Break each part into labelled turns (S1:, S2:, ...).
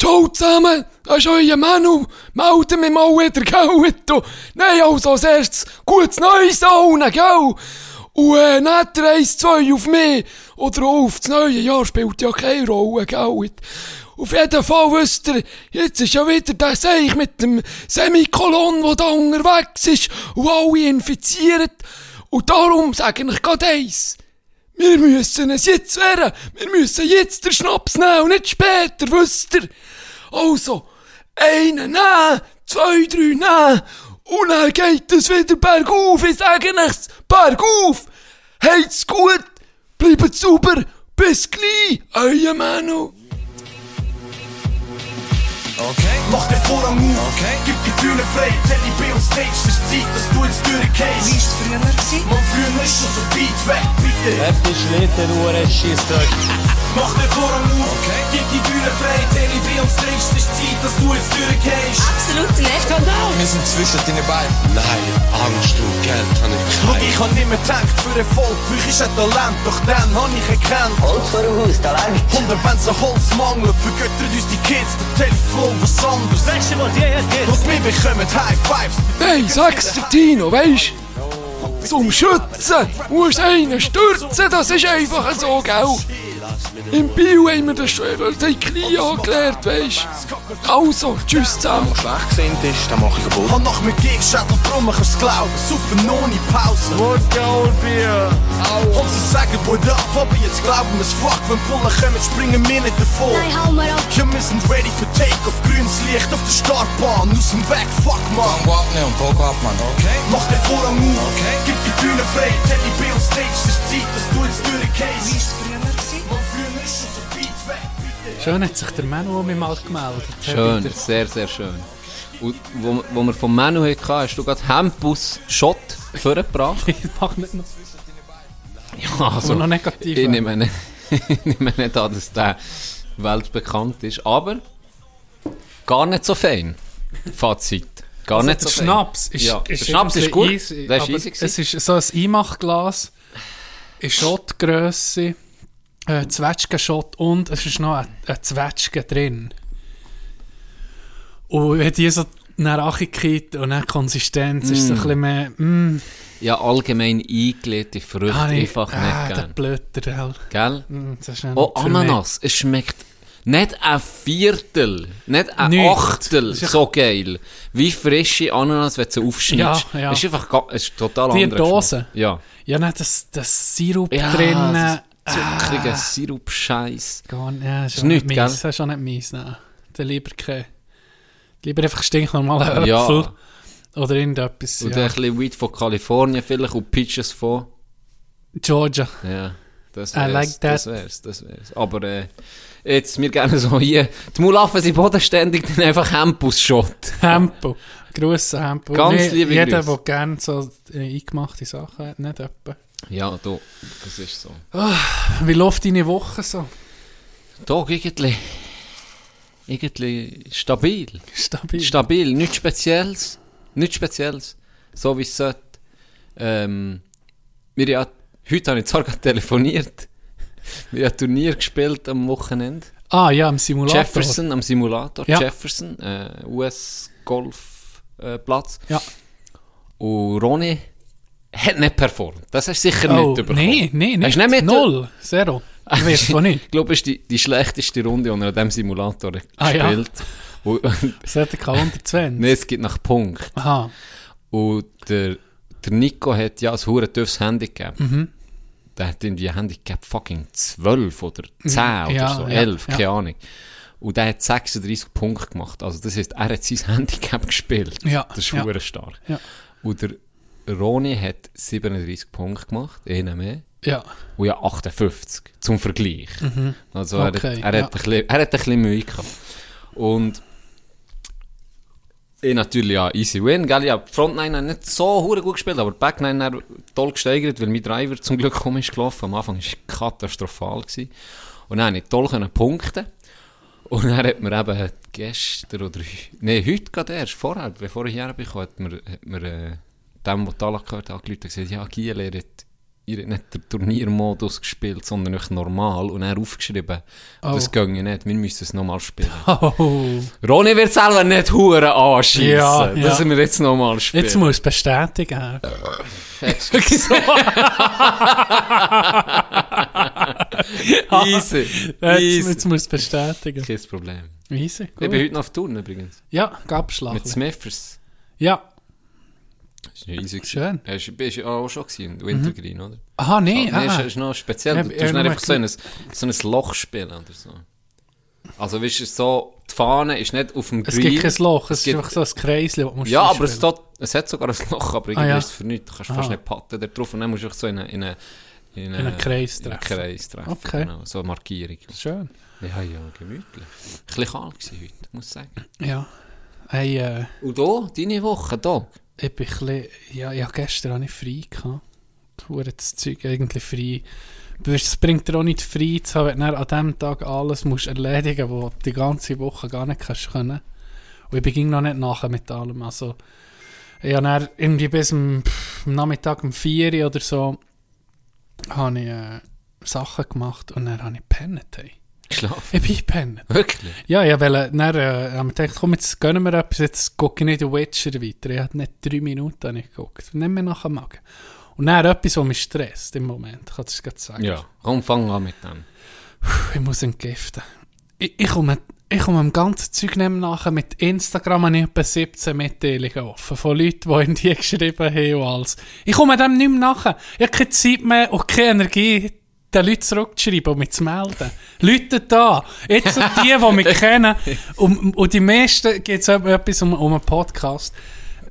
S1: Schuld zusammen. Das ist euer Manu. Melden wir mal wieder, gell? Du. Nein, also als erstes gutes Neues allen, gell? Und äh, nicht der 1, 2 auf mich. Oder auch auf das neue Jahr spielt ja keine Rolle, gell? Auf jeden Fall wisst ihr, jetzt ist ja wieder der Seich mit dem Semikolon, der da unterwegs ist und alle infiziert. Und darum sage ich gerade eins. Wir müssen es jetzt wehren. Wir müssen jetzt den Schnaps nehmen und nicht später, wisst ihr? Also, einen nehmen, zwei, drei nehmen. Und dann geht es wieder bergauf. Ich sage euch, bergauf. Habt's gut, bleibt sauber. Bis gleich, euer Manu.
S2: Okay.
S3: Mach den Vorhang auf,
S2: Okay.
S3: gib die dus Bühne frei, Teddy B und Stage, es ist Zeit, dass du ins Türen
S2: Wie
S3: gehst.
S2: ist es früher gewesen?
S3: Man früher ist schon so weit weg, bitte.
S4: Het is liter door een shit.
S3: Mach den Vorhang auf,
S2: Okay.
S3: gib die dus Bühne frei, Teddy B und Stage, es ist Zeit, dass du ins Türen gehst.
S5: Absolut nicht.
S2: Wir sind zwischen deinen Beinen.
S6: Nein, Angst und Geld habe ich
S3: Schau,
S6: keine.
S3: ich hab nimmer gedacht, für Erfolg brauch ich ein Talent, doch den hab ich erkannt.
S7: Holz vor dem Haus, Talent.
S3: Wunder, wenn's an Holz mangelt, vergöttert uns die Kids, der Telefon, was anderes.
S4: Beste wat jij hebt dit.
S3: Und wir bekommen High Fives.
S1: Hey, sag's dir, Tino, weisst Zum Schützen musst einen stürzen, das ist einfach so, gell? Im Bio haben wir das schon die Knie angelernt, weisst Also, tschüss zusammen.
S6: Schlecht sind ist, dann mache ich kaputt.
S3: Hab nach mir Gegenschädel, drum ich es glauben, saufen ohne Pause. Und sie sagen, what up, aber jetzt glauben wir's fuck, wenn Bullen kommen, springen wir nicht davor.
S8: Nein, hau mal auf.
S3: Ja, wir sind ready für Takeoff, grünes Licht auf der Startbahn, aus dem Weg, fuck man.
S2: Tango abnehmen und Pogo abmachen. Okay.
S3: Mach den Vorhang auf,
S2: Okay.
S3: gib die Dus Bühne frei, Teddy B und Stage, es ist Zeit, dass du ins Türen
S2: Wie ist
S3: gehst.
S2: es früher gewesen?
S3: Man früher ist schon so weit weg, bitte.
S9: Schön hat sich der Manu auch mal gemeldet.
S10: Schön, sehr, sehr schön. Und wo, wo wir vom Menu hatten, hast du gerade Hempus Schott vorgebracht.
S9: Ich mach nicht noch,
S10: ja,
S9: also, noch negativ.
S10: ich nehme, nicht, ich nehme nicht an, dass der weltbekannt ist, aber gar nicht so fein. Fazit. Gar
S9: Also
S10: nicht
S9: der
S10: so fein.
S9: Schnaps ist,
S10: ja,
S9: ist
S10: der Schnaps ist
S9: irgendwie
S10: gut.
S9: Easy,
S10: der ist
S9: aber
S10: easy
S9: es
S10: gewesen.
S9: ist so ein Einmachglas, in Schottgrösse, äh, Zwetschgenschott und es ist noch ein, ein Zwetschge drin. Und wenn die so nach Achigkeit und nach Konsistenz ist so ein bisschen mehr, mm,
S10: Ja, allgemein eingelegte Früchte
S9: ah, ich-
S10: einfach
S9: ah,
S10: nicht
S9: der
S10: gern.
S9: Blöter, hell.
S10: Gell?
S9: Mm, das ist ja
S10: Oh,
S9: nicht für mich.
S10: Ananas, es schmeckt nicht ein Viertel, nicht ein
S9: Nicht.
S10: Achtel
S9: Das ist
S10: so geil, wie frische Ananas, wenn du sie aufschneidest.
S9: Ja, ja.
S10: Es ist einfach ga- es ist total
S9: Die
S10: anderer
S9: Dose.
S10: Geschmack. Ja.
S9: Ja, nein, das, das Sirup ah,
S10: ja
S9: drin.
S10: das ist zuckriger Sirup-Scheiss.
S9: Gar nicht, ja, das ist
S10: Ist
S9: auch nicht
S10: nicht,
S9: mies.
S10: gell?
S9: Das ist auch nicht mies, nein. Dann lieber kein... Lieber einfach stinknormalen
S10: Ja.
S9: Äpfel. Oder irgendetwas,
S10: Und
S9: ja.
S10: ein bisschen Weed von Kalifornien vielleicht und Peaches von...
S9: Georgia.
S10: Ja, das
S9: I
S10: wär's,
S9: like
S10: das
S9: that.
S10: wär's, das wär's. Aber äh, jetzt, wir gerne so hier. Die Mulaffen sind bodenständig, dann einfach Hempus-Shot.
S9: Hempel. Grüße Hempel.
S10: Ganz
S9: Nee,
S10: liebe
S9: Jeder,
S10: Grüße.
S9: der gerne so äh, eingemachte Sachen hat, nicht etwa.
S10: Ja, du, das ist so.
S9: Wie läuft deine Woche so?
S10: Doch, irgendwie... Irgendwie stabil.
S9: Stabil.
S10: Stabil, nichts Spezielles. Nichts Spezielles. So wie es sollte. Ähm, wir haben, heute habe ich zwar gerade telefoniert. Wir haben Turnier gespielt am Wochenende.
S9: ah ja, im Simulator.
S10: Jefferson am Simulator.
S9: Ja.
S10: Jefferson, äh, US-Golfplatz.
S9: Ja.
S10: äh, Und Ronny hat nicht performt. Das hast du sicher
S9: Oh,
S10: nicht bekommen.
S9: nee, nee,
S10: Hast
S9: nicht.
S10: du nicht mit-
S9: Null. Zero. Ich weiß von nicht.
S10: Ich glaube, es ist die, die schlechteste Runde, die er an diesem Simulator
S9: Ah, ja.
S10: gespielt Und-
S9: Es hat er keine unter 20.
S10: Nee, es geht nach Punkt.
S9: Aha.
S10: Und der, der Nico hat ja ein hure tiefes Handy gegeben.
S9: Mhm.
S10: Der hat irgendwie ein Handy gegeben, fucking 12 oder 10 oder
S9: Mhm. ja,
S10: so,
S9: ja,
S10: 11,
S9: ja.
S10: keine Ahnung. Und der hat 36 Punkte gemacht. Also das heisst, er hat sein Handicap gespielt.
S9: Ja,
S10: Das ist
S9: ja.
S10: hure stark.
S9: Ja.
S10: Und der Roni hat 37 Punkte gemacht, einer mehr.
S9: Ja.
S10: Und Oh ja 58, zum Vergleich. Also
S9: Mhm. Okay,
S10: er, hat, er, hat
S9: ja.
S10: ein bisschen, er hat ein bisschen Mühe gehabt. Und ich natürlich ja easy win, gell? Ja, Frontline nicht so hure gut gespielt, aber die Backline hat toll gesteigert, weil mein Driver zum Glück kaum ist gelaufen. Am Anfang war es katastrophal. Gewesen. Und dann konnte ich toll können punkten. Und dann hat mir eben gestern oder... hü- Nee, heute gerade erst, vorher, bevor ich hierher bin, hat mir, hat mir äh, dem, der Talak gehört hat, angerufen und gesagt, ja, Giel, er hat ihr habt nicht den Turniermodus gespielt, sondern euch normal und dann aufgeschrieben,
S9: Oh.
S10: das ging ja nicht, wir müssen es nochmal spielen.
S9: Oh,
S10: Ronny wird selber nicht Huren anschießen.
S9: Ja, ja.
S10: Das müssen wir jetzt nochmal spielen.
S9: jetzt muss es bestätigen.
S10: Easy.
S9: Jetzt,
S10: Easy.
S9: jetzt muss es bestätigen.
S10: Kein Problem.
S9: Easy, gut.
S10: Ich bin heute noch auf Turn übrigens.
S9: Ja, gab
S10: Mit Smithers.
S9: Ja.
S10: Das ist easy.
S9: Schön.
S10: Ja, ist- bist du auch schon gewesen, Wintergreen, oder?
S9: Aha, nee,
S10: Ah, nee, ist,
S9: ah,
S10: ist noch speziell.
S9: Ja,
S10: du
S9: ich
S10: tust
S9: hab
S10: nicht
S9: nur
S10: einfach so ein, so ein Loch spielen oder so. Also, weißt du, so, die Fahne ist nicht auf dem
S9: es
S10: Green.
S9: gibt kein Loch, es,
S10: Es
S9: ist
S10: gibt-
S9: einfach so ein Kreisli, das musst
S10: ja,
S9: du
S10: aber es,
S9: spielen.
S10: hat, es hat sogar ein Loch, aber irgendwie
S9: Ah, ja.
S10: ist es für nichts. Du kannst fast
S9: Ah.
S10: nicht patten da drauf und dann musst du dich so in einen in eine, in
S9: einen Kreis
S10: in einen
S9: treffen.
S10: Kreis treffen,
S9: Okay.
S10: genau. So eine Markierung.
S9: Schön.
S10: Ja, ja, gemütlich. Ein bisschen kalt gewesen heute, muss ich sagen.
S9: Ja. Hey, äh,
S10: Und da, deine Woche, Tag?
S9: ich bin ein bisschen, ja, ja, gestern auch nicht frei gehabt. Hure das Zeug irgendwie frei. Du weißt, Es bringt dir auch nicht frei zu haben, wenn du dann an diesem Tag alles musst erledigen musst, was du die ganze Woche gar nicht kannst können. Und ich beging noch nicht nachher mit allem. Also, ich habe dann irgendwie bis am pff, am Nachmittag um 4 Uhr oder so habe ich, äh, Sachen gemacht und dann habe ich gepennt. Hey.
S10: Geschlafen.
S9: Ich bin gepennt.
S10: Wirklich?
S9: Ja, ja, weil äh, dann äh, haben wir gedacht, komm, jetzt gönnen wir etwas, jetzt gucke ich nicht den Witcher weiter. Ich habe nicht drei Minuten habe ich geguckt. Nicht mehr nachher Magen. Und dann etwas, was mich stresst im Moment, ich kann es gerade sagen.
S10: Ja. Komm, fang an mit dem.
S9: Puh, Ich muss entgiften. Ich, ich komme ich komme am ganzen Zeug nicht mehr nachher mit Instagram habe ich etwa 17 Mitteilungen offen von Leuten, die in die geschrieben haben und alles. Ich komme dem nicht mehr nachher. Ich habe keine Zeit mehr und keine Energie, den Leuten zurückzuschreiben und mich zu melden. Leute da, jetzt sind die, die mich kennen und, und die meisten geht es etwas um, um einen Podcast.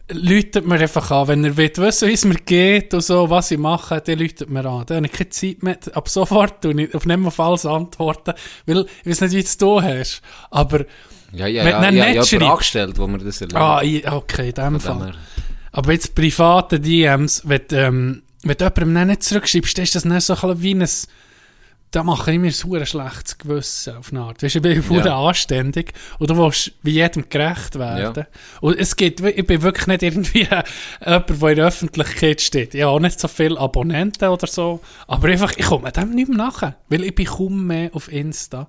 S9: Läutet mir einfach an, wenn ihr wollt wissen, wie es mir geht und so, was ich mache, dann läutet mir an. Dann habe ich keine Zeit mehr, ab sofort und ich auf nicht mehr auf alles antworten, weil ich weiß nicht, wie es du hast. Aber,
S10: Ja, ja,
S9: Wenn
S10: ja.
S9: du ihn
S10: ja,
S9: nicht
S10: ja,
S9: schreibst-
S10: jemand angestellt, wo wir das erleben.
S9: ah, ich- okay, in dem
S10: Von dem
S9: Fall.
S10: her.
S9: Aber jetzt private DMs, wenn, du, ähm, wenn du jemandem dann nicht zurückschreibst, dann ist das nicht so ein bisschen wie ein, da mache ich mir so ein schlechtes Gewissen auf eine Art. Weißt, du, ich bin
S10: Ja.
S9: ja. anständig und du willst wie jedem gerecht werden. Und es gibt, ich bin wirklich nicht irgendwie äh, jemand, der in der Öffentlichkeit steht. Ich habe auch nicht so viele Abonnenten oder so, aber einfach, ich komme dem nicht mehr nach, weil ich bin kaum mehr auf Insta.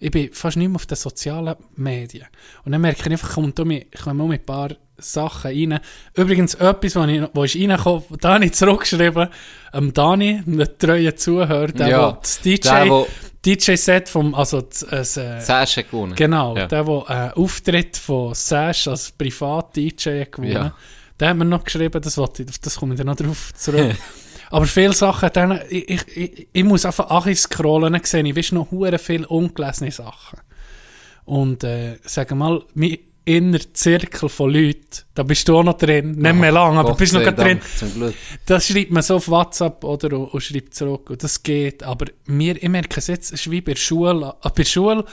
S9: Ich bin fast nicht mehr auf den sozialen Medien. Und dann merke ich einfach, kommt um mich, kommen um mich ein paar Sachen rein. Übrigens, etwas, was ich, wo ich reinkomme, da habe ich zurückgeschrieben, ähm, Dani, einen treuen Zuhörer, der,
S10: Ja,
S9: wo das DJ,
S10: der, wo-
S9: DJ-Set vom, also, das, es, äh,
S10: Sash hat gewonnen.
S9: genau,
S10: Ja.
S9: der, der äh, Auftritt von Sash als Privat-DJ hat gewonnen
S10: Ja.
S9: Der hat mir noch geschrieben, das, wollte ich, auf das komme ich dann noch drauf zurück. Aber viele Sachen, dann, ich, ich, ich, ich muss einfach Achis scrollen, dann sehe ich, weißt du, noch hure viele ungelesene Sachen. Und, äh, sagen wir mal, mein innerer Zirkel von Leuten, da bist du auch noch drin, nicht mehr lang, aber
S10: Gott
S9: bist noch
S10: sei
S9: grad drin.
S10: Dank, Zum Glück.
S9: Das schreibt man so auf WhatsApp oder und, und schreibt zurück und das geht. Aber mir, ich merke es jetzt, es ist wie bei der Schule, äh, bei der Schule,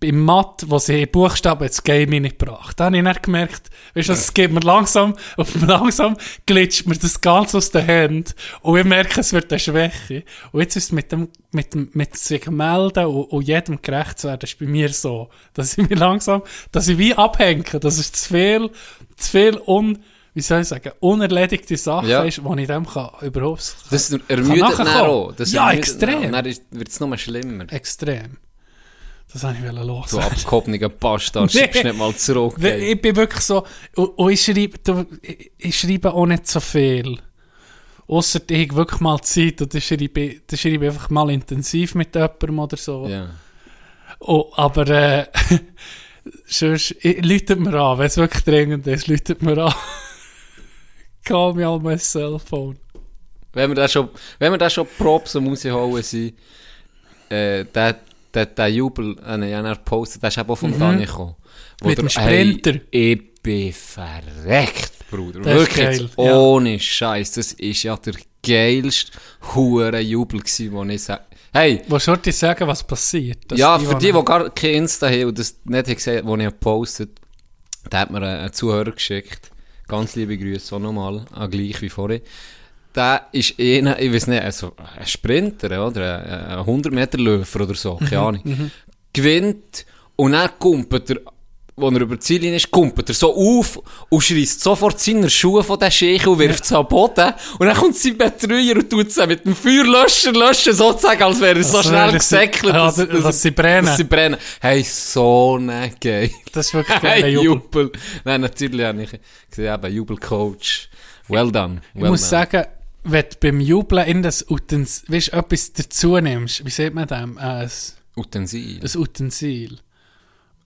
S9: beim Mathe, wo sie Buchstaben ins Game hineingebracht. Da habe ich dann gemerkt, weißt du, es geht mir langsam, auf langsam glitscht mir das Ganze aus den Händen und ich merke, es wird eine Schwäche. Und jetzt ist es mit dem, mit dem, mit sich melden und, und jedem gerecht zu werden, ist bei mir so, dass ich mich langsam, dass ich wie abhänge, dass es zu viel, zu viel un, wie soll ich sagen, unerledigte Sachen
S10: Ja.
S9: ist, wo ich dem kann, überhaupt
S10: Das
S9: nachher
S10: ermüdet dann
S9: kommen.
S10: auch. Das
S9: Ja,
S10: ermüdet
S9: extrem.
S10: Dann, auch. dann wird es nur schlimmer.
S9: extrem. Das habe ich wollen los.
S10: Du abgehobener Bastard, schiebst
S9: Nee.
S10: nicht mal zurück. ey.
S9: Ich bin wirklich so, und, und ich, schreibe, du- ich, ich schreibe auch nicht so viel. Ausser ich habe wirklich mal Zeit und dann schreibe, ich- dann schreibe ich einfach mal intensiv mit jemandem oder so.
S10: Ja.
S9: Oh, aber äh, sonst, ich, läutet mir an, wenn es wirklich dringend ist, läutet mir an. Call me on my cell phone.
S10: Wenn wir da schon, wenn wir da schon Props am rausholen sind, äh, der, der, der Jubel, den ich dann gepostet der ist eben auch von Dani gekommen. Wo
S9: Mhm. Mit
S10: der-
S9: dem Sprinter.
S10: Ey, ich bin verreckt, Bruder.
S9: Das ist
S10: Wirklich,
S9: geil,
S10: jetzt
S9: ja.
S10: ohne Scheiß. Das ist ja der geilste hure Jubel gewesen, wo ich sage, hey,
S9: Willst du dir sagen, was passiert? Dass
S10: ja, für die, die
S9: noch-
S10: gar kein Insta haben und das nicht haben gesehen haben, was ich gepostet habe, da hat mir einen, einen Zuhörer geschickt. Ganz liebe Grüße auch nochmal, an gleich wie vorhin. Der ist einer, ich weiß nicht, also ein Sprinter oder ein-
S9: Mhm,
S10: ein 100 Meter Läufer oder so, keine Ahnung. Gewinnt und dann kumpelt er wo er über die Ziellinie ist, kumpelt er so auf und schreist sofort seine Schuhe von den Schächen und wirft sie am Boden. Und dann kommt sein Betreuer und tut sie mit dem Feuerlöscher löschen, sozusagen, als wäre er so
S9: Also,
S10: schnell
S9: dass sie-
S10: gesäckelt.
S9: ja, dass sie brennen.
S10: Dass sie brennen. Hey, so ne geil.
S9: Das ist wirklich ein
S10: Hey,
S9: Jubel.
S10: Jubel. Nein, natürlich habe ich gesehen, eben, Jubelcoach. Well done.
S9: Ich
S10: Well done.
S9: muss sagen, wenn du beim Jubeln in das Utens, weißt, etwas dazu nimmst, wie sieht man das? Äh, ein,
S10: Utensil.
S9: ein Utensil,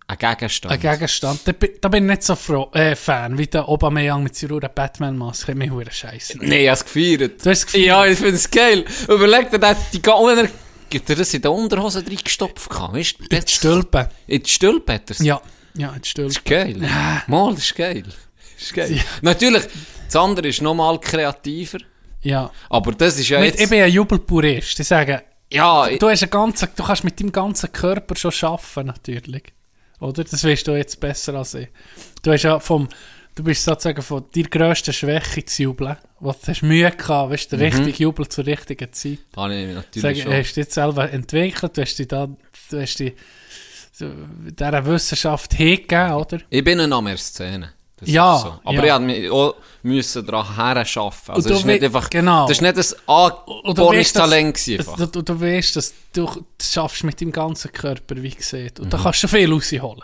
S10: Ein Gegenstand.
S9: ein Gegenstand. Da, bin- da bin ich nicht so froh, äh, Fan, wie der Aubameyang mit seiner verdammten Batman-Maske. Mir hure scheiße.
S10: Nein, ich habe es gefeiert.
S9: Du hast es gefeiert?
S10: Ja, ich finde es geil. Überleg dir, der hat die ganze... Hat er das in der Unterhose reingestopft? gehabt, Weißt du, das-
S9: Stülpen.
S10: In die Stülpe hat er's.
S9: Ja, ja, die
S10: Das
S9: Stülpen.
S10: ist geil. Mal, das ist geil. Das ist geil.
S9: Ja.
S10: Natürlich, das andere ist nochmal kreativer.
S9: Ja.
S10: Aber das ist ja
S9: Mit,
S10: jetzt...
S9: ich bin ein Jubelpurist. Ich sage,
S10: ja, Ah, ich-
S9: du, hast einen ganzen, du kannst mit deinem ganzen Körper schon schaffen, natürlich. Oder? Das weißt du jetzt besser als ich. Du, hast ja vom, du bist sozusagen von deiner grössten Schwäche zu jubeln. Wo du hast Mühe gehabt, weißt du, richtig jubeln zur richtigen Zeit.
S10: habe ich Mhm. natürlich
S9: Sag,
S10: schon.
S9: hast du jetzt selber entwickelt, du hast dich da, du hast dich so dieser Wissenschaft hingegeben, oder?
S10: Ich bin noch mehr Szene. Das
S9: Ja,
S10: ist so. Aber
S9: ja.
S10: ich habe mich auch müssen daran herschaffen. Also
S9: Und
S10: das
S9: du
S10: ist nicht
S9: we-
S10: einfach...
S9: genau.
S10: Das ist nicht ein
S9: Und du
S10: angeborenes
S9: weißt, dass-
S10: Talent gewesen.
S9: dass-
S10: einfach.
S9: Du, du, du weißt, dass du das schaffst mit deinem ganzen Körper, wie gesagt. Und da
S10: Mhm.
S9: kannst du viel rausholen.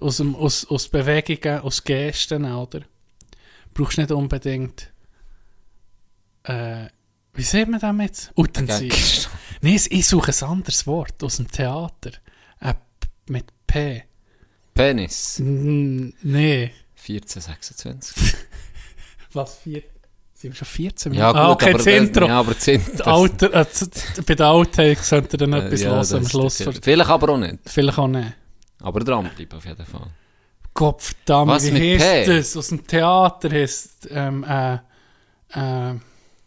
S9: Aus, dem, aus, aus Bewegungen, aus Gesten, oder? Brauchst nicht unbedingt. Äh, wie sieht man das jetzt? Utensil.
S10: Gegenstand.
S9: Nein, ich suche ein anderes Wort aus dem Theater. Äh, p- mit P.
S10: Penis.
S9: Mm, Nein.
S10: 14, 26.
S9: Was? Vier? Sind wir schon 14
S10: Ja, gut,
S9: ah, okay,
S10: aber,
S9: das Intro.
S10: Ja, aber das Intro.
S9: Das Alter, äh, z- z- bei den Outtakes könnt ihr dann
S10: Äh,
S9: etwas
S10: ja, das
S9: hören am
S10: ist
S9: Schluss.
S10: der-
S9: Für,
S10: Vielleicht aber auch nicht.
S9: vielleicht auch nicht.
S10: Aber dranbleiben auf jeden Fall.
S9: Gottverdammt,
S10: Was mit
S9: wie heisst
S10: P?
S9: das? Aus dem Theater heisst ähm, äh, äh,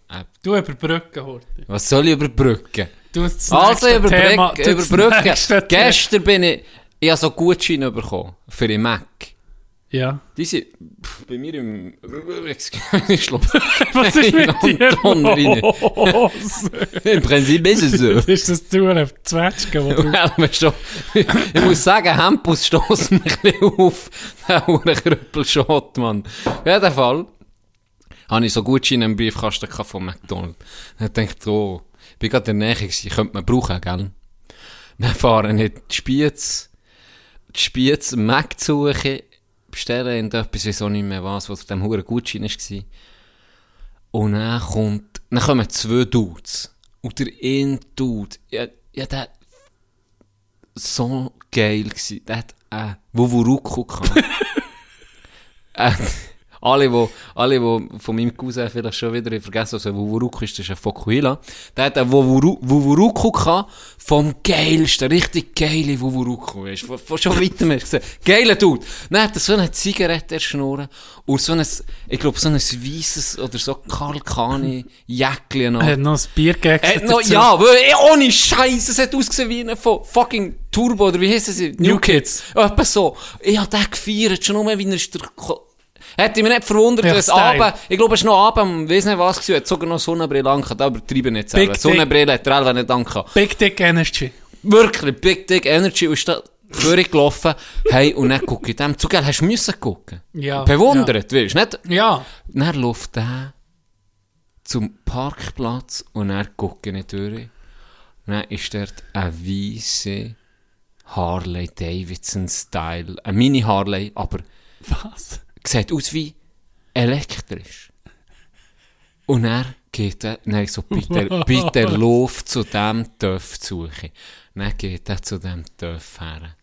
S10: Äh.
S9: Du überbrücken, Horti.
S10: Was soll ich überbrücken?
S9: Du das
S10: Also
S9: nächste
S10: überbrücken,
S9: Thema- du das
S10: überbrücken.
S9: nächste Thema-
S10: Gestern bin ich, ich habe so Gutscheine bekommen für den Mac.
S9: Ja.
S10: Die sind pff, bei mir im... Ich schluck.
S9: Was ist mit
S10: In
S9: dir
S10: Anton rein.
S9: los?
S10: Im Prinzip ist es so.
S9: ist das du ein Zwetschge, wo du...
S10: Well, wir schon- ich muss sagen, Hempus stoßt mich ein bisschen auf. Der verdammte Krüppelschott, Mann. Auf jeden Fall habe ich so Gutscheine im Briefkasten gehabt von McDonald's. Dann dachte ich, oh, ich bin gerade in der Nähe gewesen, könnte man brauchen, gell? Dann fahren in die Spiez, die Spiez, Mac zu suchen, bestellen und etwas, wieso nicht mehr was, was auf dem huren Gutschein war. Und dann kommt, dann kommen zwei Dudes. Und der eine Dude, ja, ja, der, so geil gsi. Der hat äh, einen Wuvuruku gehabt. äh, alle, wo, alle, wo von meinem Cousin vielleicht schon wieder haben vergessen, was ein Wuvuruku ist, das ist ein Fokuhila. Der hat einen Wuvuru- Wuvuruku gehabt. Vom geilsten, richtig geile Wuvuruku. Weißt, von, von schon weitem hast du gesehen. Geiler Dude. Dann hat er so eine Zigarette erschnurren und so ein, ich glaube, so ein weisses oder so Karl Kani Jäckchen an.
S9: Er hat noch ein Bier gegessen.
S10: Äh, no,
S9: dazu.
S10: ja, weil, ey, ohne Scheiß, es hat ausgesehen wie einer von fucking Turbo oder wie heissen sie?
S9: New Kids.
S10: Etwa so. Ich hab den gefeiert, schon nur, wie er ist der Ko- Hätte mich nicht verwundert,
S9: Ja,
S10: dass
S9: Style.
S10: Abend, ich glaube, es ist noch Abend, ich weiss nicht was, gewesen, hat sogar noch Sonnenbrille angehabt, aber übertreibe nicht
S9: Big
S10: selber.
S9: Dick.
S10: Sonnenbrille hat er selber nicht angehabt.
S9: Big Dick Energy.
S10: Wirklich, Big Dick Energy ist da durchgelaufen, hey, und dann gucke ich dem zu, gell, hast du müssen gucken?
S9: Ja,
S10: Bewundert, ja. weißt du, nicht?
S9: Ja.
S10: Dann läuft der zum Parkplatz und er guckt nicht durch. Dann ist dort ein weisse Harley Davidson Style. Ein Mini Harley, aber
S9: Was?
S10: sieht aus wie elektrisch. Und er geht er, dann so, bitte, bitte lauf zu dem Töff suchen. Dann geht er zu dem Töff her.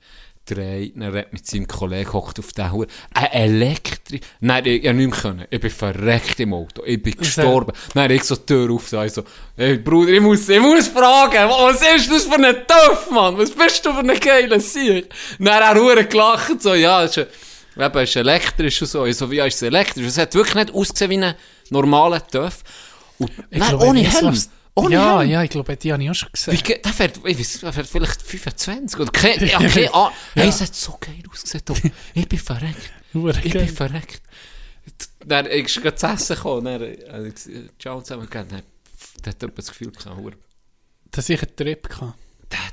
S10: Dreht, dann redet mit seinem Kollegen, hockt auf den Hut. Ein Elektri... Nein, ich, ich hab nicht mehr können. Ich bin verreckt im Auto. Ich bin gestorben. Dann hab ich so die Tür auf, so, ich so, hey, Bruder, ich muss, ich muss fragen, was ist das für ein Töff, Mann? Was bist du für ein geiler Sieg? Dann hat er verdammt gelacht, so, ja, ist ein, Eben, es ist elektrisch und so. Ich so, wie ja, ist es elektrisch? Es hat wirklich nicht ausgesehen wie ein normaler Töff. Und nein,
S9: glaub,
S10: ohne
S9: ich weiss,
S10: Helm.
S9: was-
S10: Ohne
S9: ja,
S10: Helm.
S9: ja, ich glaube, die habe ich auch schon gesehen.
S10: Wie, ge- der fährt, ich weiss, der fährt vielleicht 25 oder keine, ja, keine Ahnung. Hey, es hat so geil ausgesehen. Du. Ich bin verreckt.
S9: Hure
S10: ich
S9: geil.
S10: bin verreckt. Dann ist gerade zu essen gekommen. Dann also, habe ich gesagt, ciao zusammen. gegeben. Dann hat- Dann hat jemand das Gefühl gehabt, hure
S9: dass ich einen Trip hatte.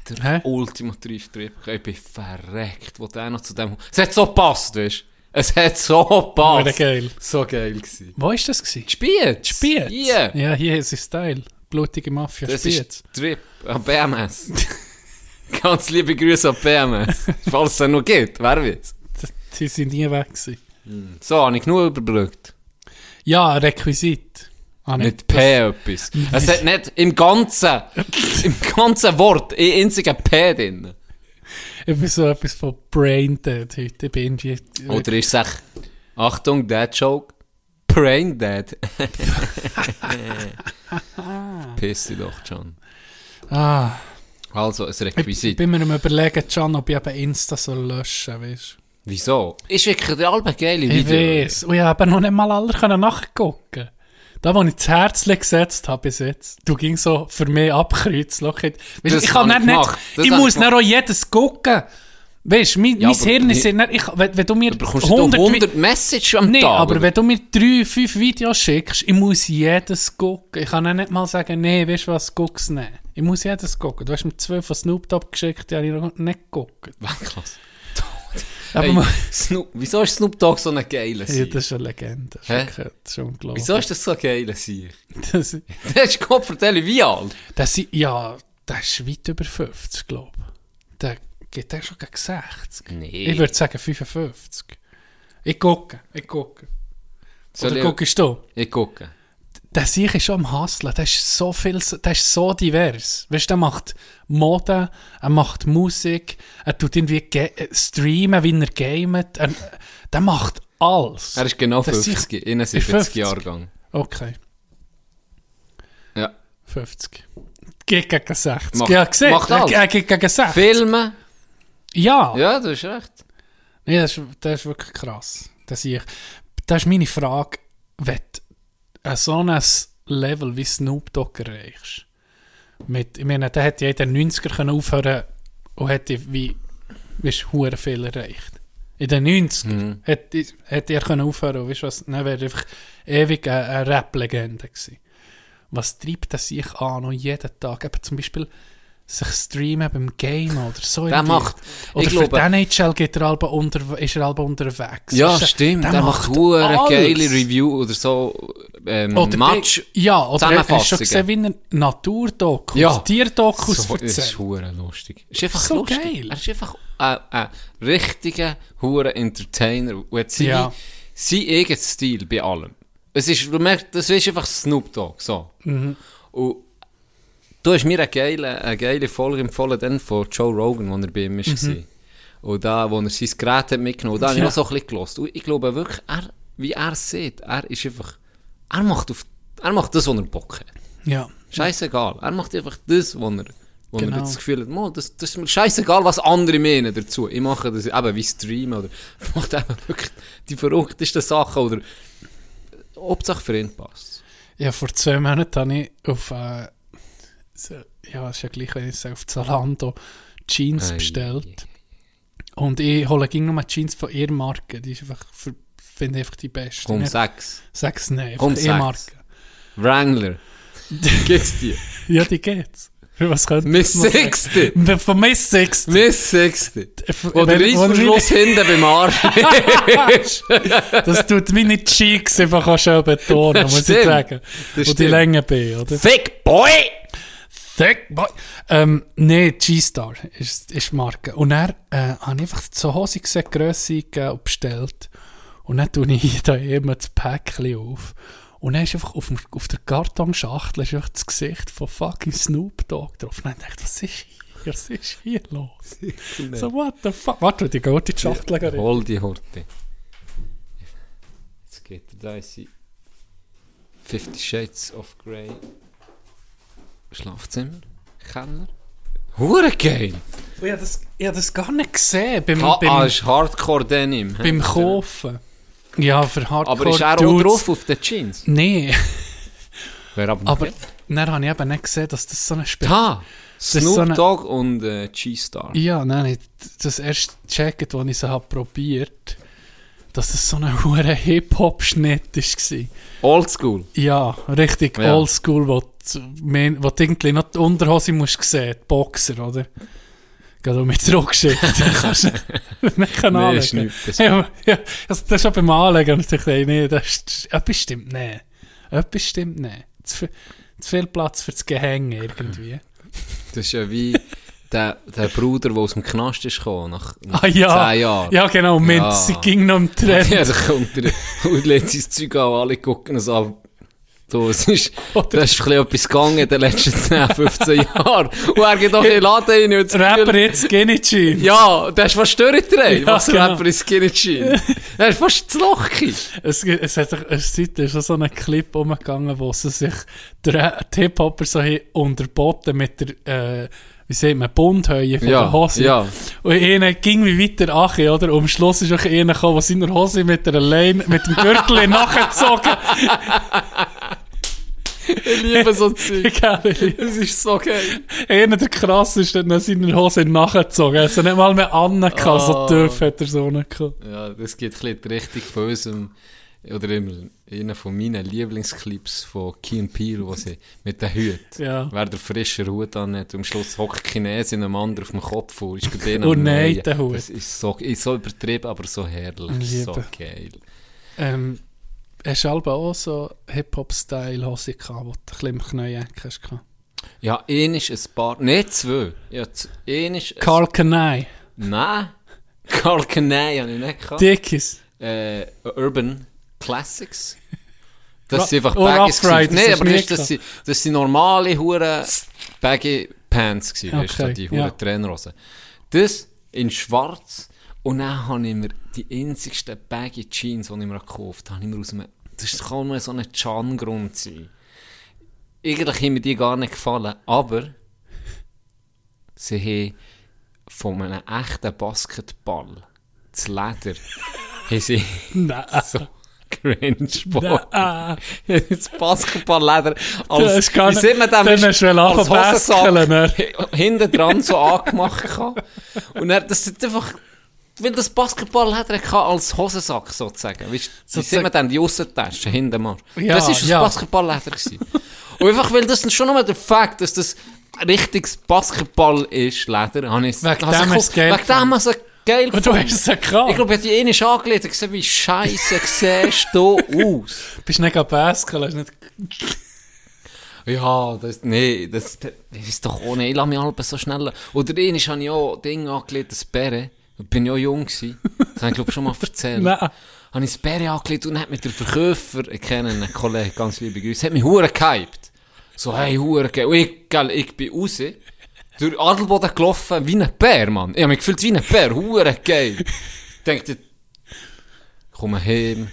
S10: der der
S9: Hä?
S10: ultimativ Trip. Ich bin verreckt, wo der noch zu dem... Es hat so gepasst, weißt du? Es hat so gepasst.
S9: Wurde geil.
S10: So geil gewesen.
S9: Wo ist das gewesen?
S10: Spiez.
S9: Spiez.
S10: Yeah.
S9: Ja, hier ist es Teil. Blutige Mafia
S10: Das
S9: Spiez.
S10: ist Trip an BMS. Ganz liebe Grüße an BMS. Falls es den noch gibt, wer weiß.
S9: Sie sind nie weg gewesen.
S10: So, habe ich genug überbrückt.
S9: Ja, Requisit. Ah, nee,
S10: Mit P etwas. Es hat nicht im ganzen, im ganzen Wort ein einziger P drin.
S9: das- Ich bin so etwas von Brain Dead heute. Ich bin irgendwie...
S10: Oder ist es echt, Achtung, Dead Joke, Brain Dead. Piss dich doch, John.
S9: Ah,
S10: Also, ein
S9: ich
S10: Requisit.
S9: bin mir am überlegen, Can, ob ich eben Insta soll löschen soll, weißt du.
S10: Wieso? Ist wirklich der halbe geile
S9: Ich
S10: Video.
S9: weiß. Und ich habe noch nicht mal alle können nachgucken. Da, wo ich das Herz gesetzt habe bis jetzt, du ging so für mich abkreuzen. schau jetzt. Weil
S10: Das
S9: ich kann
S10: habe
S9: dann
S10: ich
S9: nicht,
S10: gemacht. Das
S9: ich
S10: habe
S9: muss
S10: ich gemacht.
S9: dann auch jedes gucken. Weißt du, mein,
S10: Ja,
S9: mein
S10: aber
S9: Hirn ist
S10: hier-
S9: nicht, ich, wenn, wenn du mir
S10: Du bekommst 100, 100 Message am
S9: Nee,
S10: Tag.
S9: aber
S10: oder?
S9: wenn du mir drei, fünf Videos schickst, ich muss jedes gucken. Ich kann auch nicht mal sagen, nee, weißt du was, guck's nicht. Ich muss jedes gucken. Du hast mir zwölf von Snoop Dogg geschickt, die habe ich noch nicht geguckt.
S10: Weltklasse.
S9: Aber
S10: Hey,
S9: man-
S10: Snoop, wieso ist Snoop Dogg so eine geile
S9: ja,
S10: Sieg?
S9: das ist eine Legende. Das ist,
S10: Hä?
S9: wirklich, das ist unglaublich.
S10: Wieso ist das so eine geile Sieg?
S9: Das,
S10: Der ist Gott vertelle wie alt.
S9: das, sind- ja, das ist weit über 50, glaube ich. Der geht der schon gegen 60.
S10: Nee.
S9: Ich würde sagen 55. Ich gucke, ich gucke.
S10: Soll
S9: Oder
S10: ich,
S9: guckst du?
S10: ich gucke.
S9: Der Sieg ist schon am Hustlen, der ist so viel, der ist so divers. Weißt du, der macht Mode, er macht Musik, er tut irgendwie ge- äh, streamen, wie er gamet, er, der macht alles.
S10: Er ist genau
S9: Der Sieg-
S10: 50, in einem
S9: ist 50.
S10: 70-Jahrgang.
S9: Okay,
S10: Ja.
S9: 50. Geht gegen 60.
S10: Macht-
S9: ja, gesehen,
S10: macht
S9: er,
S10: alles.
S9: er geht gegen 60.
S10: Filmen,
S9: Ja.
S10: ja, du hast recht.
S9: Nee, das, ist, das ist wirklich krass. Das, ich, das ist meine Frage, wenn du so ein Level wie Snoop Dogg erreichst, mit, ich meine, der hätte ja in den 90er können aufhören und hätte wie, weißt, hure viel erreicht. In den 90er
S10: Mhm.
S9: hätte, hätte er können aufhören und weißt, du was, dann wäre er einfach ewig eine, eine Rap-Legende gewesen. Was treibt das sich an und jeden Tag? Eben zum Beispiel sich streamen beim Game oder so.
S10: Der
S9: irgendwie.
S10: macht-
S9: Oder
S10: ich
S9: für
S10: glaube-
S9: den NHL geht er Alba unter, ist er Alba unterwegs.
S10: Ja,
S9: Ist er-
S10: stimmt.
S9: der
S10: Der macht hure
S9: alles.
S10: geile Review oder so ähm,
S9: Oder
S10: Match.
S9: die- Ja, oder hast du schon
S10: Zusammenfassungen.
S9: gesehen, wie er Naturdokus,
S10: Ja.
S9: Tierdokus
S10: So, das ist
S9: erzählt?
S10: hure lustig. Ist einfach
S9: So
S10: lustig.
S9: geil.
S10: Er ist einfach ein, ein richtiger hure Entertainer und hat seine,
S9: Ja.
S10: seinen eigenen Stil bei allem. Es ist, du merkst, das ist einfach Snoop Dogg, so.
S9: Mhm.
S10: Und du hast mir eine geile, eine geile Folge empfohlen dann von Joe Rogan, als er bei ihm war. Und da, wo er sein Gerät hat mitgenommen hat, da habe ich
S9: Mhm. Ja.
S10: noch so ein bisschen gehört. Und ich glaube wirklich, er, wie er es sieht, er ist einfach, er macht, auf, er dus macht das, was er Bock hat.
S9: Ja.
S10: Scheißegal. Er macht einfach das, wo er, wo
S9: Genau.
S10: er das Gefühl hat, «Mo, das, das ist mir scheißegal, was andere meinen dazu. Ich mache das eben wie Stream oder ich mache eben wirklich die verrücktesten Sachen oder Hauptsache für ihn passt.
S9: Ja, vor zwei Monaten habe ich auf, äh, so, ja, ist ja gleich, wenn ich sage, auf Zalando Jeans
S10: Ei.
S9: bestellt. Und ich hole ging nur Jeans von ihrer Marke, die ist einfach, für- finde ich einfach die beste. Ne?
S10: Komm,
S9: Nicht-
S10: sechs.
S9: Sag's nicht,
S10: Komm,
S9: einfach ihre
S10: sag's.
S9: Marke.
S10: Wrangler. Gibt's die?
S9: Ja, die geht's. Was könnte
S10: Miss
S9: man sagen?
S10: Sixty.
S9: Von Miss Sixty.
S10: Miss Sixty.
S9: F-
S10: Wo der
S9: wenn- wo
S10: Reissverschluss hinten beim Arsch ist.
S9: Das tut meine Cheeks einfach auch schön betonen, muss ich
S10: stimmt.
S9: sagen.
S10: Das
S9: Und die
S10: stimmt.
S9: Länge bin, oder?
S10: Thick Boy!
S9: Thick boy. Ähm, nee, G-Star ist, ist die Marke. Und er äh, habe ich einfach so Hose gesehen, Grösse eingegeben und bestellt. Und dann tue ich da immer das Päckchen auf. Und dann ist einfach auf, dem, auf der Kartonschachtel ist einfach das Gesicht von fucking Snoop Dogg drauf. Und dann dachte ich, was ist hier? Was ist hier los? so, what the fuck? Warte, die geht in die Schachtel. rein.
S10: Hol die Horte. Jetzt geht er da in sein Fifty Shades of Grey Schlafzimmer. Keller. Hure geil!
S9: Und Ich habe das, ich hab das gar nicht gesehen beim,
S10: Ah,
S9: Hm, beim,
S10: ah, ist Hardcore Denim. hä?
S9: beim Kaufen. Ja, für Hardcore
S10: Aber ist er auch
S9: Dudes.
S10: drauf auf den Jeans?
S9: Nee,
S10: Wer ab
S9: aber dann habe ich eben nicht gesehen, dass das so eine Spiel...
S10: Da!
S9: ist so eine-
S10: Snoop Dogg und äh, G-Star.
S9: Ja, nein, ich, das erste Jacket, das ich so habe probiert, dass es so ein hoher Hip-Hop-Schnitt war.
S10: Oldschool.
S9: Ja, richtig
S10: Ja.
S9: oldschool, wo, du- mein- wo du irgendwie noch die Unterhose musst sehen, die Boxer, oder? Gerade mit zurückgeschickt. Dann kannst du nicht
S10: Nee,
S9: anlegen.
S10: ist nicht besser.
S9: ja, ja, also das ist auch beim Anlegen. Und ich dachte, ey, nee, das ist, etwas stimmt nicht. Etwas stimmt nicht. Zu viel, zu viel Platz für das Gehänge irgendwie.
S10: Das ist ja wie der, der Bruder, der aus dem Knast ist gekommen, nach, nach
S9: Ah ja.
S10: 10 Jahren.
S9: Ja, genau. Mint,
S10: Ja.
S9: sie ging noch im Trend.
S10: Ja, da kommt er und lädt sein Zeug an, alle gucken es an. So, es ist,
S9: Oder-
S10: da ist ein bisschen etwas gegangen in den letzten 10, 15 Jahren. Und er geht doch in den Laden rein und das
S9: Rapper
S10: Gefühl-
S9: jetzt Skinny Jeans.
S10: Ja, der ist fast durchgedreht.
S9: Ja,
S10: was
S9: genau.
S10: Rapper in Skinny Jeans. Der ist fast zu lockig.
S9: Es, es hat doch- es seit ist auch so ein Clip umgegangen, wo sie sich der die Hip-Hopper so haben unterboten mit der, äh, wie sagt man, Bundhöhe von
S10: Ja,
S9: der Hose.
S10: ja.
S9: Und einer ging wie weiter ache, oder? Und am Schluss ist auch einer gekommen, der seiner Hose mit der Leine, mit dem Gürtel nachgezogen.
S10: Ich liebe so Zeug.
S9: Gell?
S10: Das ist so geil.
S9: einer der krasseste hat nach seiner Hose nachgezogen. Er hat sie nicht mal mehr angehabt, so
S10: Oh.
S9: tief hat er so einen gehabt.
S10: Ja, das geht ein bisschen die Richtung von unserem, oder immer einer von meinen Lieblingsclips von Key and Peele, wo sie mit den Hüten,
S9: Ja.
S10: wer der frische Hut an hat, am Schluss hockt Chines in einem anderen auf dem Kopf und ist gerade den
S9: Oh
S10: am
S9: nein,
S10: Nähen.
S9: der Hut.
S10: Das ist so, ist so übertrieben, aber so herrlich,
S9: Liebe.
S10: so geil.
S9: Ähm, hast du Alba auch so Hip-Hop-Style-Hose gehabt, wo du ein bisschen im Knie hast gehabt?
S10: Ja, ein ist ein paar, nicht zwei. Ja, ein ist... ein-
S9: Carl Kanai.
S10: Nein. Karl Kanei habe ich nicht gehabt.
S9: Dickies.
S10: äh, Urban Classics. Das
S9: Ra-
S10: sind einfach
S9: Oh,
S10: Baggies.
S9: Rough
S10: gewesen.
S9: Riders,
S10: Nee,
S9: hast
S10: aber
S9: du
S10: das,
S9: nicht
S10: das, sind, das sind normale Huren Baggy Pants gewesen, weißt du,
S9: Okay,
S10: die
S9: ja.
S10: Huren Trainerhosen. Das in schwarz und dann habe ich mir die einzigsten Baggy Jeans, die ich mir gekauft habe, habe ich mir aus einem, das kann nur so ein Chan-Grund sein. Eigentlich haben mir die gar nicht gefallen, aber sie haben von einem echten Basketball das Leder haben sie
S9: Nein.
S10: so cringe Boy.
S9: Ah,
S10: Das Basketballleder
S9: Das
S10: als
S9: ist gar
S10: wie
S9: nicht-
S10: sieht man
S9: dann
S10: das?
S9: hast du wollen
S10: als
S9: anfangen baskeln, ne?
S10: Hosensack hinten dran so angemacht gehabt. und er das hat einfach weil das Basketballleder hatte als Hosensack sozusagen weißt, wie sieht
S9: Sozusagen-
S10: man denn die Aussentaschen hinten mal
S9: Ja,
S10: das ist das
S9: ja.
S10: Basketballleder gewesen. und einfach weil das schon nochmal der Fakt dass das richtiges Basketball ist Leder habe ich
S9: Wegen
S10: habe ich
S9: dem
S10: gekauft.
S9: hast du es geil
S10: wegen dem habe ich es geil
S9: Und du hast es ja gehabt.
S10: ich glaube, ich habe die eine schon angelegt und gesehen, wie scheiße siehst du aus.
S9: Du bist nicht gerade Pascal, hast nicht...
S10: Ja, das, nee, das, das ist doch ohne, ich lasse mich halb so schnell. Oder einmal habe ich auch Ding angelegt, das Bären. Ich bin ja jung gewesen. Das habe ich, glaube schon mal erzählt.
S9: Nein.
S10: Habe ich das Bären angelegt und dann hat mich der Verkäufer, ich kenne einen Kollegen, ganz liebe Grüße, hat mich hure gehypt. So, hey, hure geil. Und ich, gell, ich bin raus, durch Adelboden gelaufen, wie ein Bär, Mann. Ich habe mich gefühlt wie ein Bär, hure geil. Ich dachte, komme heim,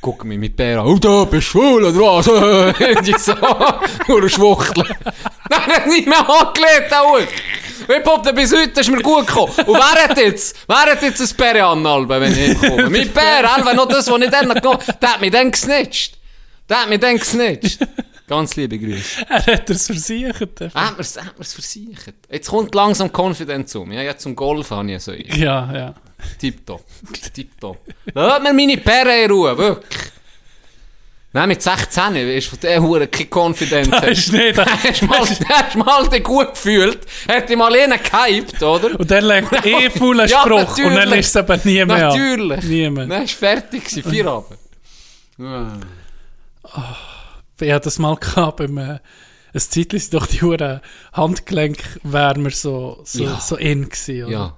S10: gucke mich mit Bär an. Oh, da bist du schwul oder was? Und ich so, nur Schwuchtel. Nein, er hat nicht mehr angelegt, auch Wie poppt er bis heute, ist mir gut gekommen. Und wer hat jetzt, wer hat jetzt ein Bär an, Alben, wenn ich hinkomme? Mein Bär, Alben, noch das, was ich dann noch gekommen der hat mich dann gesnitcht. Der hat mich dann gesnitcht. Ganz liebe Grüße.
S9: Er hat es versichert.
S10: Hat mir's, hat mir's versichert. Jetzt kommt langsam Confidence um. Ja, jetzt zum Golfen habe ich so.
S9: Ja, ja.
S10: Tipptopp. Tipptopp. Lass mir meine Perre in Ruhe, wirklich. Nein, mit 16 ist von der Hure keine Konfidenz.
S9: Das ist nicht...
S10: Hast du mal, hast du mal den gut gefühlt? Hätte ich mal einen gehypt, oder?
S9: Und dann legt eh faulen
S10: Ja,
S9: Spruch und dann
S10: natürlich.
S9: ist es eben nie mehr an.
S10: Natürlich.
S9: Nie mehr.
S10: Dann ist fertig gewesen, vier Abend. Ja.
S9: Ich hatte das mal gehabt beim... Äh, ein Zeitchen sind doch die Huren Handgelenkwärmer so, so,
S10: Ja.
S9: so in gewesen, oder?
S10: ja.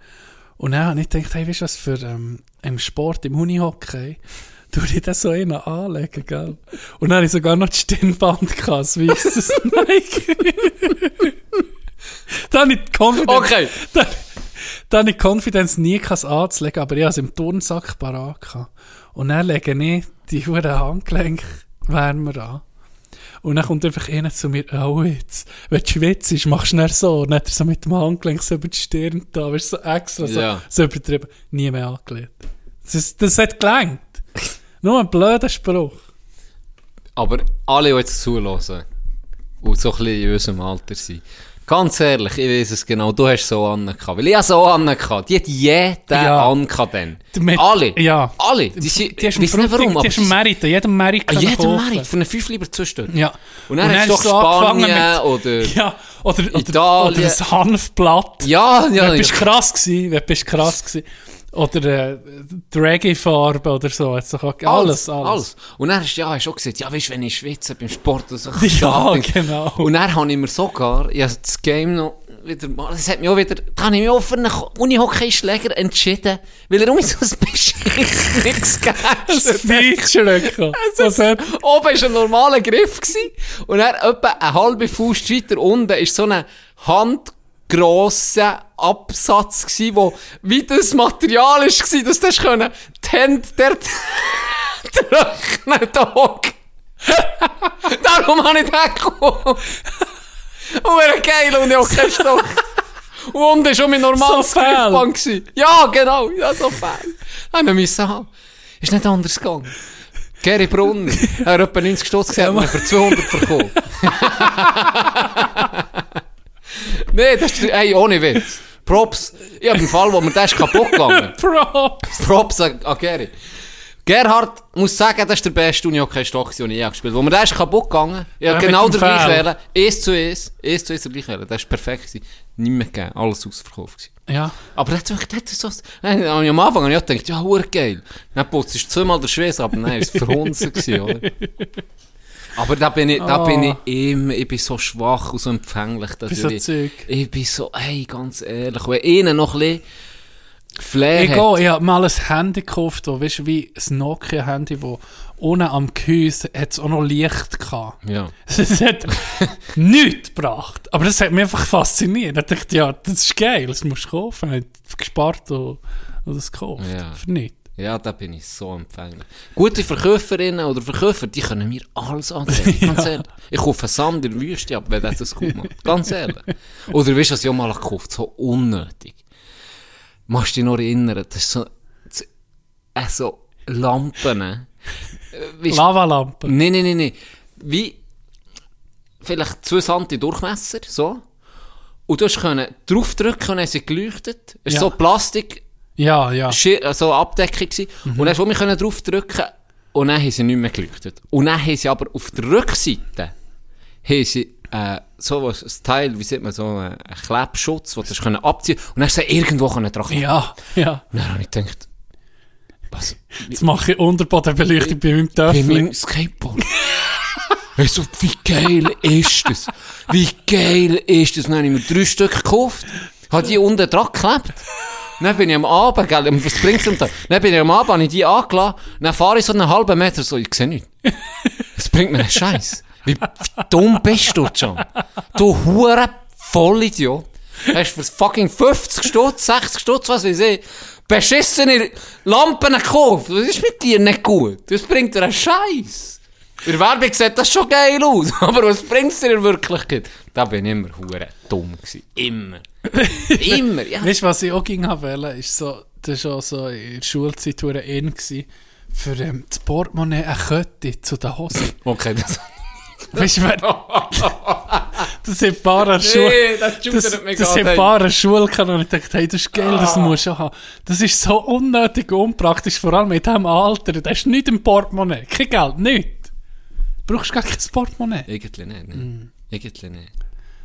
S9: Und dann habe ich gedacht, hey, weißt du was, für ähm, im Sport, im Unihockey, tue ich das so einen anlegen, gell? Und dann habe ich sogar noch die Stirnband gehabt, das weisses Nike. dann habe ich die Confidence,
S10: Okay.
S9: dann, dann habe ich die Confidence nie gehabt, es anzulegen, aber ich habe es im Turnsack parat gehabt. Und dann lege ich die verdammten Handgelenkwärmer an. Und dann kommt einfach einer zu mir, oh jetzt, wenn du schwitzt, machst du nicht so. Und dann hat er so mit dem Handgelenk so über die Stirn da, weißt du, so extra, so,
S10: Ja.
S9: so übertrieben. Nie mehr angelegt. Das, ist, das hat gelangt. Nur ein blöder Spruch.
S10: Aber alle, die jetzt zuhören und so ein bisschen in unserem Alter sind, Ganz ehrlich, ich weiß es genau, du hast so Annen gehabt. Weil ich habe so Annen gehabt. Die hat jeden
S9: Ja.
S10: Annen gehabt dann.
S9: Mit-
S10: Alle.
S9: Ja.
S10: Alle.
S9: Die
S10: sind-
S9: ist
S10: ich weiss
S9: ein
S10: nicht warum,
S9: Frutig, die
S10: aber
S9: ist ein Merit. Jedem Merit
S10: Ah,
S9: kann man
S10: jeder
S9: kaufen.
S10: Merit. Für einen Fünfli lieber zustimmen.
S9: Ja.
S10: Und dann hast
S9: ist
S10: du doch
S9: so angefangen
S10: Spanien oder-
S9: Ja, oder, oder,
S10: Italien.
S9: oder ein Hanfblatt.
S10: Ja, ja,
S9: Wer
S10: ja.
S9: bist krass gewesen? Wer bist krass gewesen? Oder äh, die Reggae-Farbe oder so. Hat's doch auch, alles, alles.
S10: Und dann hast du ja, hast du auch gesagt, ja, weißt du, wenn ich schwitze beim Sport und so.
S9: Ja,
S10: Schatten.
S9: genau.
S10: Und dann habe ich mir sogar, ja, das Game noch wieder mal, das hat mich auch wieder, da habe ich mich auch für einen Unihockey-Schläger entschieden, weil er irgendwie so ein bisschen nichts
S9: Das
S10: gehascht
S9: Fleischschlöcke. Das hat
S10: Oben war ein normaler Griff gewesen, und dann etwa eine halbe Fuß weiter unten ist so ein handgrosser Absatz gewesen, wo wie das Material ist gewesen, dass das können, die Hände dort trocknen Dog. Darum habe ich den gekommen. Und wäre geil und ich auch keinen Stock. Und unten war schon mein normales
S9: So fehl.
S10: Griffband. gewesen. Ja, genau, ja, so fehl. Haben wir müssen haben. Ist nicht anders gegangen. Gary Brunner, er hat etwa 90 Stutz gesehen, hat mir für 200 verkauft. oh, nee, das ist, ey, ohne Witz. Props. Ich hab im Fall, wo mir das ist kaputt gegangen.
S9: Props.
S10: Props an, an Gary. Gerhard muss sagen, das ist der beste Unihockey-Stock, den ich je gespielt habe. Wo mir der ist kaputt gegangen. Ja,
S9: Ja,
S10: genau
S9: mit
S10: der
S9: dem
S10: gleiche
S9: Foul.
S10: wählen. Eins zu eins. Eins zu eins der gleiche wählen. Das war perfekt. gewesen. Nicht mehr gegeben. Alles ausverkauft. Gewesen.
S9: Ja.
S10: Aber das, das, das ist so... Nein, am Anfang habe ich auch gedacht, ja, hure geil. Dann putzt du zweimal der Schweiß ab. Nein, es war verhunzen. gewesen, oder? Aber da bin ich, da
S9: Ah.
S10: bin ich immer, ich bin so schwach und so empfänglich. dass
S9: Bei so
S10: ich,
S9: Zeug.
S10: ich bin so, ey, ganz ehrlich, wenn ihnen noch ein bisschen Flair
S9: Ich
S10: hat-
S9: auch, ich hab mal ein Handy gekauft, das, weißt du, wie ein Nokia-Handy, wo ohne am Gehäuse hat es auch noch Licht gehabt.
S10: Ja.
S9: Es hat nichts gebracht. Aber das hat mich einfach fasziniert. Ich dachte, ja, das ist geil, das musst du kaufen. Ich hab gespart und, und das gekauft.
S10: Ja.
S9: Für nichts.
S10: Ja, da bin ich so empfänglich. Gute Verkäuferinnen oder Verkäufer, die können mir alles ansehen. Ganz ehrlich. Ich kaufe Sand in der Wüste ab, wenn der das gut macht. Ganz ehrlich. Oder weißt du, was ich auch mal gekauft habe? So unnötig. Machst dich noch erinnern, das ist so, das, äh, so Lampen. äh, weisst-
S9: Lavalampe.
S10: Nein, nein, nein, nein. Wie vielleicht 2 cm Durchmesser, so. Und du hast können draufdrücken und dann haben sie geleuchtet. Es ist
S9: Ja.
S10: so Plastik.
S9: Ja, ja.
S10: Schir- also Abdeckung gsi Und dann konnte ich drauf drücken und dann haben sie nicht mehr geleuchtet. Und dann haben sie aber auf der Rückseite haben sie, äh, so was, ein Teil, wie sieht man, so äh, einen Klebschutz, den sie können abziehen können. Und dann haben sie irgendwo können dran ja.
S9: Ja, ja.
S10: Dann habe ich gedacht, was?
S9: Jetzt mache ich Unterbodenbeleuchtung bei meinem
S10: Bei
S9: Töffel.
S10: meinem Skateboard. Weißt du, wie geil ist das? Wie geil ist das? Dann habe ich mir drei Stück gekauft, habe die unten dran geklebt. Dann bin ich am Abend, gell, am- was bringt's am Tag? Dann bin ich am Abend, habe ich die angelassen, dann fahre ich so einen halben Meter so, ich sehe nichts. Das bringt mir einen Scheiß. Wie, wie dumm bist du, John? Du hure Vollidiot. Hast für fucking 50 Stutz, 60 Stutz, was weiß ich, beschissene Lampen gekauft. Das ist mit dir nicht gut. Das bringt dir einen Scheiß. In der Werbung sieht das schon geil aus, aber was bringt es dir in Wirklichkeit? Da bin ich immer hure dumm gewesen. Immer. immer, ja.
S9: Weißt du, was ich auch ging haben wollte, ist so, das war auch so in der Schulzeit hure in gewesen, für ähm, das Portemonnaie eine Kette zu den Hosen.
S10: Okay, das...
S9: Weißt du, wer. das sind ein paar an Schule.
S10: das
S9: Das,
S10: judert mich gerade, Ah.
S9: das sind ein
S10: ey.
S9: paar an Schule gehabt und ich dachte, hey, das ist geil, das musst du haben. Das ist so unnötig und unpraktisch, vor allem in diesem Alter. Das ist nicht im Portemonnaie. Kein Geld, nichts. Du brauchst gar kein Portemonnaie.
S10: Eigentlich nicht, ne?
S9: Mm.
S10: Eigentlich nicht.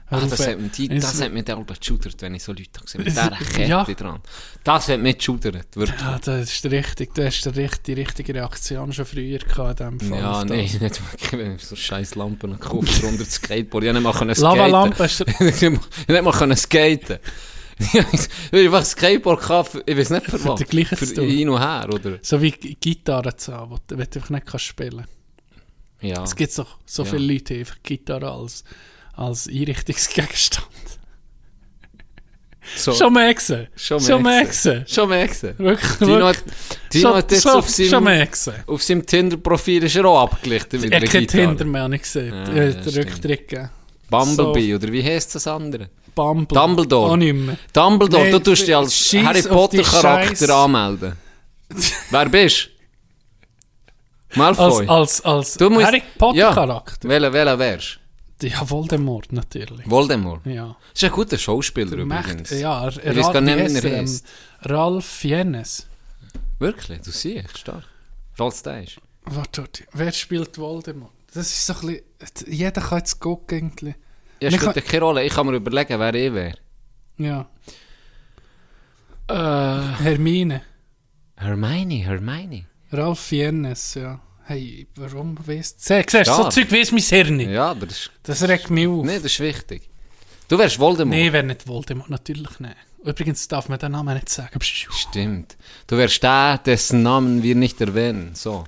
S9: Hör
S10: Ah,
S9: auf,
S10: das,
S9: ey.
S10: hat mich, die,
S9: Es-
S10: das hat mich dann aber geschudert, wenn ich so Leute gesehen mit
S9: Es-
S10: dieser Kette
S9: ja.
S10: dran. Das hat mich geschudert, wirklich.
S9: Ja, das ist richtig. Du hast die richtig- die richtige Reaktion schon früher gehabt in diesem Fall.
S10: Ja,
S9: auf das.
S10: nee, nicht wirklich, wenn ich so scheiß Lampen gekauft habe, unter das Skateboard. Ich konnte nicht mal skaten.
S9: Lavalampe ist der-
S10: ich konnte nicht mal können skaten. ich hatte einfach ein Skateboard, gehabt, für- ich weiß nicht für was.
S9: den gleichen
S10: für
S9: zu tun.
S10: hin und her, oder?
S9: so wie G- Gitarre zu haben, wo du wenn du einfach nicht kannst spielen kannst.
S10: Ja.
S9: Es gibt so, so
S10: Ja.
S9: viele Leute, die einfach Gitarre als, als Einrichtungsgegenstand.
S10: so,
S9: Schon mehr gesehen.
S10: Schon mehr
S9: Schon mehr
S10: gesehen.
S9: gesehen.
S10: schon mehr gesehen.
S9: Wirklich,
S10: Dino hat,
S9: wirklich.
S10: Dino
S9: Schon-
S10: hat jetzt
S9: schon-
S10: auf
S9: Schon
S10: seinem,
S9: mehr gesehen.
S10: auf seinem Tinder-Profil ist er auch abgelichtet. mit
S9: Er
S10: einer
S9: kennt
S10: Gitarre.
S9: Tinder mehr, habe ich gesehen.
S10: Ja,
S9: Ja,
S10: Ah, ja,
S9: den
S10: stimmt.
S9: Rücktritt gegeben.
S10: Bumblebee, oder wie heisst das andere?
S9: Bumble.
S10: Dumbledore.
S9: Auch nicht mehr.
S10: Dumbledore,
S9: Nee,
S10: du tust dich als
S9: scheiss
S10: Harry
S9: auf die Scheiss.
S10: Potter-Charakter anmelden. Wer bist Malfoy.
S9: Als, als, als
S10: Du musst-
S9: Harry
S10: ja.
S9: Potter-Charakter.
S10: Welcher, welcher wärst
S9: Ja, Voldemort natürlich.
S10: Voldemort.
S9: Ja.
S10: Ist ein guter Schauspieler übrigens.
S9: Mächt, ja, er,
S10: Ich weiß gar nicht, wie er
S9: ähm,
S10: heißt.
S9: Ralf Jennes. ähm,
S10: Wirklich, du siehst, stark. Falls der ist.
S9: Warte, warte, wer spielt Voldemort? Das ist so ein bisschen, jeder kann jetzt gucken irgendwie.
S10: Ja,
S9: Wir
S10: spielt ja keine Rolle. Ich kann mir überlegen, wer ich wäre.
S9: Ja.
S10: Eh.
S9: Hermine.
S10: Hermione, Hermione.
S9: Ralf Jennes, ja. Hey, warum weißt du? Siehst du, so
S10: Ja.
S9: Zeug weiss mein Hirn nicht.
S10: Ja, aber das ist,
S9: Das regt mich auf.
S10: nee, das ist wichtig. Du wärst Voldemort.
S9: Nee, wenn nicht Voldemort, natürlich nicht. Übrigens darf man den Namen nicht sagen. Psch,
S10: Stimmt. Du wärst der, dessen Namen wir nicht erwähnen. So.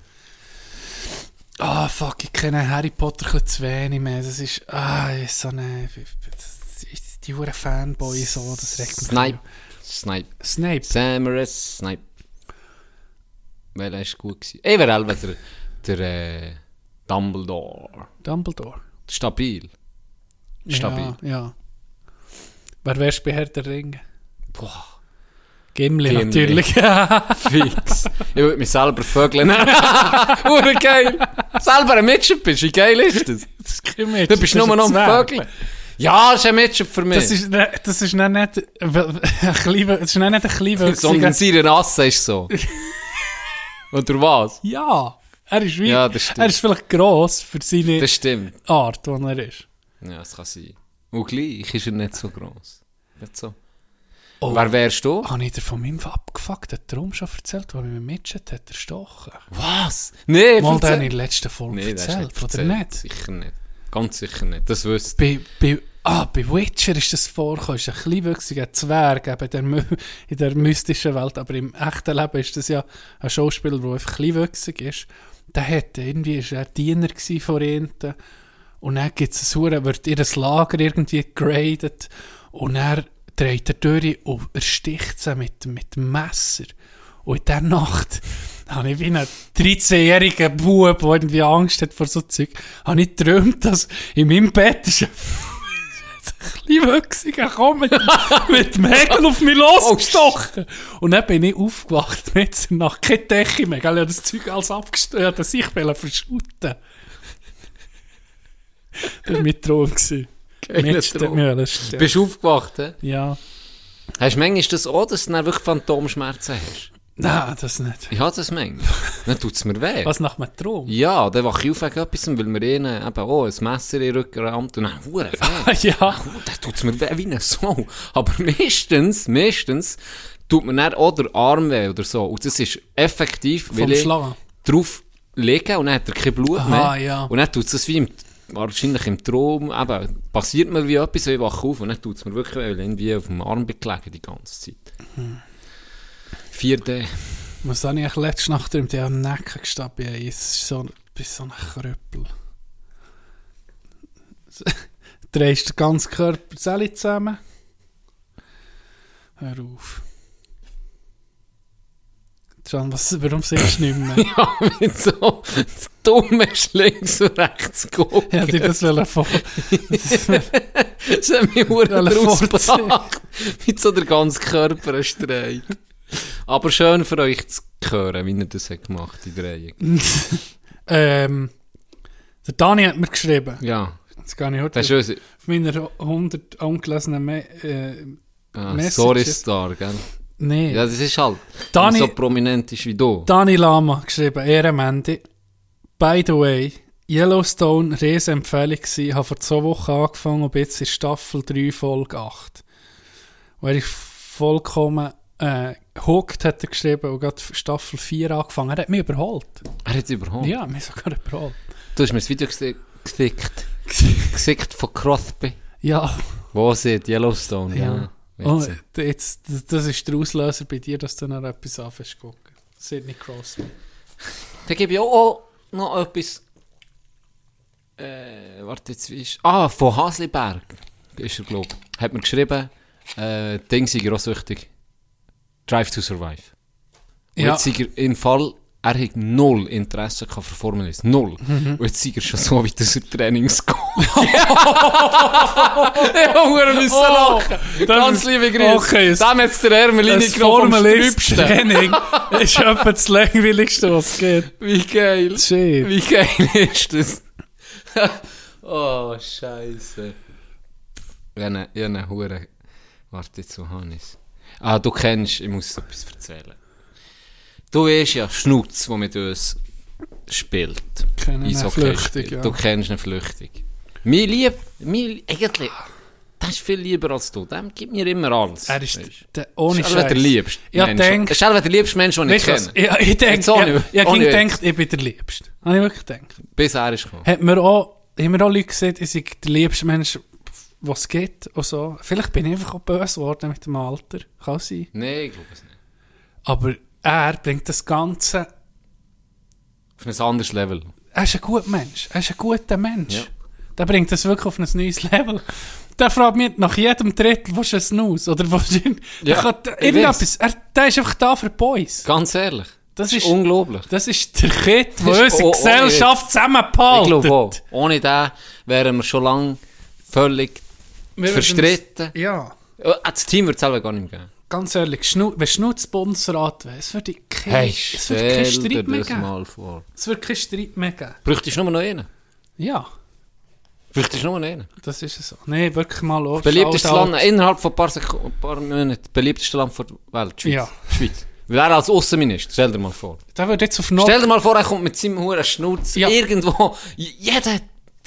S9: Ah, fuck, ich kenne Harry Potter ein bisschen zu wenig mehr. Das ist, ah, ich so ne, das- die- die hure Fanboy Oh, so, das regt mich
S10: Snipe.
S9: auf.
S10: Snipe.
S9: Snape.
S10: Samurais Snipe. Weil er ist gut gewesen. Ich wäre Elva der, der äh, Dumbledore.
S9: Dumbledore.
S10: Stabil. Stabil.
S9: Ja, ja. Wer wärst bei Herr der Ringe?
S10: Boah.
S9: Gimli,
S10: Gimli.
S9: natürlich.
S10: Fix. ich würde mich selber vögeln. Hure geil. Selber ein Mitschip bist. Wie geil ist das?
S9: du
S10: Du bist nur noch ein Vögel. Ja, ist ein Mitschip für mich.
S9: Das ist, ne- das ist dann nicht ein kleiner, das ist dann nicht ein
S10: Sondern
S9: kleinwüchsiger.
S10: seine Rasse ist so. Oder was?
S9: Ja, er ist wie,
S10: Ja, das stimmt.
S9: er ist vielleicht gross für seine
S10: Das stimmt.
S9: Art, die er ist.
S10: Ja, das kann sein. Und gleich ist er nicht so gross. Nicht so.
S9: Oh.
S10: Wer wärst du?
S9: Habe Ah, ich dir von meinem abgefuckten Traum schon erzählt, wo mich mit Mitchat hat erstochen?
S10: Was? Nee,
S9: Mal
S10: erzähl.
S9: den in der letzten Folge
S10: Nee, das hast du nicht
S9: erzählt, oder
S10: erzählt.
S9: nicht?
S10: Sicher nicht. Ganz sicher nicht. Das wüsste
S9: Bei, bei, ah, bei Witcher ist das vorgekommen, ist ein kleinwüchsiger Zwerg eben der, my- in der mystischen Welt, aber im echten Leben ist das ja ein Schauspieler, der einfach kleinwüchsig ist. Der hat irgendwie, ist er Diener gewesen von jemandem und dann gibt's es Hure, wird ihr Lager irgendwie gegradet und er dreht er durch und ersticht sie mit, mit dem Messer. Und in dieser Nacht habe ich wie ein 13-jähriger Bub, der irgendwie Angst hat vor so Zeug, habe ich geträumt, dass in meinem Bett ist ein kleinwüchsiger kam mit, mit dem Häkel auf mich losgestochen. Und dann bin ich aufgewacht, mit nach keine Decke mehr, gell, ich habe das Zeug alles abgestellt, dass ich wollte verschütten. Das war mein Traum. gewesen. Mensch, der
S10: Traum.
S9: Mühle, stimmt.
S10: Bist du aufgewacht? He?
S9: Ja.
S10: Hast du manchmal das auch, dass du dann wirklich Phantomschmerzen hast?
S9: Nein, das nicht.
S10: Ich habe das manchmal. Dann tut es mir weh.
S9: Was nach einem Traum?
S10: Ja, dann wache ich auf wegen etwas, weil mir ihnen eben auch ein Messer in den Rücken rammt und dann hure weh.
S9: ja.
S10: Das tut mir weh wie ein Sau. Aber meistens, meistens, tut mir dann auch der Arm weh oder so. Und das ist effektiv, weil
S9: Vom
S10: ich
S9: Schlagen.
S10: drauf liege und dann hat er kein Blut
S9: Aha,
S10: mehr.
S9: ja.
S10: Und dann tut es wie im, wahrscheinlich im Traum, eben, passiert mir wie etwas, und ich wache auf und dann tut es mir wirklich weh, weil ich irgendwie auf dem Arm bin gelegen die ganze Zeit.
S9: Hm.
S10: 4D.
S9: Was habe ich eigentlich letzte Nacht im der Nacken gestanden? Ich bin so, bin so ein Krüppel. Drehst den ganzen Körper Zelle zusammen. Hör auf. John, was, warum siehst du nicht mehr?
S10: Ja, mit so dummen links und rechts gucken.
S9: Ich hätte dir das wollen vor...
S10: Das hat mich verdammt
S9: Alle
S10: daraus
S9: vorziehen.
S10: gebracht. Mit so der ganze Körper streit. Aber schön für euch zu hören, wie ihr das hat gemacht die Dreieck.
S9: ähm, der Dani hat mir geschrieben.
S10: Ja,
S9: Jetzt gehe ich heute
S10: das ist unser
S9: auf meiner 100 ungelesenen... Me äh,
S10: ah,
S9: Messages.
S10: Sorry-Star, gell?
S9: nee.
S10: Ja, das ist halt, wenn
S9: Dani-
S10: man so prominent ist wie du.
S9: Dani Lama geschrieben, Ehrenmendi. By the way, Yellowstone, Riesenempfehlung gewesen. Habe vor zwei Wochen angefangen und bin jetzt in Staffel 3, Folge 8. Und er ist vollkommen äh, hooked, hat er geschrieben, und gerade Staffel 4 angefangen. Er hat mich überholt.
S10: Er hat es überhaupt.
S9: Ja, mich sogar überholt.
S10: Du hast mir das Video gese- gesickt. gesickt von Crosby.
S9: Ja,
S10: Wo sieht Yellowstone?
S9: ja. Oh,
S10: Ja.
S9: Und
S10: Witzig.
S9: jetzt, d- das ist der Auslöser bei dir, dass du noch etwas anfängst zu gucken. Sidney Crosby.
S10: Dann gebe ich auch auch noch etwas. Äh, warte, jetzt wie ist. Ah, von Hasliberg ist er, glaube ich. Hat mir geschrieben, äh, Ding sei grosswichtig. Drive to Survive. Und
S9: Ja.
S10: jetzt sei er im Fall, er hat null Interesse gehabt für Formel 1. Null.
S9: Mhm.
S10: Und jetzt sei er schon so weit, dass er Trainings geht. Ich habe müssen
S9: Oh,
S10: lachen.
S9: dann-
S10: Ganz liebe Grüße.
S9: Okay, es-
S10: Dem jetzt der Ärmel
S9: Das
S10: reingenommen vom Sträubsten.
S9: Formel-1-Training ist etwa das Langweiligste, was es gibt.
S10: Wie geil.
S9: Shit.
S10: Wie geil ist das? Oh, Scheiße. ne, Ich habe einen- ich habe einen Huren. Warte, jetzt, wo habe ich's? Ah, du kennst, ich muss etwas erzählen. Du weißt ja, Schnutz, der mit uns spielt.
S9: Kennen ihn
S10: Eishockey
S9: flüchtig,
S10: spielt.
S9: ja.
S10: Du kennst ihn flüchtig. Mein Lieb, mein, eigentlich, das ist viel lieber als du. Dem gibt mir immer alles.
S9: Er ist
S10: Weisst du?
S9: der, ohne
S10: Schau, wer
S9: Scheiß.
S10: der liebste
S9: Ja,
S10: Mensch-
S9: denk-
S10: Schau, wer der liebste Mensch, den ich
S9: Weißt du was?
S10: kenne.
S9: Ja, ich denke,
S10: Jetzt auch
S9: ja,
S10: nicht.
S9: ich
S10: Auch
S9: habe
S10: nicht.
S9: gedacht, ich bin der Liebste. Habe ich wirklich gedacht.
S10: Bis er ist gekommen.
S9: Hat mir auch, haben mir auch Leute gesagt, ich sei der liebste Mensch, was es gibt und so. Vielleicht bin ich einfach auch böse geworden mit dem Alter. Kann auch sein.
S10: Nein, ich glaube es nicht.
S9: Aber er bringt das Ganze...
S10: Auf ein anderes Level.
S9: Er ist ein guter Mensch. Er ist ein guter Mensch.
S10: Ja.
S9: Der bringt das wirklich auf ein neues Level. Der fragt mich nach jedem Drittel, wo ist ein Snooze? Oder wo ist...
S10: Ja,
S9: Ja, kann,
S10: ich
S9: irgendetwas. Er, der ist einfach da für Boys.
S10: Ganz ehrlich.
S9: Das ist-
S10: unglaublich.
S9: Das ist der Kit, der
S10: Das ist o-
S9: unsere
S10: ohne Witz.
S9: Gesellschaft
S10: Ich glaube auch.
S9: zusammenpaltet.
S10: Ohne den wären wir schon lange völlig
S9: Wir würden-
S10: verstritten.
S9: Ja.
S10: Äh, Das Team würde es selber gar nicht mehr geben.
S9: Ganz ehrlich, Schnu wenn Schnutzbundesrat wäre, es würde kein, es würde keinen Streit mehr
S10: das
S9: geben.
S10: mal vor.
S9: Es würde keinen Streit mehr geben.
S10: Bräuchtest du nur noch einen?
S9: Ja,
S10: Bräuchtest du nur noch einen?
S9: das ist es so. Nee, wirklich mal los.
S10: Beliebtestes
S9: Shoutout.
S10: Land innerhalb von ein paar, Sek ein paar Monaten. Beliebtestes Land der Welt. Schweiz.
S9: Ja.
S10: Schweiz. Weil er als Außenminister, stell dir mal vor.
S9: Der würde jetzt auf Nord...
S10: Stell dir mal vor, er kommt mit seinem Huren Schnurz
S9: Ja.
S10: irgendwo. J- Jeder
S9: Schick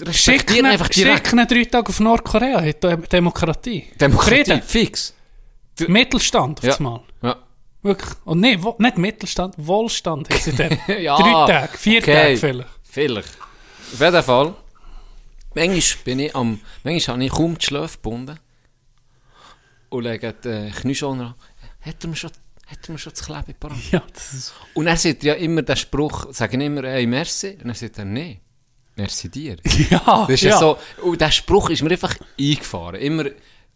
S10: respektiert ihn
S9: ihn
S10: einfach direkt.
S9: schick ihn drei Tage auf Nordkorea, hat Dem- Demokratie.
S10: Demokratie,
S9: Frieden.
S10: fix.
S9: Mittelstand auf
S10: Ja.
S9: das Mal.
S10: Ja.
S9: Wirklich. Und nee, wo, nicht Mittelstand, Wohlstand haben sie dort.
S10: Ja,
S9: Drei Tage, vier
S10: okay.
S9: Tage vielleicht.
S10: Vielleicht. Auf jeden Fall. Manchmal bin ich am... Manchmal habe ich kaum die Schläfe gebunden. Und lege die äh, Knieschoner an. Hat er mir schon, hat er mir schon das Klebe parat?
S9: Ja, das ist...
S10: Und er sagt ja immer den Spruch, sagen immer, hey, merci. Und er sagt dann, nee, merci dir.
S9: Ja,
S10: Das ist ja.
S9: ja.
S10: so, und der oh, Spruch ist mir einfach eingefahren. Immer,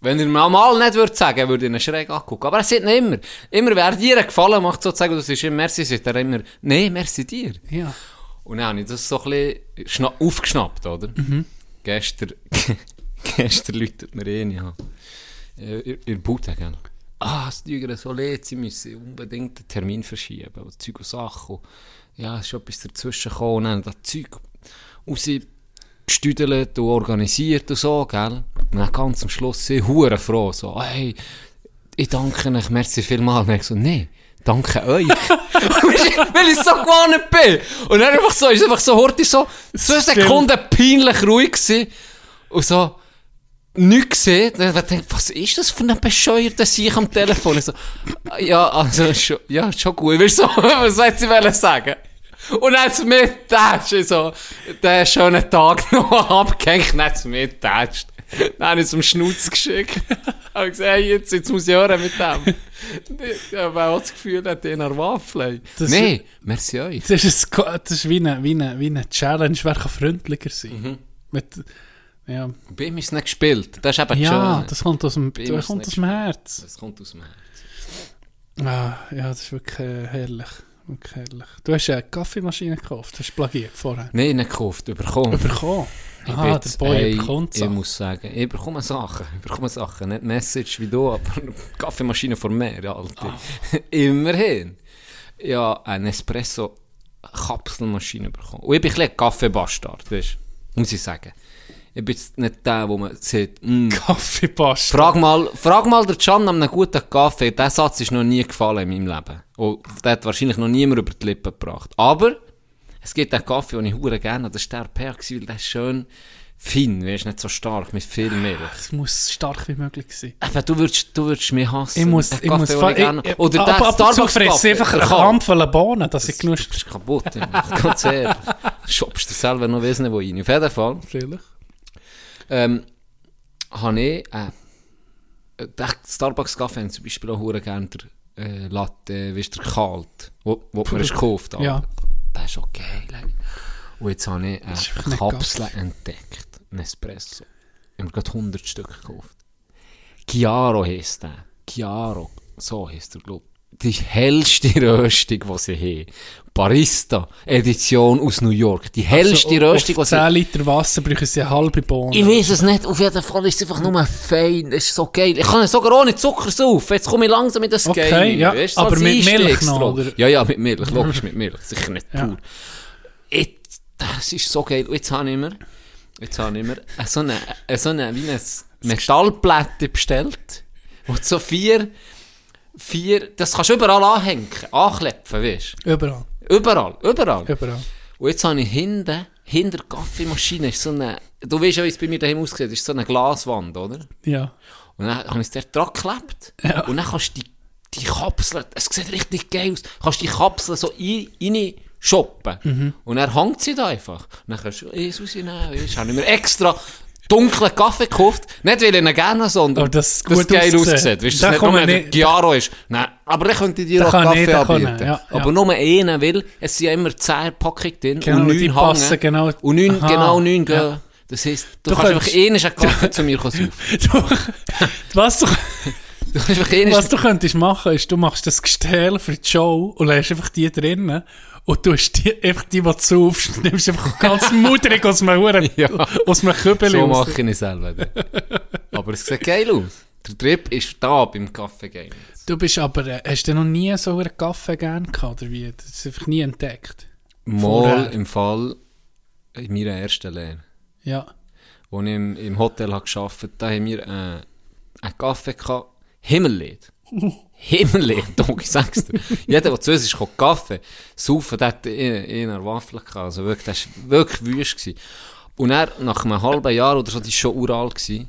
S10: wenn er mir mal nicht würde sagen, würde ich ihn schräg angucken. Aber er sagt nicht nou immer. Immer, wer dir einen Gefallen macht, sozusagen, du sagst ihm merci, sagt er immer, nee, merci dir.
S9: Ja.
S10: Und dann habe ich das so ein bisschen schna- aufgeschnappt, oder? Gestern, gestern läutet mir eh nicht an. Äh, In in der Bude, gell? Ah, es tügere so leid, sie müssen unbedingt den Termin verschieben. Und Zeug und Sachen. Und Ja, es ist etwas dazwischen gekommen. Und dann das Zeug rausgestüdelt und organisiert und so, gell? Und dann ganz am Schluss sind hure froh, so, hey, ich danke euch, merci vielmals. Und ich so, nee, danke euch. Weil ich so gewohnt bin. Und dann einfach so, ist einfach so hortig so, zwei Sekunden peinlich ruhig gewesen. Und so, nichts gesehen. Dann dachte ich, was ist das für ein bescheuerter Sieg am Telefon? Ich so, ja, also, schon, ja, schon gut. Weißt du, so, was hat sie wollen sagen? Und dann hat's mitgetatscht, so, den schönen Tag noch abgehängt, dann hat's mitgetatscht. Dann habe ich es zum Schnutz geschickt. Habe gesagt, hey, jetzt, jetzt muss ich hören mit dem. Ich habe auch das Gefühl, er hat ihn an der Waffel.
S9: Das-
S10: Nein, merci euch.
S9: Das ist, ein, Ko- das ist wie, eine, wie, eine, wie eine Challenge, wer kann freundlicher sein.
S10: Mhm.
S9: Mit, ja,
S10: Bei ihm ist es nicht gespielt. Das ist eben
S9: ja
S10: schön.
S9: das kommt aus dem,
S10: Bei ihm
S9: das
S10: ist
S9: kommt
S10: es
S9: aus
S10: nicht
S9: dem Herz.
S10: Das kommt aus dem Herz.
S9: Ah, ja, das ist wirklich äh, herrlich. Wirklich herrlich. Du hast eine Kaffeemaschine gekauft, hast du plagiert vorher.
S10: Nein, nicht gekauft, überkommen.
S9: Bekommen.
S10: Ich
S9: Aha, der
S10: bin-
S9: Ah, Boy
S10: hey,
S9: bekommt
S10: Ich
S9: es.
S10: muss sagen, ich bekomme Sachen. Ich bekomme Sachen. Nicht Message wie du, aber Kaffeemaschine vor mir, Alter.
S9: Ah.
S10: Immerhin. Ja, eine Espresso-Kapselmaschine bekommen. Und ich bin ein bisschen ein Kaffeebastard, weißt du? Muss ich sagen. Ich bin jetzt nicht der, wo man sagt, mm,
S9: Kaffeepasch.
S10: Frag mal, frag mal der Can an einem guten Kaffee. Der Satz ist noch nie gefallen in meinem Leben. Und der hat wahrscheinlich noch niemand über die Lippen gebracht. Aber es gibt einen Kaffee, den ich hure gerne habe. Das war der Perk, weil der ist schön fein, weißt, nicht so stark, mit viel Milch.
S9: Es muss so stark wie möglich sein.
S10: Aber du würdest, du würdest mich hassen.
S9: Ich muss,
S10: Den
S9: ich muss...
S10: Kaffee,
S9: fa-
S10: den ich gerne-
S9: ich- ich-
S10: Oder
S9: ab-
S10: der
S9: ab und zu
S10: Starbucks-Kaffee.
S9: fresse ich einfach einen
S10: Komm,
S9: Kampf von Bohnen, dass ich genug...
S10: Du bist kaputt, ich meine, ganz ehrlich. Schopst dir selber noch wissen, wo rein. Auf jeden Fall.
S9: Natürlich.
S10: Ähm, habe ich, äh, den Starbucks-Kaffee haben zum Beispiel auch hure gerne der äh, Latte, wie ist der kalt, wo, wo man es gekauft hat.
S9: Ja.
S10: Das ist okay. Und jetzt habe ich äh,
S9: ist einfach
S10: eine
S9: nicht
S10: Kapsel entdeckt, einen Espresso. Ich habe mir gerade 100 Stück gekauft. Chiaro heisst der. Chiaro, so heisst er, glaube Die hellste Röstung, die sie haben. Barista Edition aus New York. Dus Die hellste Röstung, die
S9: Also auf
S10: sie
S9: 10 Liter Wasser brauchen sie eine halbe Bohne.
S10: ich weiß es nicht, auf jeden Fall ist es einfach nur fein, es ist so geil. Ich kann es sogar ohne Zucker saufen, jetzt komme ich langsam in das
S9: Okay,
S10: Game.
S9: ja, Ah,
S10: weisst du,
S9: aber
S10: als
S9: mit Milch
S10: Einstiegsdroge.
S9: noch, oder?
S10: Ja, ja, mit Milch, logisch, mit Milch, sicher nicht
S9: nou, Ja.
S10: pur. Jetzt, das ist so geil. Und jetzt habe ich mir Jetzt habe ich mir so eine, so eine, wie eine Metallplatte bestellt, wo so vier, vier, das kannst du überall anhängen, anklepfen, weißt
S9: Überall.
S10: du. Überall, überall.
S9: Überall.
S10: Und jetzt habe ich hinten, hinter der Kaffeemaschine, ist so eine, du weißt ja, wie es bei mir daheim aussieht, ist so eine Glaswand, oder?
S9: Ja.
S10: Und dann habe ich es dort dran geklebt.
S9: Ja.
S10: Und dann kannst du die, die Kapseln, es sieht richtig geil aus, kannst die Kapseln so ein, rein shoppen.
S9: Mhm.
S10: Und dann hängt sie da einfach. Und dann kannst du es rausnehmen, weisst du. Habe ich mir extra dunklen Kaffee gekauft. Nicht, weil ich ihn gerne habe, sondern
S9: Aber das
S10: weil es
S9: gut
S10: geil
S9: aussieht.
S10: aussieht. Weißt du,
S9: Da
S10: dass nicht
S9: kann
S10: nur
S9: man
S10: der
S9: nicht-
S10: Giaro ist. Nein, aber ich könnte dir
S9: Da
S10: auch
S9: kann ich-
S10: Kaffee
S9: da kann
S10: anbieten.
S9: ich, ja,
S10: aber
S9: ja.
S10: nur einen, weil es sind ja immer 10 Packungen drin
S9: Genau,
S10: und
S9: die
S10: 9
S9: passen
S10: hängen.
S9: genau-
S10: Und 9,
S9: Aha.
S10: genau 9 gehen.
S9: Ja.
S10: Das heisst, du,
S9: Du
S10: kannst
S9: könntest-
S10: einfach einen Kaffee zu mir kaufen.
S9: Du, was, du,
S10: Du kannst einfach einen
S9: was du könntest machen, ist, du machst das Gestell für die Show und lässt einfach die drinnen und du hast die, einfach die, die du saufst, nimmst einfach ganz mutrig aus einem Huren,
S10: Ja.
S9: aus einem Kübel
S10: So
S9: raus.
S10: mache ich es selber. dann. Aber es sieht geil aus. Der Trip ist da beim Kaffee Game.
S9: Du bist aber, äh, hast du noch nie so einen Kaffee gern gehabt, oder wie? Das ist einfach nie entdeckt.
S10: Mal
S9: Vorher.
S10: im Fall in meiner ersten Lehre,
S9: Ja.
S10: wo ich im, im Hotel habe gearbeitet habe, da haben wir äh, einen Kaffee gehabt. Himmellied. Himmellied, Doc, ich sag's dir. Jeder, der zu uns ist, kommt Kaffee. Saufen, der hat in, in einer Waffel gehabt. Also wirklich, das war wirklich wüst. Gewesen. Und er, nach einem halben Jahr oder so, die war schon ural. Gewesen.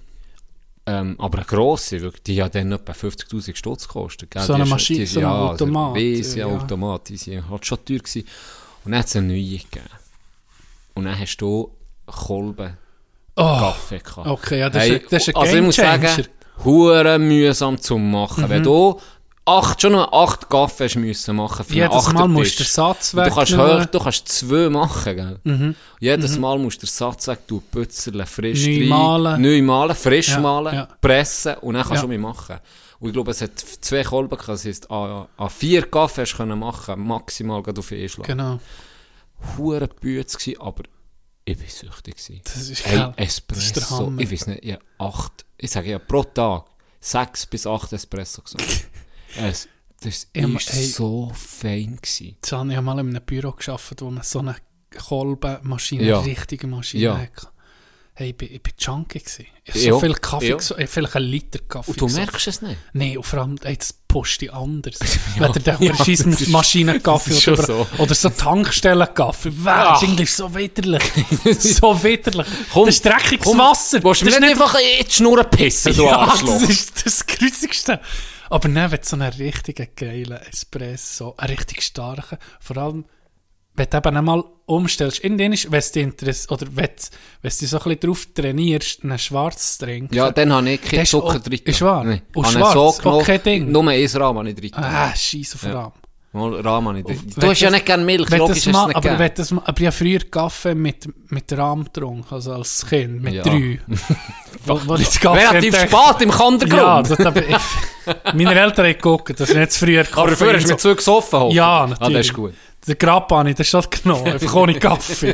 S10: Ähm, aber eine grosse, wirklich, die hat dann etwa 50'000 Stutz gekostet. Gell?
S9: So
S10: Die
S9: eine
S10: ist-
S9: Maschine,
S10: die ist-
S9: so ein
S10: ja, also
S9: Automat,
S10: Weiss, ja,
S9: ja.
S10: Automat, die sind halt schon teuer gewesen. Und dann hat es eine neue gegeben. Und dann hast du Kolben
S9: Oh,
S10: Kaffee gehabt.
S9: okay, ja, das ist ein- das ist ein
S10: Also ich muss
S9: Gamechanger. Mhm.
S10: sagen, hure mühsam zu machen. Wenn du acht, schon nur acht Kaffee hast müssen machen für einen
S9: Jedes Mal
S10: Achtertisch.
S9: musst du den Satz
S10: Und Du kannst,
S9: wegnehmen. Mhm.
S10: höher, du kannst zwei machen, gell? Jedes Mal musst du den Satz weg, du pützeln, frisch
S9: Neu
S10: rein,
S9: malen.
S10: neu malen, frisch
S9: Ja,
S10: malen,
S9: ja.
S10: pressen und dann kannst
S9: Ja.
S10: du mich machen. Und ich glaube, es hat zwei Kolben gehabt, das heisst, an, an vier Kaffee hast du können machen, maximal gerade auf einen Schlag.
S9: genau.
S10: Hure Bütz gewesen, aber ich war süchtig. Gewesen.
S9: Das ist
S10: Hey,
S9: geil. Das ist der
S10: Espresso.
S9: Hammer.
S10: Ich weiß nicht, ich hab acht, ich sage ja pro Tag sechs bis acht Espresso gesoffen. es, das
S9: Ja,
S10: war
S9: aber hey.
S10: so fein. Gewesen.
S9: Can, ich habe mal in einem Büro geschafft, wo man so eine Kolbenmaschine,
S10: Ja.
S9: eine richtige Maschine
S10: Ja.
S9: hatte. Hey, ich bin, ich bin Junkie gewesen. Ich habe
S10: Ja.
S9: so viel Kaffee
S10: Ja.
S9: ja. gesoffen, vielleicht einen Liter Kaffee
S10: Und du
S9: gesoffen.
S10: merkst es nicht.
S9: Nein, und vor allem, hey, das poste ich anders.
S10: Ja.
S9: Wenn der der
S10: Ja,
S9: ja, scheiß
S10: das ist- das ist
S9: Maschinenkaffee oder,
S10: schon
S9: so. oder so Tankstellenkaffee. Wow, das
S10: Ach.
S9: ist irgendwie so widerlich. so widerlich.
S10: Komm,
S9: das ist dreckiges
S10: komm,
S9: Wasser.
S10: Willst du mir
S9: Das ist
S10: nicht einfach in die Schnur pissen, du Arschloch?
S9: das ist das Grüßigste. Aber dann, wenn du so einen richtigen geilen Espresso, einen richtig starken, vor allem, wenn du eben einmal umstellst, in den ist, wenn es dich interessiert, oder wenn du, wenn du dich so ein bisschen drauf trainierst, einen schwarz zu trinken.
S10: Ja, dann habe ich
S9: Der
S10: keinen
S9: ist
S10: Zucker
S9: auch-
S10: drin.
S9: ist wahr.
S10: Nein.
S9: Und
S10: Habe ihn
S9: schwarz,
S10: so
S9: auch
S10: genommen,
S9: kein Ding.
S10: Nur einen Rahmen habe ich drin.
S9: Ah, scheiße, vor
S10: Ja.
S9: allem.
S10: Mal Rahmen habe ich drin.
S9: Wenn
S10: Du hast ja
S9: das-
S10: nicht gerne Milch,
S9: wenn
S10: logisch
S9: das
S10: hast du es
S9: mal-
S10: nicht
S9: aber,
S10: gerne.
S9: wenn das, mal- aber ich habe früher Kaffee mit, mit Rahm getrunken, also als Kind, mit
S10: Ja.
S9: drei. wo, wo ich das Kaffee
S10: Relativ
S9: entdeckt-
S10: spät im
S9: Ja,
S10: Kandergrund.
S9: das, aber ich, meine Eltern haben geguckt, dass ich nicht zu früh Kaffee
S10: aber dafür hast du
S9: so-
S10: mit zwei gesoffen. hoffentlich.
S9: Ja,
S10: Ah, das
S9: natürlich.
S10: ist gut.
S9: Den Grab habe ich, das ist halt genommen. Einfach ohne Kaffee.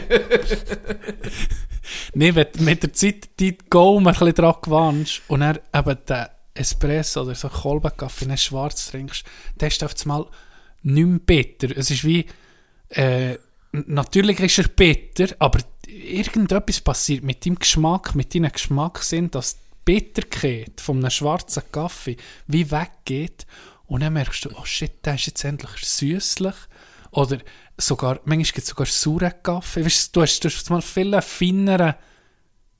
S9: Nein, wenn du mit der Zeit die Gaumen ein bisschen dran gewannst und dann eben den Espresso oder so Kolbenkaffee, dann schwarz trinkst, dann ist das mal nicht mehr bitter. Es ist wie, äh, n- natürlich ist er bitter, aber irgendetwas passiert mit deinem Geschmack, mit deinem Geschmackssinn, dass die Bitterkeit von einem schwarzen Kaffee wie weggeht und dann merkst du, oh shit, der ist jetzt endlich süßlich oder sogar, manchmal gibt es sogar sauren Kaffee. Weißt, du, du hast, du hast mal viel feineren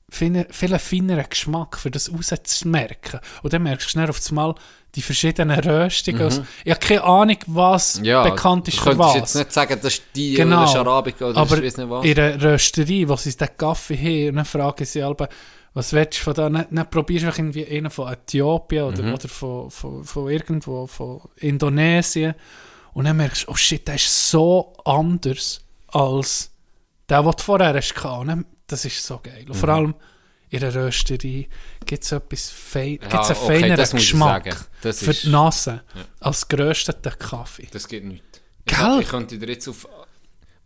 S9: feine- viel feineren Geschmack, für das rauszumerken. Und dann merkst du schnell auf einmal die verschiedenen Röstungen. Also, ich habe keine Ahnung, was
S10: Mhm. Ja,
S9: bekannt ist
S10: du
S9: für
S10: könntest
S9: was.
S10: jetzt nicht sagen, das ist die
S9: Genau.
S10: oder Scharabica oder
S9: aber
S10: ich weiß nicht was.
S9: in einer Rösterei, wo sie den Kaffee haben, und dann fragen sie alle, was willst du von da? Dann, dann probierst du vielleicht irgendwie einen von Äthiopien oder,
S10: Mhm.
S9: oder von, von, von irgendwo, von Indonesien. Und dann merkst du, oh shit, der ist so anders als der, den du vorher hast. gehabt. Und dann, das ist so geil.
S10: Mhm.
S9: Und vor allem in einer Rösterei gibt es etwas fein,
S10: Ja,
S9: gibt's einen
S10: okay,
S9: feineren
S10: das muss ich sagen.
S9: Geschmack
S10: Das
S9: für
S10: ist-
S9: die Nase als gerösteten Kaffee.
S10: Das geht nicht.
S9: Gell?
S10: Ich, ich könnte dir jetzt auf,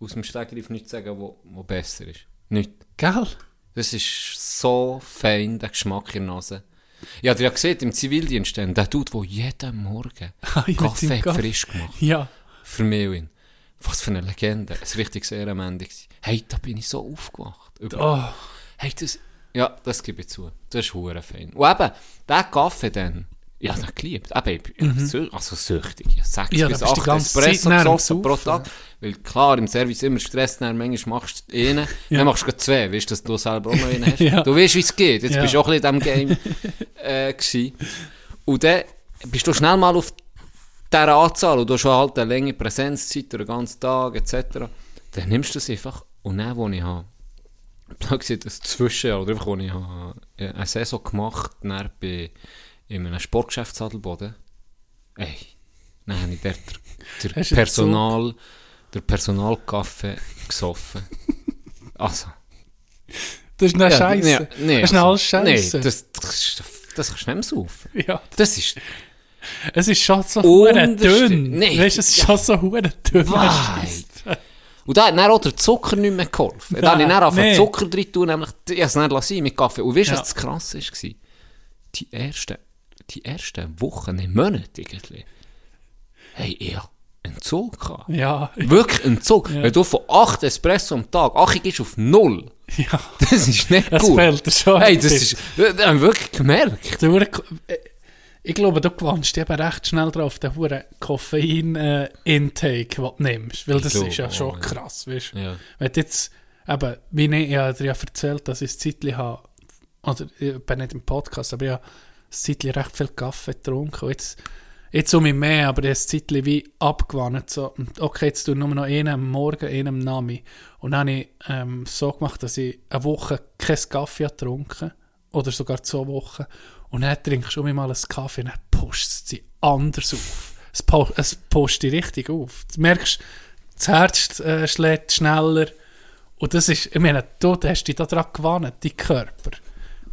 S10: aus dem Stegreif nichts sagen, wo, wo besser ist. Nicht.
S9: Gell?
S10: Das ist so fein, der Geschmack in der Nase. Ich habe ja gesehen, im Zivildienst, dann, der Dude, der jeden Morgen
S9: Ah, ich mit
S10: Kaffee
S9: seinem
S10: hat
S9: Kaffee.
S10: frisch gemacht
S9: Ja.
S10: Für mich und ihn. Was für eine Legende. Ein richtiges Ehrenmende. gewesen. Hey, da bin ich so aufgewacht. Über-
S9: Oh.
S10: Hey, das, ja, das gebe ich zu. Das ist hure fein. Und eben, der Kaffee dann, ich habe den geliebt. Eben, ich bin sü- also süchtig. Ich habe sechs
S9: Mhm. Ja, da
S10: bis
S9: bist du die
S10: acht
S9: ganze Zeit
S10: Espresso
S9: näher am
S10: gesoffen pro
S9: Saufen.
S10: Tag. Weil klar, im Service immer Stress, dann manchmal machst du einen,
S9: Ja.
S10: dann machst du gleich zwei, weißt du, dass du selber auch noch einen hast.
S9: Ja.
S10: Du weißt, wie es geht. Jetzt
S9: Ja.
S10: bist du auch ein bisschen in diesem Game äh, gewesen. Und dann bist du schnell mal auf dieser Anzahl und du hast schon halt eine lange Präsenzzeit durch den ganzen Tag etc. Dann nimmst du es einfach und dann, wo ich habe, blöd gesagt, das Zwischenjahr oder einfach, wo ich habe äh, eine Saison gemacht habe, bei in einem Sportgeschäft Sadelboden, ey, dann habe ich dort der, der
S9: Hast du den
S10: Personal, der Personalkaffee gesoffen. Also.
S9: Das ist eine Scheiße.
S10: ja, nee,
S9: das ist eine
S10: also,
S9: alles Scheiße.
S10: Nee, das, das, das kannst du nicht mehr saufen.
S9: ja,
S10: Das ist...
S9: es ist schon so hure
S10: Unterste-
S9: dünn.
S10: Nee.
S9: Weißt du, es ist schon so hure dünn.
S10: Weit. Und da hat dann auch der Zucker nicht mehr geholfen. Da habe ich
S9: Nein,
S10: dann angefangen,
S9: nee.
S10: Zucker drin zu tun, nämlich, ich habe es dann lassen mit Kaffee. Und weißt du,
S9: Ja.
S10: was das Krasse war? Die ersten, die ersten Wochen, nein, Monate eigentlich, hey, ich hatte einen Zug. gehabt.
S9: Ja,
S10: Wirklich einen Zug. Wenn du von 8 Espresso am Tag, 8 gehst auf 0,
S9: ja.
S10: das ist nicht
S9: Es
S10: gut.
S9: fehlt dir schon.
S10: Hey, dus-
S9: ein
S10: das
S9: bisschen.
S10: ist, das haben wir wirklich gemerkt.
S9: Der hure Ko- äh, Ich glaube, du gewannst eben recht schnell drauf, den hohen eh, Koffein-Intake, den du nimmst. Weil das
S10: glaube
S9: ist ja
S10: auch,
S9: schon
S10: oh, ja.
S9: krass, weißt du.
S10: Ja.
S9: Wenn du jetzt, eben, wie ich, ich habe dir ja erzählt, dass ich ein Zeitchen habe, oder ich bin nicht im Podcast, aber ich habe ein Zeitchen recht viel Kaffee getrunken. Und jetzt, jetzt um mich mehr, aber ich habe ein Zeitchen wie abgewandt. So, okay, jetzt tue ich nur noch einen am Morgen, einen am Nami. Und dann habe ich ähm, so gemacht, dass ich eine Woche keinen Kaffee habe getrunken oder sogar zwei Wochen. Und dann trinkst du um mich mal einen Kaffee und dann pusht es dich anders auf. Es, pu- es pusht dich richtig auf. Du merkst, das Herz äh, schlägt schneller. Und das ist, ich meine, du hast dich daran gewarnt, dein Körper.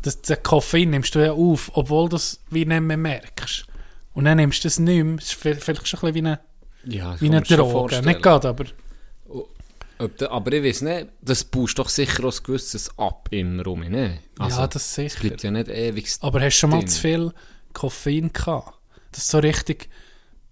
S9: Das, das Koffein nimmst du ja auf, obwohl du es wie nicht mehr merkst. Und dann nimmst du es nicht mehr. Das ist vi- vielleicht schon ein bisschen wie eine,
S10: Ja, das
S9: wie
S10: kann
S9: eine
S10: man sich schon
S9: Droge.
S10: vorstellen.
S9: Nicht gerade, aber
S10: Ob da, aber ich weiß nicht, das baust doch sicher auch ein gewisses ab im Raum, ne?
S9: ja, das
S10: Es
S9: sicher.
S10: bleibt ja nicht ewig.
S9: Aber hast du schon mal
S10: drin.
S9: zu viel Koffein gehabt? Das so richtig,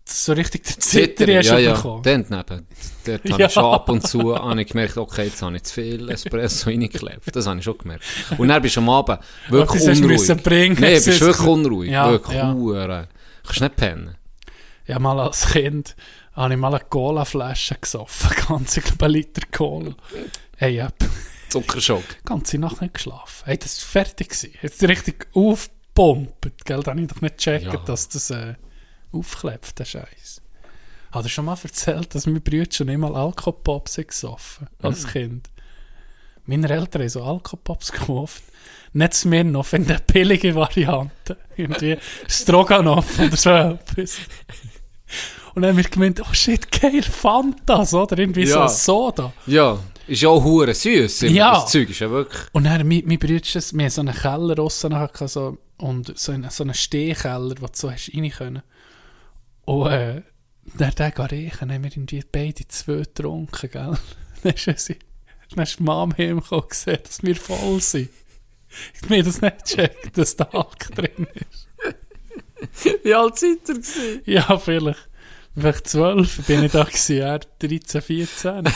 S9: das so richtig der
S10: Zitter,
S9: Zitter hast
S10: ja,
S9: du
S10: ja.
S9: bekommen.
S10: Dort neben. Dort habe
S9: Ja.
S10: ich schon ab und zu habe ich gemerkt, okay, jetzt habe ich zu viel Espresso reingeklebt. Das habe ich schon gemerkt. Und dann bist du am Abend wirklich
S9: Etwas hast du
S10: unruhig.
S9: müssen bringen,
S10: Nein,
S9: es
S10: bist
S9: ist-
S10: wirklich unruhig.
S9: Ja,
S10: wirklich,
S9: ja.
S10: hure. Kannst nicht pennen.
S9: Ja, mal als Kind habe ich mal eine Cola-Flasche gesoffen. Ganz, ich glaube, einen Liter Cola. Hey, ja.
S10: Zuckerschock.
S9: ganze Nacht nicht geschlafen. Hey, das war fertig. Gewesen. Jetzt richtig aufgepumpt. Gell? Da habe ich doch nicht gecheckt,
S10: Ja.
S9: dass das äh, aufklebt, der Scheiß. Hat er schon mal erzählt, dass mein Bruder schon immer Alkopops hat gesoffen
S10: Mhm.
S9: als Kind? Meine Eltern haben so Alkopops gekauft. Nicht Smirnoff, in der billigen Variante. Irgendwie Stroganoff oder so etwas. Und dann haben wir gemeint, oh shit, geil, Fantas, oder? Irgendwie so
S10: Ja.
S9: ein Soda.
S10: Ja, ist ja auch hure süß.
S9: Ja.
S10: Das Zeug ist ja wirklich.
S9: Und dann, mein, mein Bruder, ist- wir hatten so einen Keller draussen gehabt, so, und so einen, so einen Stehkeller, wo du so hast rein können. Und äh, dann den gehen riechen, haben wir irgendwie beide zwei getrunken, gell. Dann ist, unsere, dann ist die Mom heimgekommen und gesehen, dass wir voll sind. Ich mir das nicht checkt, dass der Alk drin ist.
S10: Wie alt seid ihr gewesen?
S9: Ja, vielleicht. Vielleicht zwölf bin ich da gewesen, er 13, 14.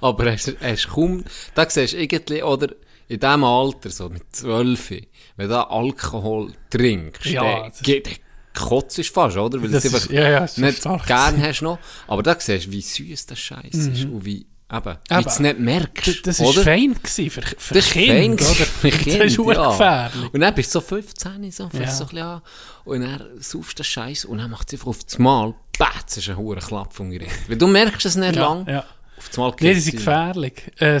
S10: Aber hast, hast kaum, da siehst du irgendwie, oder in diesem Alter, so mit 12, wenn du Alkohol trinkst,
S9: Ja,
S10: dann,
S9: das-
S10: ge- dann kotzt du fast, oder? Weil
S9: Das
S10: du es
S9: ist-
S10: einfach
S9: ja, ja, es ist
S10: nicht
S9: stark.
S10: gern hast noch. Aber da siehst du, wie süß das Scheiß ist und wie, eben, wie
S9: Mhm. Eben.
S10: du es nicht merkst,
S9: Das war
S10: oder?
S9: fein gewesen für, für
S10: Das ist fein,
S9: Kinder, oder?
S10: Für Kinder,
S9: das ist
S10: ja.
S9: ungefährlich.
S10: Und dann bist du so 15, so, fängst
S9: Ja.
S10: so ein bisschen an. Und dann saufst du den Scheiß und dann macht es einfach auf das Mal, batz, ist ein hoher Klapp vom Gericht. Weil du merkst es nicht
S9: Ja,
S10: lang,
S9: ja.
S10: auf das Mal
S9: Nee,
S10: geht's
S9: die sind
S10: dir.
S9: gefährlich. Äh,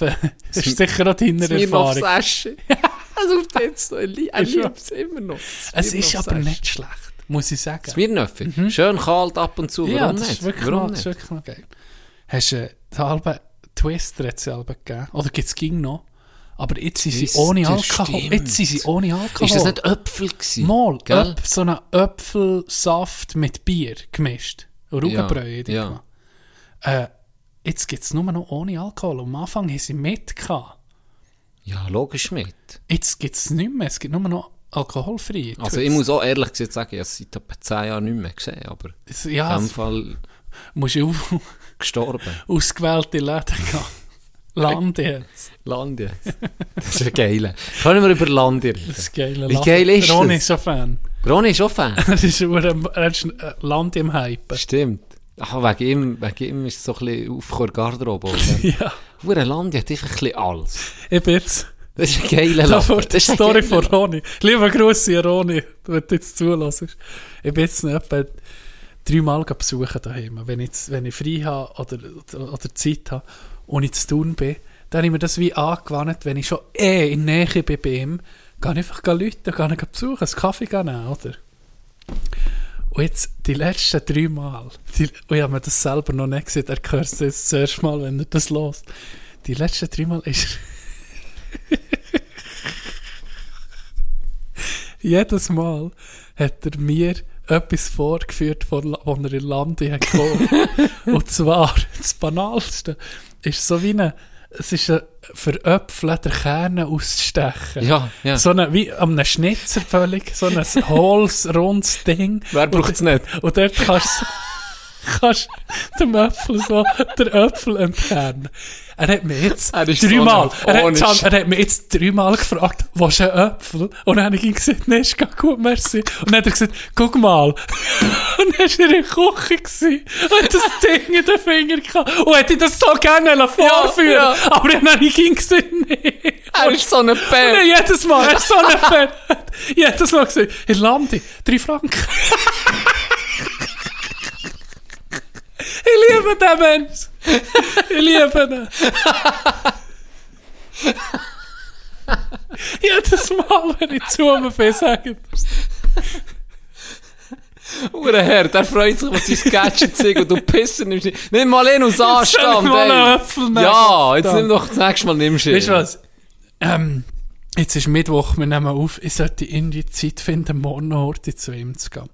S9: äh, ist sicher auch deiner Erfahrung.
S10: Sasche. Also auf jetzt noch. Er
S9: Ist so.
S10: liebt es immer noch.
S9: Es ist aber nicht schlecht, muss ich sagen.
S10: Smirnoff. Schön kalt ab und zu.
S9: Mhm. ja,
S10: Warum
S9: das
S10: nicht?
S9: ist wirklich,
S10: Warum
S9: noch, das ist
S10: nicht?
S9: wirklich noch geil. Hast du äh, den halben Twister jetzt selber gegeben? Oder gibt es ging noch? Aber jetzt sind sie
S10: Twister,
S9: ohne Alkohol.
S10: stimmt.
S9: Jetzt sind sie ohne Alkohol.
S10: Ist das nicht Äpfel gewesen?
S9: Mal,
S10: Gell?
S9: Öp, so einen Äpfelsaft mit Bier gemischt. Rugenbräu,
S10: Ja,
S9: hätte ich
S10: ja.
S9: gemacht. Äh, jetzt gibt es nur noch ohne Alkohol. Am Anfang haben sie mit gehabt.
S10: Ja, logisch mit.
S9: Jetzt gibt es nicht mehr, es gibt nur noch alkoholfreie.
S10: Also
S9: Twist.
S10: ich muss auch ehrlich gesagt sagen, ich habe es seit etwa 10 Jahren nicht mehr gesehen, aber
S9: Es-
S10: in
S9: Ja,
S10: dem
S9: es
S10: Fall
S9: musst du auf
S10: gestorben.
S9: ausgewählte Läden gehen. Land jetzt.
S10: Land jetzt. Das ist geil. Können wir über Land reden?
S9: Das geile
S10: Wie
S9: Land.
S10: geil ist
S9: Ron
S10: das?
S9: ist so Fan.
S10: Ronny ist auch Fan.
S9: Das ist nur ein, er ist ein äh, Land im Hype.
S10: Stimmt. Ah, wegen, ihm, wegen ihm ist es so ein bisschen aufgekommen, Garderobe. oder?
S9: Ja,
S10: Hure Land hat einfach ein bisschen alles.
S9: ich bin jetzt.
S10: Das ist ein geiler Lappen.
S9: Das war die
S10: ist ein
S9: Story
S10: geiler
S9: von
S10: Lappen.
S9: Roni. Liebe Grüße an Roni, wenn du jetzt zulässt. Ich bin jetzt noch etwa dreimal gegangen besuchen daheim. Wenn ich, jetzt- wenn ich frei habe oder, oder, oder Zeit habe und ich zu tun bin, dann habe ich mir das wie angewandt, wenn ich schon eh in der Nähe bin bei ihm, gehe ich einfach Leute, gehe ich besuchen, einen Kaffee nehmen, oder? Und jetzt die letzten drei Mal, die, und ich habe mir das selber noch nicht gesehen, er hört es jetzt das erste Mal, wenn er das hört. Die letzten drei Mal ist er... Jedes Mal hat er mir etwas vorgeführt, von La- von er in Landi hat gekommen. Und zwar, das Banalste, ist so wie eine, es ist ein veröpfelter Kerne auszustechen.
S10: Ja, ja.
S9: So eine, wie am einem Schnitzer völlig, so ein hohles, rundes Ding.
S10: Wer braucht es nicht?
S9: Und dort kannst du kannst dem Äpfel so den Äpfel entfernen. Er hat mir
S10: dus
S9: jetzt
S10: Er ist
S9: dreimal,
S10: so ein-
S9: er,
S10: ohne
S9: hat, Jan-
S10: Sch-
S9: er hat mir jetzt dreimal gefragt, was Oh, ein Äpfel? Und dann habe ich ihm gesagt, nein, ist gar gut, merci. Und dann hat er gesagt, guck mal. Und dann war er in der Küche gewesen, und das Ding in den Finger gehabt. Und hätte ich das so gerne vorführen
S10: ja.
S9: Aber dann habe ich ihm gesagt, nein.
S10: Er ist so ein
S9: Nein,
S10: Bär.
S9: jedes Mal, er ist so ein Fan. jedes Mal gesagt, hey Landi, drei Franken. ich liebe den Mensch. Ich liebe ihn. jedes Mal, wenn ich zu ihm bin, sage ich,
S10: Hure Herr, der freut sich, was sein Gadget sind und du Pissen nimmst. nicht- Nimm mal ihn aus
S9: soll ich
S10: Anstand,
S9: mal
S10: ey.
S9: einen Apfel nehmen.
S10: Ja, jetzt
S9: Verdammt.
S10: nimm doch das nächste Mal nimmst du ihn.
S9: weißt du was? Ähm, jetzt ist Mittwoch, wir nehmen auf, ich sollte irgendwie Zeit finden, morgen noch heute zu ihm zu gehen.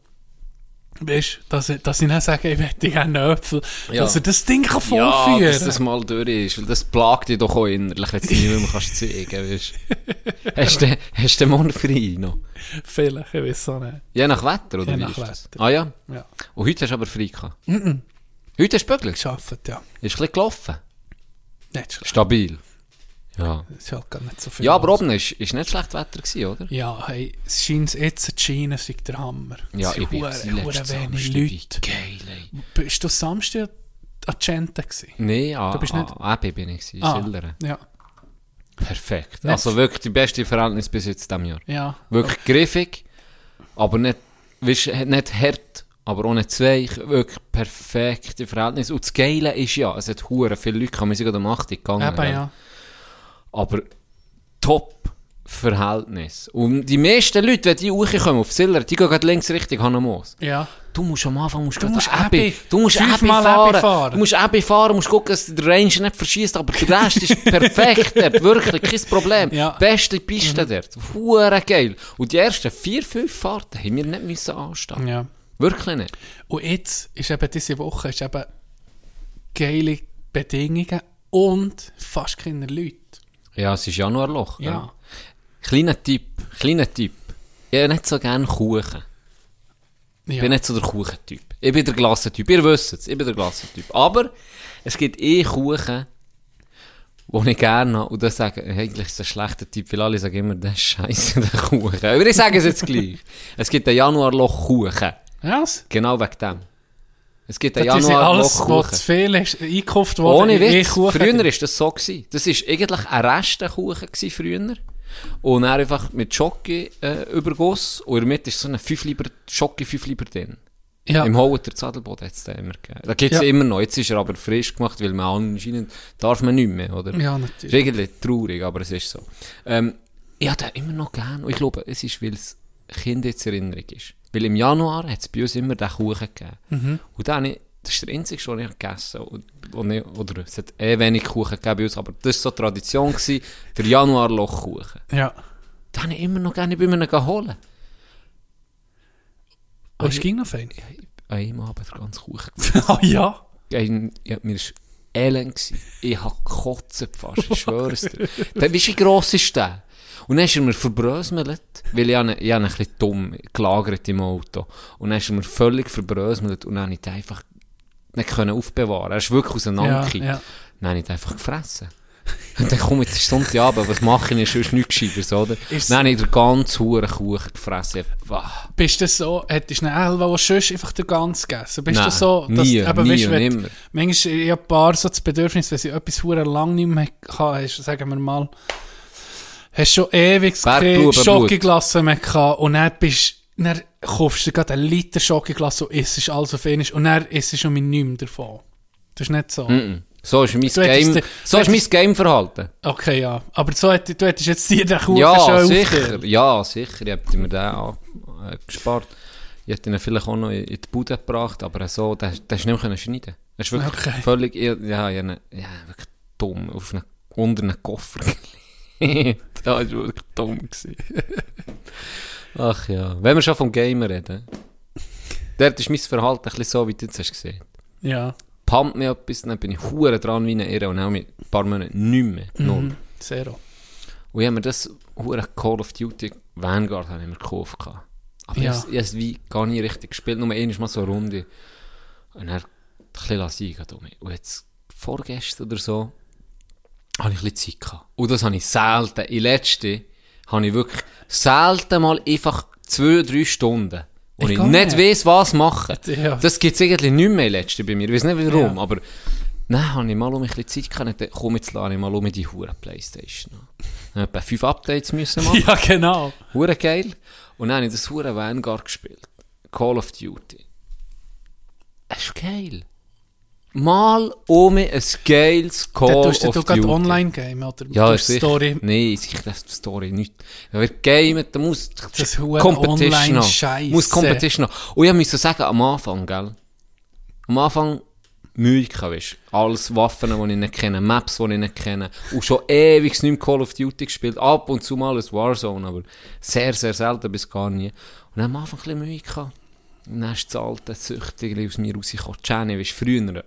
S9: Weißt du, dass, ich- dass ich dann sage, ich möchte gerne einen Apfel,
S10: Ja.
S9: dass er das Ding kann
S10: Ja,
S9: vorführen
S10: dass das mal durch ist, weil das plagt dich doch auch innerlich, wenn du es niemandem kannst zeigen, weißt du. Hast du. Hast du den Mund frei noch?
S9: Vielleicht, ich weiß auch nicht.
S10: Je nach Wetter, oder
S9: Je
S10: wie
S9: nach
S10: ist das?
S9: Wetter.
S10: Ah ja.
S9: Ja,
S10: Und heute hast du aber frei gehabt. Heute hast du bügelt. Ist
S9: geschafft, ja.
S10: ein bisschen gelaufen.
S9: Nicht schlecht.
S10: Stabil. Ja.
S9: Es ist halt gar nicht so viel.
S10: Ja, aber
S9: los.
S10: oben ist, ist nicht schlecht Wetter gewesen, oder?
S9: Ja, hey, es scheint jetzt zu scheinen, sei der Hammer.
S10: Ja,
S9: Es
S10: ich bin
S9: sind
S10: gewesen
S9: hure- hure
S10: letzten
S9: wenig
S10: Samstag.
S9: Leute.
S10: Geil, ey.
S9: Bist du Samstag an Gente gewesen?
S10: Nee, ah,
S9: Du bist nicht-
S10: ah, eben bin ich gewesen, Schildern.
S9: ja.
S10: Perfekt.
S9: Nicht-
S10: Also wirklich die beste Verhältnis bis jetzt diesem Jahr.
S9: Ja.
S10: Wirklich griffig, aber nicht, weißt, nicht hart, aber ohne Zweig. Wirklich perfekte Verhältnis. Und das Geile ist ja, es hat hure viele Leute gehabt, wir sind gerade um 8 Uhr gegangen.
S9: Eben,
S10: gell?
S9: ja.
S10: aber top Verhältnis. Und die meisten Leute, wenn die hochkommen auf Siller, die gehen gerade links Richtung Hanamoos.
S9: Ja.
S10: Du musst am Anfang musst du
S9: musst Ebi-
S10: du musst Ebi
S9: fünfmal Ebi
S10: fahren.
S9: fahren.
S10: Du musst Ebi fahren, musst gucken, dass der Ranger nicht verschießt, aber der Rest ist perfekt dort, wirklich, kein Problem.
S9: Ja. Mhm.
S10: Beste Piste dort, hure geil. Und die ersten vier, fünf Fahrten haben wir nicht müssen anstehen.
S9: Ja.
S10: Wirklich nicht.
S9: Und jetzt ist eben diese Woche ist eben geile Bedingungen und fast keine Leute.
S10: Ja, es ist Januarloch.
S9: Ja.
S10: Ja. Kleiner Tipp, kleiner Tipp. Ich habe nicht so gerne Kuchen. Ich
S9: Ja.
S10: bin nicht so der Kuchentyp. Ich bin der Glassentyp. Ihr wisst es, ich bin der Glassentyp. Aber es gibt eh Kuchen, die ich gerne habe. Und dann sagen, eigentlich ist das ein schlechter Typ, weil alle sagen immer, das ist scheiße, der Kuchen. Aber ich sage es jetzt gleich. Es gibt einen Januarloch-Kuchen.
S9: Was?
S10: Genau wegen dem. Es gibt einen
S9: Das ist alles, was
S10: Januarloch-Kuchen.
S9: zu viel ist, eingekauft worden.
S10: Ohne
S9: in- in
S10: Witz.
S9: Kuchen.
S10: Früher war das so. Gewesen. Das war eigentlich ein Restenkuchen gewesen früher. Und dann einfach mit Schocke äh, übergoss. Und in der Mitte ist so eine 5 Lieber, Schocke 5 Lieber drin.
S9: ja.
S10: Im Holter Zadelboden hat es den immer gegeben. Da gibt es
S9: Ja.
S10: immer noch. Jetzt ist er aber frisch gemacht, weil man anscheinend darf man nicht mehr, oder?
S9: Ja,
S10: Ist
S9: natürlich.
S10: irgendwie traurig, aber es ist so. Ähm, ich habe den immer noch gern. Und ich glaube, es ist, weil es Kindheitserinnerung ist. Weil im Januar hat es bei uns immer den Kuchen gegeben.
S9: Mhm.
S10: Und dann, habe ich- das ist der einzige, den ich habe gegessen habe. Und, und ich, oder es hat eh wenig Kuchen gegeben bei uns, aber das war so Tradition, gewesen, der Januar-Lochkuchen.
S9: Ja.
S10: Den habe ich immer noch gerne bei mir holen.
S9: Aber es ging noch fein.
S10: Einmal aber den ganzen Kuchen
S9: Ah ja.
S2: Ein,
S10: ja, mir war elend. gsi. Ich habe gekotzt fast, ich schwöre es dir. Dann, weisst du, wie gross ist der? Und dann ist er mir verbröselt, weil ich, habe, ihn- ich habe ihn ein bisschen dumm gelagert im Auto. Und dann ist er mir völlig verbröselt und dann habe ich ihn einfach nicht können aufbewahren. Er ist wirklich
S9: Ja,
S10: auseinandergefallen.
S9: ja.
S10: Dann habe ich ihn einfach gefressen. Und dann komme ich jetzt Sonntagabend, was mache ich, ist sonst nichts Gescheites, oder?
S9: Ist-
S10: Dann habe ich den ganzen Huren Kuchen gefressen. Ah,
S9: Bist du so, hättest du einen Elva, der sonst einfach den ganzen gegessen? Bist
S10: Nein,
S9: du so,
S10: nie,
S9: eben,
S10: nie
S9: weisst du, wenn-
S10: nimmer.
S9: Manchmal, ich habe ein paar so das Bedürfnis, wenn ich etwas hure lang nicht mehr hatte, hast, sagen wir mal, hast schon ewig
S10: Bergblumenblut.
S9: Schokoglasse mehr gehabt und dann bist dann kaufst du gerade einen Liter Schokoglasse und isst alles auf einmal und dann isst du schon mit nichts davon. Das ist nicht so.
S10: So ist mein
S9: Du
S10: Game,
S9: hättest den-
S10: so
S9: du
S10: ist mein
S9: hättest-
S10: Gameverhalten.
S9: Okay, ja. Aber so, hätt- du hättest jetzt dir den Kuchen
S10: Ja,
S9: schön
S10: sicher,
S9: aufgeteilt.
S10: ja, sicher. Ich hätte mir den an- äh, gespart. Ich hätte ihn vielleicht auch noch in in die Bude gebracht, aber so, den den hast du nicht mehr können schneiden. Das ist wirklich
S9: Okay.
S10: völlig, ir- ja, ja, ne- ja, wirklich dumm, auf einen, unter einen Koffer gelegt. Ja, das war wirklich dumm. gewesen. Ach ja, wenn wir schon vom Gamer reden. Dort ist mein Verhalten ein bisschen so, wie du jetzt hast gesehen.
S9: Ja,
S10: Pumpt mir etwas, dann bin ich hure dran wie eine Irre und habe mich ein paar Monate nicht mehr. Null.
S9: zero.
S10: Und ich habe mir das hure Call of Duty Vanguard habe ich mir gekauft. gehabt. Aber
S9: Ja.
S10: ich habe es wie gar nicht richtig gespielt, nur einmal mal so eine Runde. Und dann ein bisschen lasse ich um mich. Und jetzt vorgestern oder so habe ich ein bisschen Zeit gehabt. Und das habe ich selten. In letzter habe ich wirklich selten mal einfach zwei, drei Stunden, wo
S9: Ich
S10: ich,
S9: gar
S10: nicht
S9: nicht.
S10: weiss, was machen.
S9: Ja.
S10: Das gibt es eigentlich nicht mehr in letzter bei mir. Ich weiß nicht warum,
S9: Ja.
S10: aber dann habe ich mal um ein bisschen Zeit gehabt. Dann komm jetzt lade ich mal um die Hure Playstation. an. Dann habe ich etwa fünf Updates müssen machen.
S9: Ja, genau.
S10: Hure geil. Und dann habe ich das Hure Vanguard gespielt. Call of Duty. Das ist geil. Mal um ein geiles Call
S9: Dann
S10: of
S9: tust du
S10: Duty.
S9: doch gerade online game oder
S10: Ja,
S9: durch
S10: ist sicher.
S9: Story.
S10: Nein, sicher das ist die Story nicht. Wenn wir gamen, dann muss
S9: Das hure
S10: Competition
S9: Online-Scheisse.
S10: haben. Muss Competition haben. Und ich musste sagen, am Anfang, gell? Am Anfang müde gehabt, weißt du. Alles Waffen, die ich nicht kenne, Maps, die ich nicht kenne. Und schon ewig nicht mehr Call of Duty gespielt. Ab und zu mal ein Warzone, aber sehr, sehr selten bis gar nie. Und dann am Anfang ein bisschen müde gehabt. Und dann ist das alte Süchtige aus mir rausgekommen. Jenny, weißt du, früher,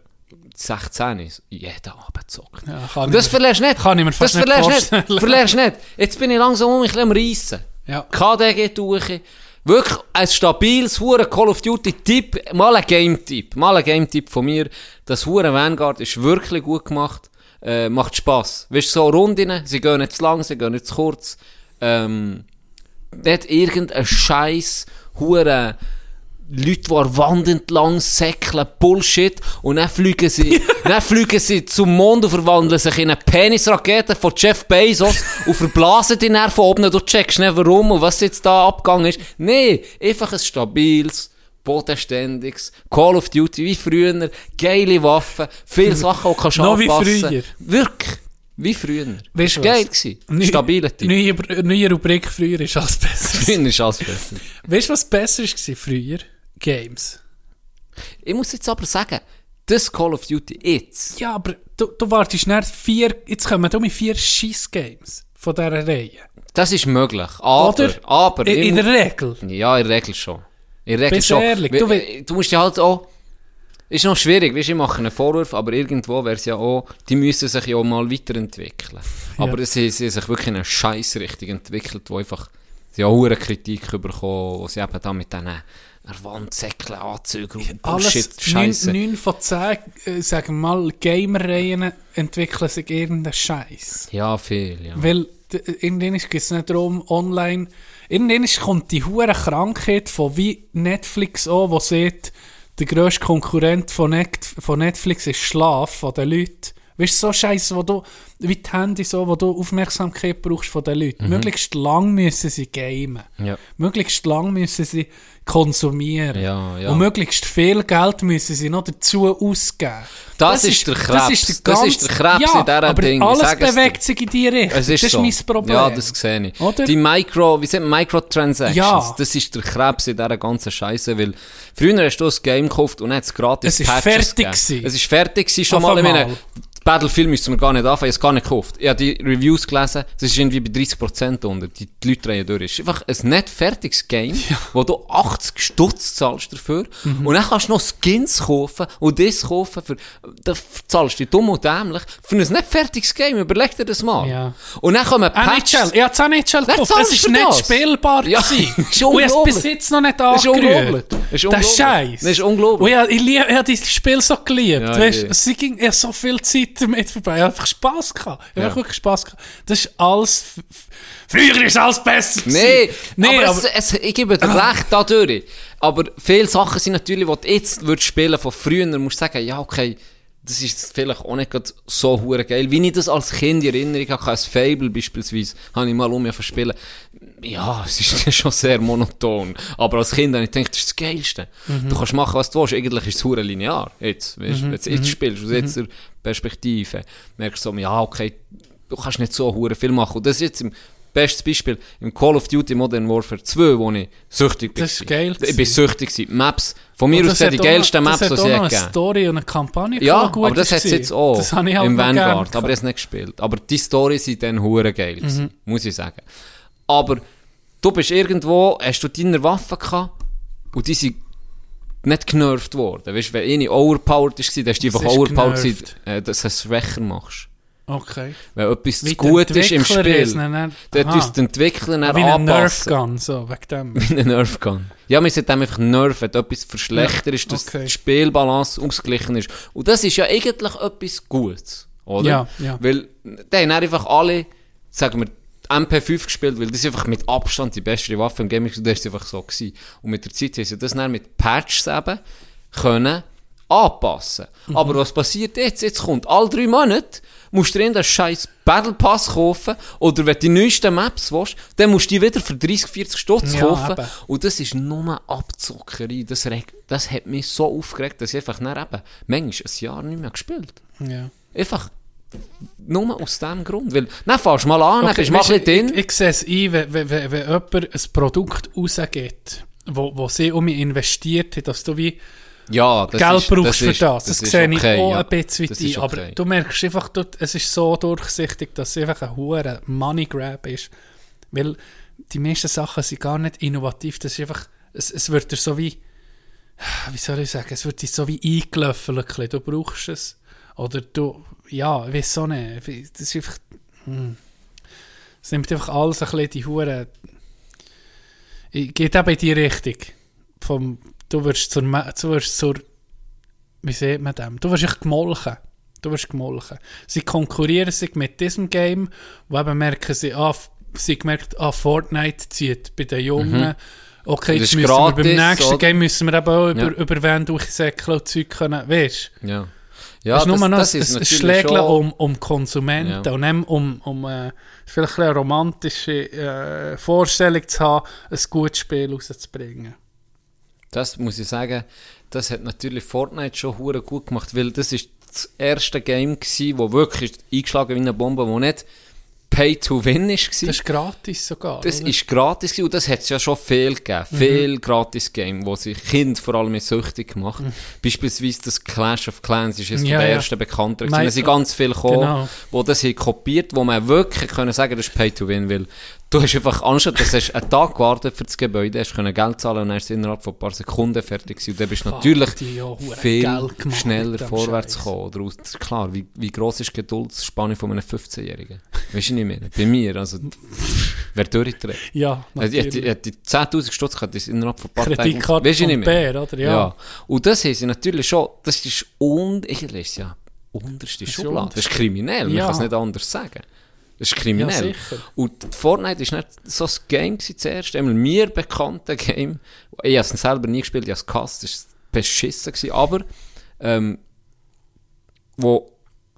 S10: 16, ist jeden Abend gezockt.
S9: Ja, kann
S10: Und das
S9: ich mir-
S10: verlierst du nicht.
S9: Kann ich mir fast
S10: das
S9: nicht
S10: verlierst du
S9: vorstellen.
S10: nicht. verlierst du nicht. Jetzt bin ich langsam um mich ein bisschen am Reissen.
S9: Ja.
S10: KDG durch. Wirklich ein stabiles hure Call of Duty Tipp. Mal ein Game-Tipp. Mal ein Game-Tipp von mir. Das hure Vanguard ist wirklich gut gemacht. Äh, macht Spass. Weißt du, so Runden, sie gehen nicht zu lang, sie gehen nicht zu kurz. Ähm, nicht irgendein Scheiß, hure Leute, die an Wand entlang säckeln, Bullshit, und dann fliegen sie, dann fliegen sie zum Mond und verwandeln sich in eine Penisrakete von Jeff Bezos und verblasen die dann von oben, und du checkst nicht warum und was jetzt da abgegangen ist. Nee, einfach ein stabiles, bodenständiges Call of Duty wie früher, geile Waffen, viele Sachen, die kannst du
S9: Mhm. Noch wie
S10: anpassen.
S9: früher.
S10: Wirklich, wie früher.
S9: Weißt du
S10: Geil
S9: was?
S10: gewesen.
S9: Neu-
S10: Stabiler Typ.
S9: Neue, Br- neue Rubrik früher ist alles besser.
S10: Früher ist alles besser.
S9: weißt du, was besser war früher? Games.
S10: Ich muss jetzt aber sagen, das Call of Duty jetzt.
S9: Ja, aber du, du wartest nach vier. Jetzt kommen du mit vier Scheiss-Games von dieser Reihe.
S10: Das ist möglich. Aber,
S9: Oder?
S10: aber
S9: in, Oh,
S10: ich
S9: in der
S10: mu-
S9: Regel.
S10: ja, in der Regel schon. In der Regel
S9: Bist
S10: schon.
S9: ehrlich,
S10: Weil,
S9: du will-
S10: äh, du musst ja halt auch. Ist noch schwierig, weißt, du, ich mache einen Vorwurf, aber irgendwo wäre es ja auch, die müssen sich ja auch mal weiterentwickeln. Aber sie, sie haben sich wirklich in eine Scheißrichtung entwickelt, wo einfach, sie haben auch eine Kritik bekommen, wo sie eben da mit diesen Erwandsäckeln, Anzügen und ah, Bullshit,
S9: Alles,
S10: Scheiße.
S9: 9, von 10, äh, sagen wir mal, Gamer-Reihen entwickeln sich irgendeinen Scheiß.
S10: Ja, viel, ja.
S9: Weil d- irgendwann geht es nicht darum, online. Irgendwann kommt die hure Krankheit von wie Netflix oh, an, wo sieht, der grösste Konkurrent von, Net von Netflix ist Schlaf von den Leuten. Weißt du, so Scheiße, wo du, wie die Handy so, wo du oh, Aufmerksamkeit brauchst von den Leuten. Möglichst lang müssen sie gamen.
S10: Mhm. Ja.
S9: Möglichst lang müssen sie konsumieren.
S10: Ja, ja.
S9: Und möglichst viel Geld müssen sie noch dazu ausgeben.
S10: Das ist der Krebs. Das ist der Krebs
S9: ja,
S10: in dieser
S9: aber
S10: Ding. Ich
S9: Alles
S10: sag es dir.
S9: bewegt sich in die Richtung.
S10: Es ist
S9: das
S10: so.
S9: ist mein Problem.
S10: Ja, das sehe ich.
S9: Oder?
S10: Die Micro, wie sind Microtransactions?
S9: Ja.
S10: Das ist der Krebs in dieser ganzen Scheiße, weil früher hast du ein Game gekauft und dann hat es gratis
S9: Es ist fertig
S10: gegeben.
S9: gewesen.
S10: Es ist fertig gewesen, schon
S9: Auf
S10: mal. Ich
S9: einmal.
S10: meine, Battlefield müssen wir gar nicht anfangen, ich habe es gar nicht gekauft. Ich habe die Reviews gelesen, es ist irgendwie bei 30% unter, die, die Leute drehen durch. Es ist einfach ein nicht fertiges Game, wo du 80 Stutz zahlst dafür
S9: Mhm.
S10: und dann kannst du noch Skins kaufen und das kaufen, für, da f- zahlst du dich dumm und dämlich für ein nicht fertiges Game, überleg dir das mal.
S9: Ja.
S10: Und dann kommen Patches.
S9: NHL, Ah, ja, das NHL gekauft.
S10: zahlst
S9: Es ist
S10: du
S9: nicht
S10: das?
S9: spielbar.
S10: Ja,
S9: gewesen.
S10: ist
S9: Und ich habe es
S10: unglaublich.
S9: bis jetzt noch nicht
S10: ist unglaublich. Ist
S9: angerührt. Das
S10: unglaublich.
S9: ist scheiße.
S10: Das ist unglaublich.
S9: Und ich, ich, lieb- ich habe dieses Spiel so geliebt.
S10: Ja,
S9: weißt,
S10: ja.
S9: Sie ging, ich habe so viel Zeit Zeit damit vorbei. Ich habe einfach Spass gehabt. Ich habe
S10: Ja.
S9: einfach wirklich Spass gehabt. Das ist alles... f- f- Früher ist alles besser
S10: Nein,
S9: gewesen. Nee,
S10: aber,
S9: aber...
S10: es, es, ich gebe dir recht dadurch. Aber viele Sachen sind natürlich, die du jetzt würdest spielen von früher, musst du sagen, ja, okay, das ist vielleicht auch nicht gerade so hure geil. Wie ich das als Kind in Erinnerung hatte, als Fable beispielsweise, habe ich mal um mich verspielen. Ja, es ist ja schon sehr monoton. Aber als Kind habe ich gedacht, das ist das Geilste.
S9: Mhm.
S10: Du kannst machen, was du willst. Eigentlich ist es hure linear. Jetzt, weißt, wenn du jetzt
S9: Mhm.
S10: spielst, aus jetzt der Perspektive, merkst du so, ja, okay, du kannst nicht so hure viel machen. Und das ist jetzt im Bestes Beispiel im Call of Duty Modern Warfare 2, wo ich süchtig bin.
S9: Das ist geil
S10: Ich bin
S9: gewesen.
S10: süchtig gewesen. Maps, von mir
S9: Und
S10: aus
S9: das
S10: sind
S9: hat
S10: die
S9: auch noch-
S10: geilsten Maps, die
S9: Das
S10: es
S9: hat auch
S10: je
S9: noch eine
S10: gegeben hat.
S9: Story und eine Kampagne
S10: Ja,
S9: gehabt, die gut
S10: aber das hat es
S9: war.
S10: jetzt auch
S9: Das habe ich halt
S10: im
S9: noch gern
S10: Vanguard, aber
S9: gehabt. Mhm.
S10: ich habe nicht gespielt. Aber die Story sind dann hure geil, gewesen, muss ich sagen. Aber du bist irgendwo, hast du deine Waffe gehabt und die sind nicht genervt worden. Weißt, wenn eine overpowered war, dann ist die einfach
S9: Was ist
S10: overpowered, gewesen,
S9: genervt?
S10: äh, dass du es schwächer machst.
S9: Okay.
S10: Wenn etwas
S9: Wie
S10: zu gut
S9: die
S10: ist im
S9: Entwickler
S10: Spiel,
S9: es dann nicht-
S10: dann
S9: Aha. Ah,
S10: tust du den Entwickler dann
S9: Wie ein
S10: anpassen.
S9: Nerfgun, so, wegen dem.
S10: Wie ein Nerfgun. Ja, wir sind dem einfach Nerf, wenn etwas verschlechter ist, dass
S9: okay.
S10: die Spielbalance ausgeglichen ist. Und das ist ja eigentlich etwas Gutes, oder?
S9: Ja, ja.
S10: Weil die haben dann einfach alle, sagen wir, MP5 gespielt, weil das ist einfach mit Abstand die beste Waffe im Gaming und das ist einfach so gewesen. Und mit der Zeit haben sie das dann mit Patches eben können anpassen.
S9: Mhm.
S10: Aber was passiert jetzt? Jetzt kommt alle drei Monate, musst du dir einen scheiß Battle Pass kaufen oder wenn du die neuesten Maps willst, dann musst du die wieder für 30, 40 Stutz
S9: Ja,
S10: kaufen.
S9: eben.
S10: Und das ist nur Abzockerei. Das, regt, das hat mich so aufgeregt, dass ich einfach dann eben manchmal ein Jahr nicht mehr gespielt
S9: Ja.
S10: Einfach nur aus dem Grund. Weil, dann fährst du mal an, dann bist du mal ein
S9: weisst
S10: bisschen
S9: du,
S10: drin.
S9: Ich, ich sehe es ein, wenn, wenn, wenn, wenn jemand ein Produkt rausgeht, wo, wo sie um mich investiert hat, dass du wie
S10: ja, das
S9: Geld
S10: ist-
S9: brauchst für
S10: ist-
S9: das. Das,
S10: ist
S9: sehe
S10: okay,
S9: ich auch
S10: ja.
S9: ein bisschen
S10: Das
S9: weit
S10: ist
S9: ein. Aber
S10: okay.
S9: du merkst einfach, dort, es ist so durchsichtig, dass es einfach ein hoher Money Grab ist. Weil die meisten Sachen sind gar nicht innovativ. Das ist einfach, es, es wird dir so wie, wie soll ich sagen, es wird dir so wie eingelöffelt. ein bisschen. Du brauchst es. Oder du, ja, ich weiß auch nicht. Wie- Das ist einfach, hm. es nimmt einfach alles ein bisschen die Hure. Geht auch in die Richtung. Vom, du wirst zur, Ma- du wirst zur wie sieht man dem? Du wirst dich gemolken. Du wirst gemolken. Sie konkurrieren sich mit diesem Game, wo eben merken sie, ah, f- sie gemerkt, ah, Fortnite zieht bei den Jungen. Okay,
S10: Mhm. Das
S9: jetzt
S10: ist
S9: müssen wir
S10: gratis,
S9: beim nächsten
S10: oder?
S9: Game müssen wir eben auch über,
S10: Ja.
S9: über Wände durchsäckeln und Zeug können, weißt du?
S10: Ja.
S9: es
S10: Ja,
S9: ist nur noch ein- ein
S10: natürlich
S9: Schlägeln
S10: schon-
S9: um, um Konsumenten
S10: Ja.
S9: und nicht um, um äh, vielleicht eine romantische äh, Vorstellung zu haben, ein gutes Spiel rauszubringen.
S10: Das muss ich sagen, das hat natürlich Fortnite schon hure gut gemacht, weil das ist das erste Game gsi, wo wirklich eingeschlagen wie eine Bombe, wo nicht Pay to Win ist gsi.
S9: Das ist gratis sogar.
S10: Das
S9: oder? Mhm.
S10: ist gratis gewesen und das hat es ja schon viel gegeben. Viel gratis Game, wo sich Kinder vor allem süchtig gemacht. Beispielsweise das Clash of Clans ist jetzt
S9: Mhm. Ja,
S10: der
S9: ja.
S10: erste bekannte.
S9: Mei-
S10: Es sind ganz viele gekommen,
S9: Genau.
S10: wo das haben kopiert, wo man wirklich können sagen, das ist Pay to Win, weil du hast einfach anstatt, dass du einen Tag gewartet für das Gebäude, hast können Geld zahlen und dann ist es innerhalb von ein paar Sekunden fertig gewesen. und dann bist du natürlich
S9: die haben hure
S10: viel
S9: Geld gemacht
S10: schneller
S9: mit dem
S10: vorwärts
S9: Scheiß.
S10: gekommen. Oder aus, klar, wie, wie gross ist die Geduldsspanne von einem 15-Jährigen? Weißt du nicht mehr? Bei mir, also wer durchdreht. Also,
S9: ja,
S10: Er
S9: natürlich.
S10: hat die, er hat die 10.000 Stutz gehabt, das ist innerhalb von ein paar
S9: Kreditkarte
S10: Weißt du
S9: vom
S10: nicht mehr?
S9: Bär, oder? Ja.
S10: Und das haben sie natürlich schon, das ist un, ich lese ja, unterste
S9: ist
S10: Schublade. Das
S9: unterste.
S10: ist kriminell, man
S9: Ja.
S10: kann es nicht anders sagen. Das ist
S9: Ja,
S10: kriminell.
S9: sicher.
S10: und Fortnite ist nicht so ein Game gewesen zuerst, einmal mir bekannte Game. Ich habe es selber nie gespielt, ich habe es gehasst, es war beschissen gewesen, aber ähm, wo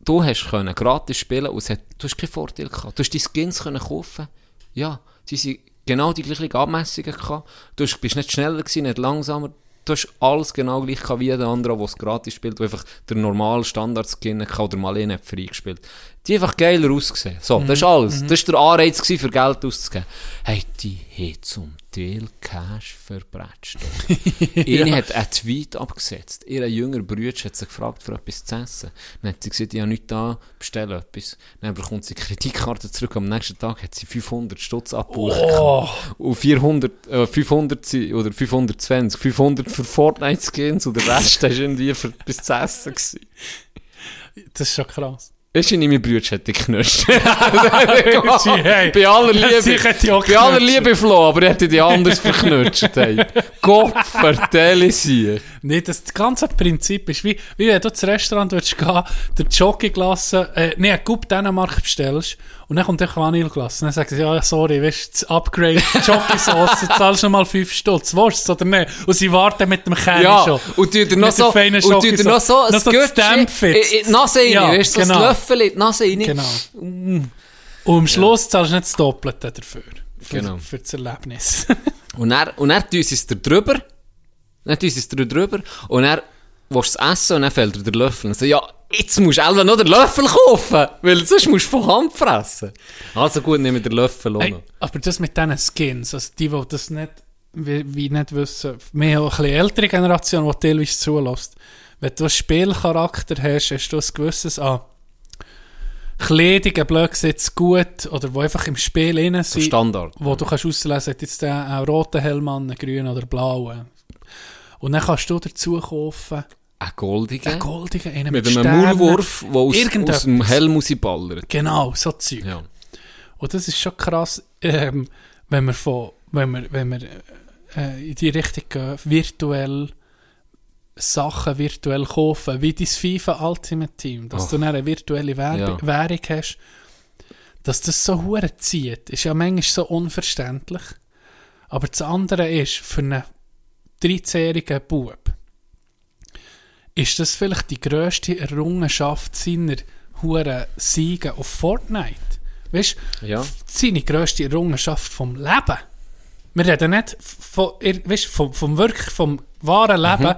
S10: du hast können gratis spielen und es hat, du hast keinen Vorteil gehabt. Du hast die Skins können kaufen. Ja, die sind genau die gleichen Abmessungen gehabt. Du hast- bist nicht schneller gewesen, nicht langsamer. Du hast alles genau gleich gehabt wie jeder andere, der es gratis spielt, der einfach der normale Standard-Skin hatte oder mal einen hat freigespielt. Die einfach geiler ausgesehen. So, das ist alles. Das war der Anreiz gewesen, für Geld auszugeben. Hey, die haben zum Teil Cash verbrätscht. Eine hat einen Tweet abgesetzt. Ihr jüngerer Bruder hat sie gefragt, für etwas zu essen. Dann hat sie gesagt, ich habe nichts da, bestelle etwas. Dann bekommt sie die Kreditkarte zurück. Am nächsten Tag hat sie 500 Stutz abgebucht.
S9: Oh.
S10: Und 400, äh, 500 sie- oder 520, 500 für Fortnite-Skins und der Rest war irgendwie für etwas zu essen. Gewesen.
S9: Das ist schon krass.
S10: Weißt du, nicht mein Bruder hat dich geknuscht.
S9: hey.
S10: Bei aller
S9: Sicher
S10: Liebe.
S9: hätte ich auch
S10: Bei aller
S9: geknutscht.
S10: Liebe, Flo, aber ich hätte dich anders verknutscht. Hey. Gott, vertelle sie.
S9: Nee, das, das ganze Prinzip ist wie, wie wenn du ins Restaurant würdest gehen, der Jockey-Glasse, äh, nee, einen Coupe Dänemark bestellst und dann kommt der Vanilleglasse. Und dann sagst du, ja, sorry, weißt du, das Upgrade, die Jockey-Sauce, du zahlst nochmal 5 Stutz, willst du es oder nicht? Und sie warten mit dem Kern schon.
S10: Ja, und tut er noch
S9: Mit der
S10: so,
S9: feinen
S10: und tut er noch
S9: Jockey-Sauce.
S10: so ein
S9: Noch so das Dämpfen.
S10: Göttchen, Nase rein,
S9: Ja,
S10: weißt du, so
S9: genau.
S10: das Löffel Mm. in die Nase rein.
S9: Genau. Und am Schluss zahlst du nicht das Doppelte dafür. Für,
S10: Genau.
S9: für das Erlebnis.
S10: Und er, und dus er dus tun sie es da drüber, dann tun sie es da drüber, und er willst es essen, und dann fällt dir der Löffel. Und so, ja, jetzt musst du einfach noch den Löffel kaufen, weil sonst musst du von dus Hand fressen. Also gut, nehmen wir den Löffel auch
S9: Ey,
S10: noch.
S9: aber das mit diesen Skins, also die, die das nicht, wie, wie nicht wissen, mehr auch ein bisschen ältere Generation, die teilweise zulässt. Wenn du einen Spielcharakter hast, hast du ein gewisses an Kleidung, ein blöd jetzt gut, oder wo einfach im Spiel innen
S10: So
S9: sind.
S10: Standard.
S9: wo du kannst auslesen, hat jetzt der einen roten Helm an, einen grünen oder einen blauen. Und dann kannst du dazu kaufen,
S10: Ein goldiger.
S9: einen goldigen, einen
S10: mit
S9: mit
S10: einem
S9: Sternen,
S10: Maulwurf, der aus,
S9: irgendetwas.
S10: aus dem Helm rausballert.
S9: Genau, so Zeug.
S10: Ja.
S9: Und das ist schon krass, ähm, wenn wir von, wenn wir, wenn wir äh, in die Richtung gehen, virtuell Sachen virtuell kaufen, wie dein FIFA Ultimate Team, dass
S10: Ach.
S9: du dann eine virtuelle Werbe-
S10: Ja.
S9: Währung hast, dass das so hure zieht, ist ja manchmal so unverständlich. Aber das andere ist, für einen 13-jährigen Bub ist das vielleicht die grösste Errungenschaft seiner hure Siege auf Fortnite. Weißt du,
S10: Ja.
S9: seine grösste Errungenschaft vom Leben. Wir reden nicht von, ihr- weisst, vom, vom wirklich, vom wahren Leben.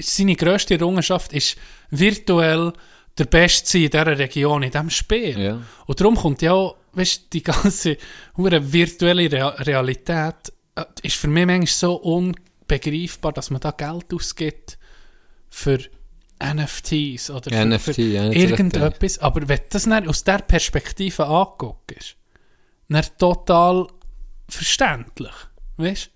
S9: Seine grösste Errungenschaft ist virtuell der Beste sein in dieser Region, in diesem Spiel.
S10: Ja.
S9: Und darum kommt ja auch, weisst, die ganze hure virtuelle Rea- Realität äh, ist für mich manchmal so unbegreifbar, dass man da Geld ausgibt für NFTs oder für,
S10: NFT,
S9: für
S10: ja, natürlich.
S9: irgendetwas. Aber wenn du das dann aus dieser Perspektive angeguckt ist, dann total verständlich. Weißt du?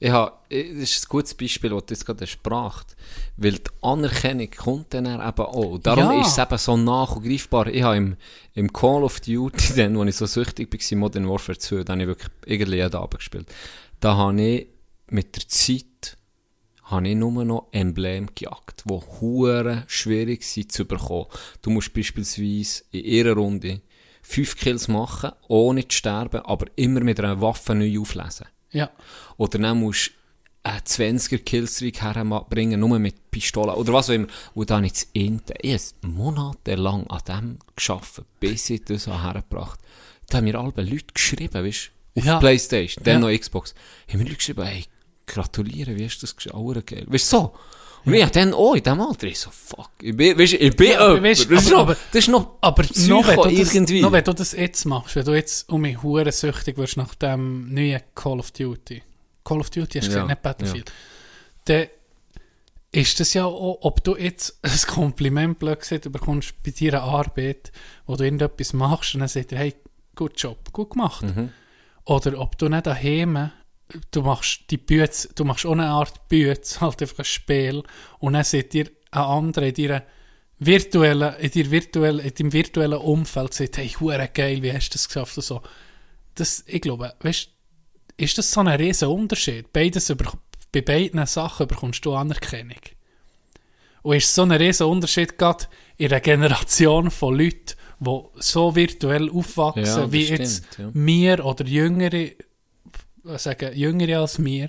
S10: Ich hab, ich- das ist ein gutes Beispiel, das du jetzt gerade hast gebracht Weil die Anerkennung kommt dann eben auch. Und darum
S9: Ja.
S10: ist es eben so nach und greifbar. Ich habe im, im Call of Duty, dann, als ich so süchtig war, in Modern Warfare 2, da habe ich wirklich irgendwie jeden Abend gespielt. Da habe ich mit der Zeit habe ich nur noch Emblem gejagt, die hure schwierig sind zu bekommen. Du musst beispielsweise in ihrer Runde fünf Kills machen, ohne zu sterben, aber immer mit einer Waffe neu auflesen.
S9: Ja.
S10: Oder dann musst du einen 20er Killstreak herbringen, nur mit Pistolen oder was auch immer. Und dann ins Inte. Ich habe monatelang an dem geschafft, bis ich das auch hergebracht habe. Da haben mir alle Leute geschrieben, weißt du, auf
S9: Ja.
S10: Playstation, dann
S9: Ja.
S10: noch Xbox. Haben mir Leute geschrieben, hey, gratuliere, wie hast du das geschafft? Aure geil. Weißt du, so. Und ich hab dann auch in diesem Alter, ich so, fuck, ich bin, weißt du, ich bin
S9: Ja, aber
S10: jemand.
S9: weisst,
S10: das, ist
S9: aber-
S10: noch,
S9: aber-
S10: das ist noch,
S9: Aber noch
S10: Psycho
S9: wenn, du das,
S10: irgendwie.
S9: noch wenn du das jetzt machst, wenn du jetzt um mich hure süchtig wirst nach dem neuen Call of Duty. Call of Duty hast du
S10: Ja,
S9: gesagt, nicht Battlefield. Dann ist das ja auch, ob du jetzt ein Kompliment blöd gesagt bekommst bei deiner Arbeit, wo du irgendetwas machst und dann sagt er, hey, gut Job, gut gemacht.
S10: Mhm.
S9: Oder ob du nicht daheim, du machst die Bütze, du machst auch eine Art Bütze, halt einfach ein Spiel und dann seht ihr ein anderer in deiner virtuellen, in, deiner virtuellen, in deinem virtuellen Umfeld sagt, hey, hure geil, wie hast du das geschafft und so. Das, ich glaube, weißt, ist das so ein riesen Unterschied? Beides über, bei beiden Sachen bekommst du Anerkennung. Und ist so ein riesen Unterschied gerade in einer Generation von Leuten, die so virtuell aufwachsen,
S10: Ja, das
S9: wie
S10: stimmt,
S9: jetzt
S10: ja.
S9: wir oder Jüngere, was sagen, Jüngere als wir,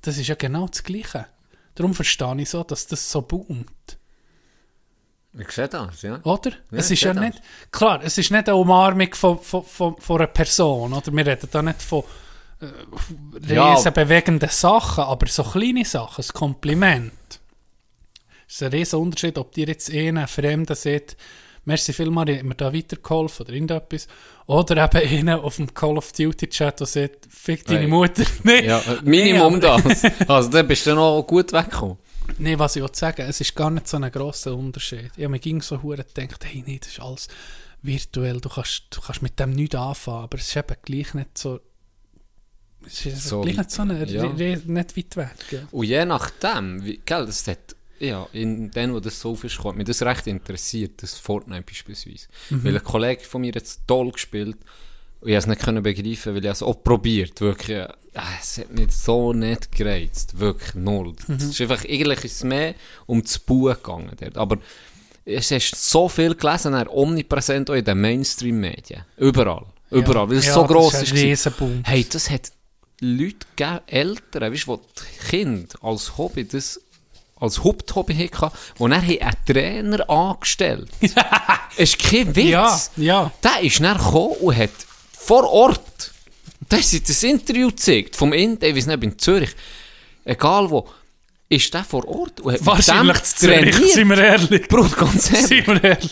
S9: das ist ja genau das Gleiche. Darum verstehe ich so, dass das so boomt.
S10: ich sehe das, ja.
S9: Oder?
S10: Ja,
S9: es ist ja
S10: geht
S9: nicht, klar, es ist nicht eine Umarmung von, von, von, von einer Person, oder? Wir reden da nicht von äh,
S10: Ja.
S9: riesen bewegenden Sachen, aber so kleine Sachen, ein Kompliment. Es ist ein riesen Unterschied, ob dir jetzt einen Fremden seht, merci vielmals, ihr habt mir da weitergeholfen oder irgendetwas, oder eben einen auf dem Call of Duty Chat, der sagt, fick deine
S10: Hey.
S9: Mutter. Nee,
S10: Ja, äh, Minimum
S9: nee, aber-
S10: das. Also, dann bist du noch gut weggekommen.
S9: Nee, was ich wollte sagen, es ist gar nicht so ein grosser Unterschied. Ich habe mir ging so hure gedacht, hey, nee, das ist alles virtuell, du kannst, du kannst mit dem nichts anfangen, aber es ist eben gleich nicht so... Es ist
S10: So
S9: gleich
S10: weit-
S9: nicht so eine,
S10: ja.
S9: re- re- nicht weit weg. Ja.
S10: Und je nachdem, wie, gell, das hat, ja, in dem, wo das so viel kommt, mich
S9: Mhm.
S10: das recht interessiert, das Fortnite beispielsweise. Weil ein Kollege von mir hat es toll gespielt Und ich konnte es nicht können begreifen, weil ich es auch probiert wirklich. äh, Es hat mich so nicht gereizt. Wirklich null.
S9: Mhm.
S10: Es ist einfach, eigentlich ist es mehr um das Buch gegangen. Dort. Aber es ist so viel gelesen, er omnipräsent auch in den Mainstream-Medien. Überall. Überall. Weil es
S9: Ja,
S10: so
S9: das
S10: gross
S9: ist ein
S10: ist. gewesen.
S9: Riesenpunkt.
S10: Hey, das hat Leute gegeben, Eltern, weißt du, die Kinder als Hobby, das als Haupthobby hatten, und er hat einen Trainer angestellt. ist kein Witz.
S9: Ja, ja.
S10: Der ist dann gekommen und hat vor Ort, da ist das Interview gezeigt, vom Inde, ich weiß nicht, ob in Zürich, egal wo, ist der vor Ort und hat mit
S9: Wahrscheinlich
S10: dem
S9: zu Zürich,
S10: trainiert.
S9: sind wir ehrlich.
S10: Bruder, ganz ehrlich.
S9: Sind wir ehrlich.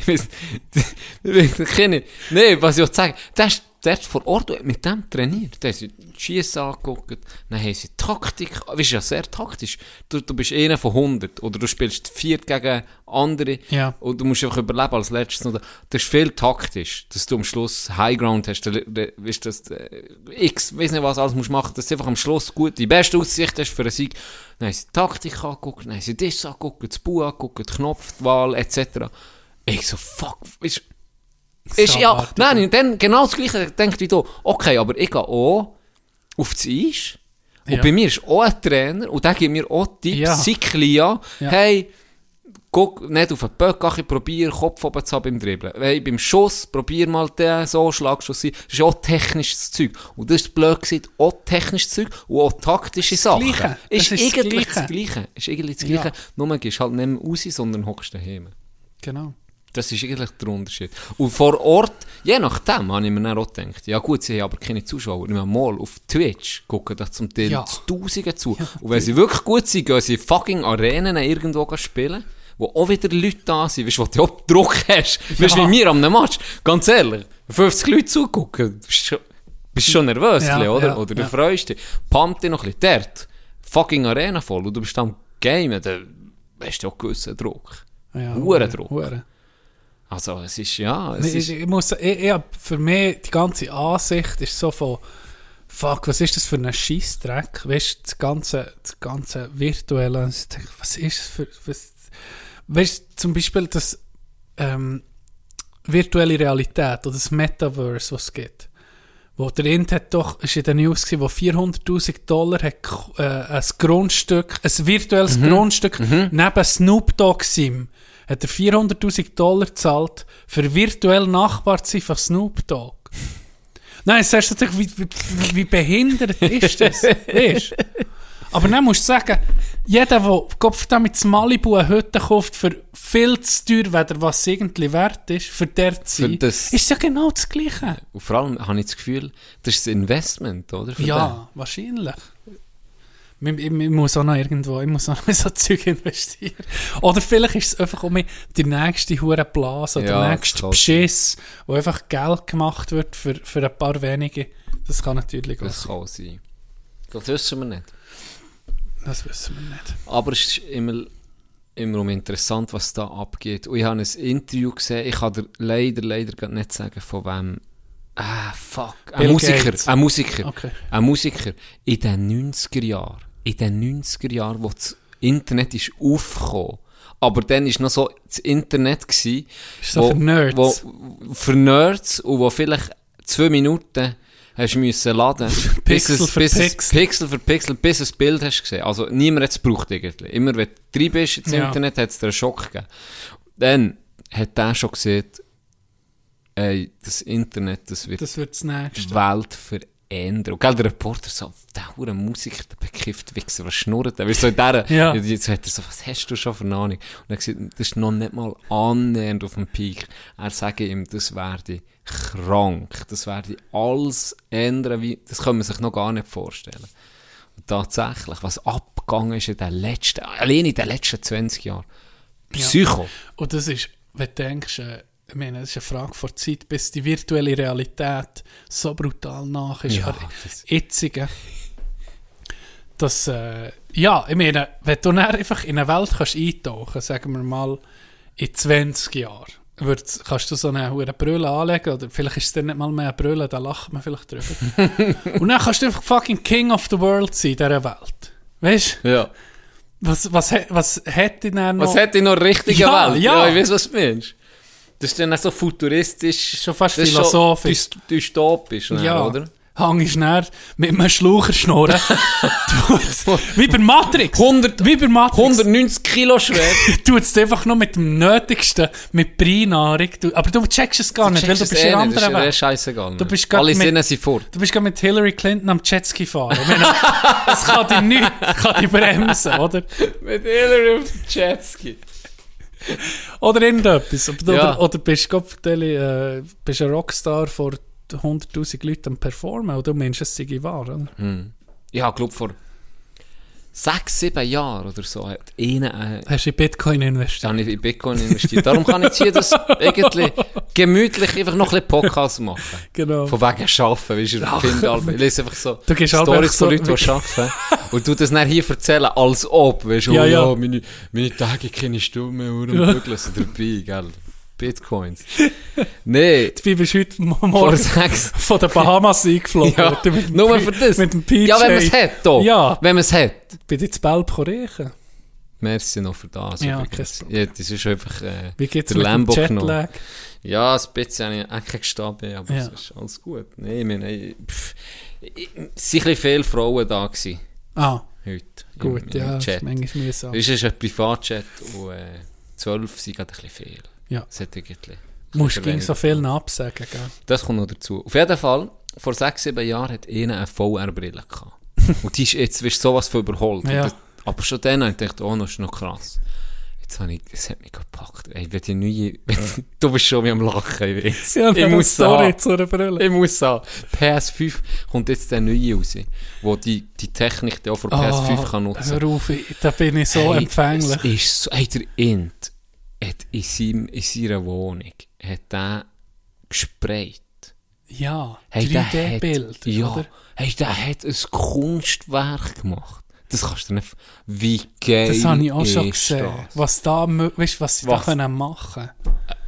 S10: Ich weiß, ich kenne, nee, was ich auch sagen, der ist der ist vor Ort und hat mit dem trainiert. Der hat sich die Schiessen angeguckt, dann haben sie Taktik, weißt du, ja, sehr taktisch. Du, du bist einer von 100 oder du spielst viert gegen andere
S9: Ja.
S10: und du musst einfach überleben als Letztes. Und Das ist viel taktisch, dass du am Schluss Highground hast, der- der- weißt du, dass du, äh, x, weiß nicht was alles musst machen, dass du einfach am Schluss gut die beste Aussicht hast für einen Sieg. Dann haben sie die Taktik angeguckt, dann haben sie das angeguckt, das Buch angeguckt, die Knopfwahl etc. Ich so, fuck, weißt du, ist, ja,
S9: abartig.
S10: nein, und dann genau das gleiche denkt wie du. Okay, aber ich gehe auch auf das Eis. Und
S9: Ja.
S10: bei mir ist auch ein Trainer und der gibt mir auch Tipps,
S9: Ja.
S10: ja. Siklia,
S9: Ja.
S10: hey, guck nicht auf den Böck, ach, ich probiere Kopf oben zu haben beim Dribbeln. Hey, beim Schuss, probier mal den, so, Schlagschuss sein. Das ist auch technisches Zeug. Und das ist blöd gewesen, auch technisches Zeug und auch taktische Sachen.
S9: Gleiche.
S10: Ist,
S9: Das ist das
S10: eigentlich
S9: Gleiche.
S10: das Gleiche. Ist eigentlich das
S9: Ja.
S10: Gleiche. Nur gehst halt nicht mehr raus, sondern hockst daheim.
S9: Genau.
S10: Das ist eigentlich der Unterschied. Und vor Ort, je nachdem, habe ich mir dann auch gedacht, ja gut, sie haben aber keine Zuschauer. Nicht mal auf Twitch gucken da zum Teil
S9: Ja.
S10: zu Tausenden zu. Und wenn sie wirklich gut sind, gehen sie in fucking Arenen irgendwo spielen, wo auch wieder Leute da sind. Weißt du, wo du auch Druck hast. Weißt du, wie wir am Match, ganz ehrlich, 50 Leute zugucken, bist schon, bist schon nervös,
S9: Ja,
S10: ein bisschen, oder?
S9: ja,
S10: oder
S9: ja.
S10: du freust dich. Pumpt dich noch ein bisschen. Dort, fucking Arena voll und du bist am Game, dann hast du auch gewissen Druck.
S9: Ja,
S10: Hurendruck.
S9: Huren.
S10: Also es ist ja, es
S9: Nee,
S10: ist,
S9: ich, ich muss, ich, ich hab für mich die ganze Ansicht ist so von Fuck, was ist das für ein Scheissdreck? Weißt du, das ganze, das ganze virtuelle, und ich denk, was ist das für. Was, weißt du, zum Beispiel das ähm, virtuelle Realität oder das Metaverse, was es gibt. Wo der Int hat doch, ist in den News gewesen, wo 400.000 Dollar hat, gek- äh, ein Grundstück, ein virtuelles
S10: Mhm.
S9: Grundstück neben Snoop Dogg Sim, hat er 400.000 Dollar gezahlt, für virtuell Nachbar zu sein von Snoop Dogg. Nein, sagst du natürlich, wie, wie, wie behindert ist das? Weißt? Aber dann musst du sagen, jeder, der Kopf damit zu Malibu eine Hütte kauft, für viel zu teuer, weder was irgendwie wert ist, für der zu
S10: Für
S9: sein,
S10: das-
S9: ist ja genau das Gleiche.
S10: und vor allem habe ich das Gefühl, das ist ein Investment, oder? Für
S9: Ja, wahrscheinlich. Ich, ich, ich muss auch noch irgendwo, ich muss auch noch in so Zeug investieren. Oder vielleicht ist es einfach um die nächste hure Blase oder
S10: Ja,
S9: der
S10: das
S9: nächste
S10: kann
S9: Beschiss, wo einfach Geld gemacht wird für, für ein paar wenige. Das kann natürlich
S10: Den.
S9: auch
S10: Das
S9: sein.
S10: kann sein. Das wissen wir nicht.
S9: Das wissen wir nicht.
S10: Aber es ist immer, immer um interessant, was Oh, da abgeht. Und ich habe ein Interview gesehen, ich kann dir leider, leider grad nicht sagen, von wem. Ah, fuck. Ein
S9: Bill
S10: Musiker,
S9: Gates.
S10: ein Musiker,
S9: Okay.
S10: ein Musiker. In den 90er Jahren, in den 90er Jahren, wo das Internet Ah, ist aufgekommen, aber dann war noch so das Internet. Gewesen,
S9: Ist so für Nerds.
S10: Wo, für Nerds und wo vielleicht zwei Minuten hast müssen laden bis
S9: Pixel
S10: es-
S9: für
S10: bis es-
S9: Pixel.
S10: Pixel für Pixel, bis du das Bild hast gesehen. Also niemand hat es gebraucht irgendwie. Immer wenn du drin bist ins
S9: Ja.
S10: Internet, hat es dir einen Schock gegeben. Dann hat der schon gesehen, ey, das Internet, das wird
S9: Das wird das nächste.
S10: die Welt verändern. Und gell, der Reporter so, der hure Musiker, der bekifft Wichser, was schnurrt der? Weißt du, so in der,
S9: Ja.
S10: jetzt hat er so, was hast du schon für eine Ahnung? Und er gesagt, das ist noch nicht mal annähernd auf dem Peak. Er sage ihm, das werde krank, das werde alles ändern, wie, das kann man sich noch gar nicht vorstellen. Und tatsächlich, was abgegangen ist in den letzten, allein in den letzten 20 Jahren. Psycho.
S9: Und das ist, wenn du denkst, äh, ich meine, das ist eine Frage vor Zeit, bis die virtuelle Realität so brutal nach ist,
S10: Ja,
S9: ja,
S10: das-
S9: jetzige, dass, äh, ja, ich meine, wenn du dann einfach in eine Welt kannst eintauchen sagen wir mal, in 20 Jahren, würd's, kannst du so eine hohe Brille anlegen, oder vielleicht ist es dann nicht mal mehr eine Brille, da lacht man vielleicht drüber. Und dann kannst du einfach fucking King of the World sein in dieser Welt. Weißt du,
S10: Ja.
S9: was, was, hä- was hätte ich dann noch...
S10: Was hätte ich noch richtige
S9: Ja,
S10: Welt?
S9: ja.
S10: ich weiß, was du meinst. Das ist dann auch so futuristisch.
S9: Schon fast
S10: das ist
S9: philosophisch.
S10: Schon dyst- dystopisch, dann,
S9: ja,
S10: oder?
S9: Hang ist näher mit einem Schlaucherschnurren. wie bei Matrix.
S10: 100
S9: wie bei Matrix.
S10: 190 Kilo schwer.
S9: Du tust es einfach nur mit dem Nötigsten, mit Preinahrung. Du, aber du checkst es gar nicht, weil du bist in
S10: Das
S9: anderen
S10: ist eh
S9: Welt.
S10: scheißegal.
S9: Du bist grad
S10: Alle
S9: mit-
S10: Sinne sind fort.
S9: Du bist gerade mit Hillary Clinton am Jetski fahren. Ich meine, es kann dich nicht, kann dich bremsen, oder?
S10: Mit Hillary Jetski.
S9: Oder irgendetwas. Oder,
S10: Ja.
S9: oder, oder bist Gott, äh, bist ein Rockstar vor 100'000 Leuten am Performen und du meinst, es sei wahr, oder?
S10: Hm. Ich habe, glaube vor sechs, sieben Jahren oder so hat einer äh,
S9: Hast du in Bitcoin
S10: da
S9: investiert?
S10: habe ich in Bitcoin investiert. Darum kann ich jetzt hier das irgendwie gemütlich einfach noch ein bisschen Podcast machen.
S9: Genau.
S10: Von wegen Schaffen, weißt du, ich finde alle- ich lese einfach so
S9: Du gehst halt
S10: Storys
S9: einfach so-
S10: von Leuten, die arbeiten und du das dann hier erzählen, als ob, weißt du,
S9: Ja,
S10: oh,
S9: ja.
S10: ja, meine, meine Tage kenne ich stumme Uhren und Bügeln sind dabei, gell, Bitcoins. Nee,
S9: Wie bist du heute
S10: vor
S9: Morgen
S10: sechs,
S9: von den Bahamas eingeflogen?
S10: ja,
S9: worden mit dem
S10: nur
S9: Pi-
S10: für das.
S9: Mit dem PJ.
S10: Ja, wenn man es hat, doch.
S9: Ja.
S10: Wenn man es hat.
S9: Bin ich zu Belp riechen?
S10: Merci noch für das.
S9: Ja,
S10: übrigens.
S9: kein
S10: ja, das ist einfach äh,
S9: Wie geht's
S10: der
S9: mit dem
S10: Lambo genommen.
S9: Jetlag?
S10: Ja, ein bisschen habe ich Ecke gestanden, aber
S9: Ja.
S10: es ist alles gut. Nee, ich meine, ich- pff, ich- es waren ein bisschen viele Frauen da gewesen,
S9: Ah,
S10: heute. im-
S9: gut,
S10: im
S9: ja, das ist
S10: Chat.
S9: manchmal mühsam.
S10: Es ist ein Privatchat und äh, 12 sind gerade ein bisschen viel.
S9: Ja.
S10: Es hat irgendwie-
S9: Musst
S10: ein
S9: du gegen so
S10: bisschen
S9: vielen absagen, gell?
S10: Das kommt noch dazu. Auf jeden Fall, vor 6, 7 Jahren hat einer eine VR-Brille gehabt. Und die ist jetzt weißt, du, sowas von überholt. Und
S9: Ja.
S10: das- aber schon dann habe ich gedacht, oh, das ist noch krass. Jetzt habe ich, es hat mich gepackt. Ey, wenn die neue, wenn, du bist schon wie am Lachen, ich weiß. ich muss
S9: sorry
S10: sagen,
S9: zu einer Brille.
S10: ich muss sagen, PS5 kommt jetzt der neue raus, wo die, die Technik die auch von PS5 kann nutzen
S9: Ah, Hör auf, ich- da bin ich so
S10: Hey,
S9: empfänglich.
S10: Es ist so, hey, der Int hat in, seinem, in seiner Wohnung hat er gesprayt.
S9: Ja,
S10: Hey, der hat-
S9: 3D-Bild,
S10: ja,
S9: oder?
S10: Hey, der hat ein Kunstwerk gemacht. Das kannst du dir nicht... Wie geil
S9: Das habe ich auch schon
S10: ist
S9: gesehen.
S10: das?
S9: Was da, mö- weißt, du, was sie
S10: Was?
S9: da können machen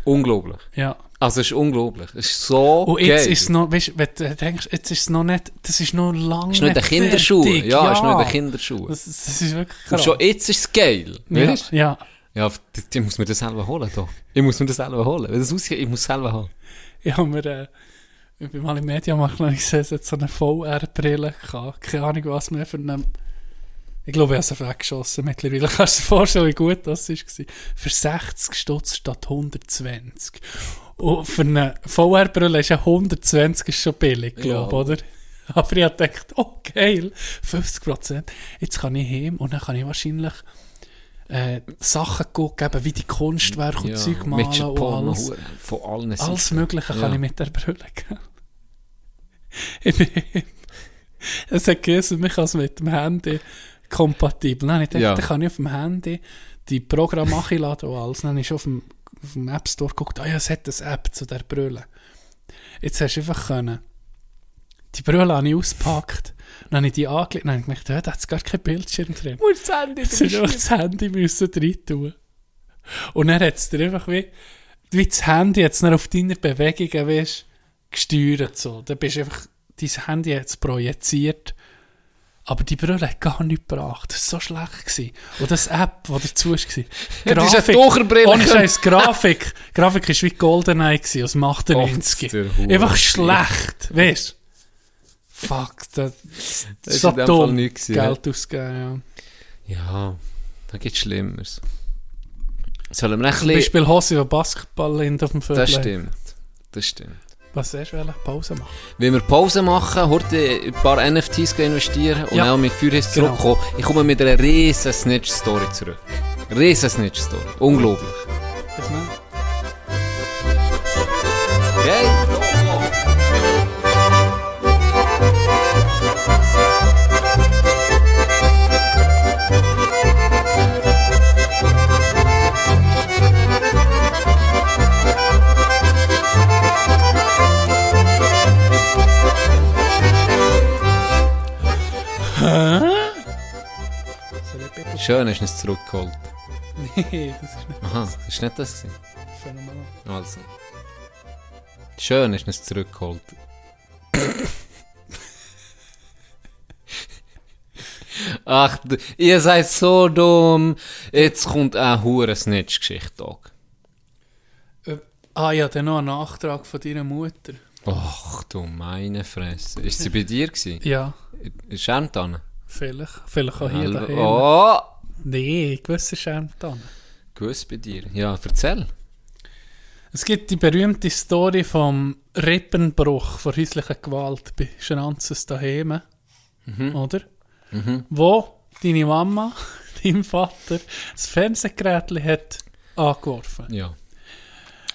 S10: Unglaublich.
S9: Ja.
S10: Also, es ist unglaublich. Es ist so
S9: Und jetzt
S10: geil.
S9: ist es noch, weißt, du, wenn du denkst, jetzt ist es noch nicht, das ist noch lange
S10: Es ist nicht in den Kinderschuhen.
S9: fertig.
S10: Ja, es ist nicht in den Kinderschuhen.
S9: Das, das ist wirklich
S10: Und
S9: krass.
S10: schon jetzt ist es geil.
S9: ja,
S10: Weißt?
S9: ja.
S10: Ja, ich, ich muss mir das selber holen. Doch. Ich muss mir das selber holen. Wenn das aussieht, ich muss es selber haben.
S9: Ich habe mir, äh, ich bin mal im Mediamarkt und ich gesehen, es hat so eine VR-Brille gehabt. Keine Ahnung, was mehr für eine. Ich glaube, ich habe sie weggeschossen mittlerweile. Kannst du dir vorstellen, wie gut das war? Für 60 Stutz statt 120. Und für eine VR-Brille ist ja 120 ist schon billig, glaube ich,
S10: Ja.
S9: oder? Aber ich habe gedacht, oh geil, 50%. Jetzt kann ich heim und dann kann ich wahrscheinlich äh, Sachen gucken, eben wie die Kunstwerke und Zeug malen
S10: mit
S9: und
S10: Japan,
S9: oh, alles.
S10: Von allen
S9: Alles
S10: Seiten.
S9: Mögliche kann
S10: Ja.
S9: ich mit der Brille gell? Ich bin- Es hat geheißen, mich als mit dem Handy kompatibel. Dann habe ich gedacht,
S10: Ja.
S9: dann kann ich auf dem Handy die Programme nachladen und alles. Dann habe ich schon auf dem, auf dem App Store geguckt, ah ja, es hat eine App zu der Brille. Jetzt hast du einfach können. Die Brille habe ich ausgepackt. Dann habe ich die angelegt und dann habe ich gedacht, ja, da hat es gar kein Bildschirm drin. Muss das Handy drin. Das Handy müssen drin tun. Und dann hat es dir einfach wie wie das Handy jetzt auf deiner Bewegungen weißt, gesteuert. So. Dann bist du einfach, dein Handy jetzt projiziert. Aber die Brille hat gar nichts gebracht. Das war so schlecht. Gewesen. Und das App, die dazu war.
S10: Das ist eine Taucherbrille.
S9: Ohne Scheiß, Grafik. Grafik war wie GoldenEye gewesen, aus dem 98.
S10: Gott, der Hure.
S9: Einfach schlecht. Weißt du? Fuck, das,
S10: Das ist
S9: so
S10: in dem Fall
S9: dumm.
S10: nichts gewesen,
S9: Geld ausgeben, ja.
S10: Ja, da gibt es Schlimmeres. Sollen wir ein
S9: Zum
S10: bisschen...
S9: Beispiel Hose, die Basketball auf dem Viertel
S10: Das
S9: hat.
S10: stimmt. Das stimmt.
S9: Was hast du? wollen? Pause machen.
S10: Wenn wir Pause machen, heute ein paar NFTs gehen investieren und
S9: Ja.
S10: dann mit Feuerhis
S9: Genau.
S10: zurückkommen. Ich komme mit einer riesen Snitch-Story zurück. Riesen Snitch-Story. Unglaublich.
S9: Bis dann.
S10: Okay? Schön, hast du uns zurückgeholt.
S9: Nee, das ist nicht
S10: Aha, ist nicht das gewesen?
S9: phänomenal.
S10: Also. Schön ist es zurückgeholt. Ach, du- ihr seid so dumm. Jetzt kommt eine hure Snitch-Geschichte. Doc.
S9: Ob- Ah ja, dann noch ein Nachtrag von deiner Mutter.
S10: Ach du meine Fresse. Ist sie bei dir gewesen?
S9: Ja,
S10: Schärmtanne?
S9: vielleicht. Vielleicht auch hier daheim.
S10: Oh!
S9: Nee, gewisse schämt an.
S10: Gewiss bei dir. Ja, erzähl.
S9: Es gibt die berühmte Story vom Rippenbruch von häuslicher Gewalt bei Schnanzes daheim, oder? Wo deine Mama, dein Vater, das Fernsehgerät hat angeworfen.
S10: Ja.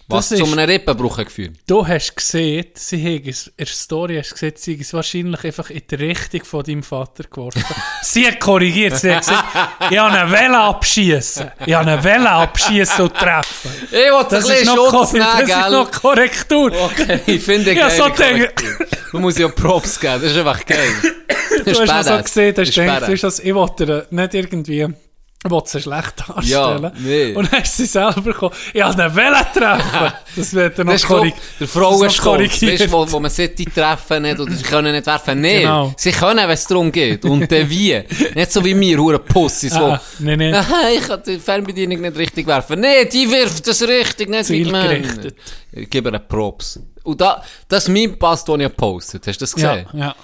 S9: Das
S10: Was
S9: ist-
S10: zu einem Rippenbruch hat geführt.
S9: Du hast gesehen, sie haben es, in der Story hast du gesehen, sie haben es wahrscheinlich einfach in die Richtung von deinem Vater geworfen. sie hat korrigiert, sie hat gesagt, ich habe eine Welle abschießen. Ich habe eine Welle abschießen und treffen.
S10: Ich wollte ein
S9: Das ist
S10: bisschen
S9: noch,
S10: Schutz
S9: Korre-
S10: nehmen,
S9: das ist
S10: gell?
S9: noch Korrektur.
S10: Okay, ich finde
S9: Ja,
S10: geil.
S9: so
S10: Du musst ja Props geben, das ist einfach geil.
S9: Du hast das so gesehen, du hast gedacht,
S10: das
S9: du hast das, ich wollte dir äh, nicht irgendwie, ich wollte sie schlecht darstellen.
S10: Ja, nee.
S9: Und dann ist sie selber gekommen, ich wollte eine Welle treffen. Das wird dann noch
S10: Das ist korrekt.
S9: korrekt.
S10: Der
S9: das ist noch
S10: Frauenstolz,
S9: korrigiert.
S10: weißt du, wo, wo man sieht, die treffen nicht oder sie können nicht werfen. Nein,
S9: Genau.
S10: sie können, wenn es darum geht. Und dann wie. Nicht so wie wir, hure Pussis,
S9: Ah,
S10: wo...
S9: nee, nee.
S10: Aha, ich kann die Fernbedienung nicht richtig werfen. Nein, die wirft das richtig, nicht mit mir.
S9: Zielgerichtet.
S10: Ich gebe ihr Props. Und da, das Meme passt, den ich gepostet habe. Hast du das
S9: Ja,
S10: gesehen?
S9: ja.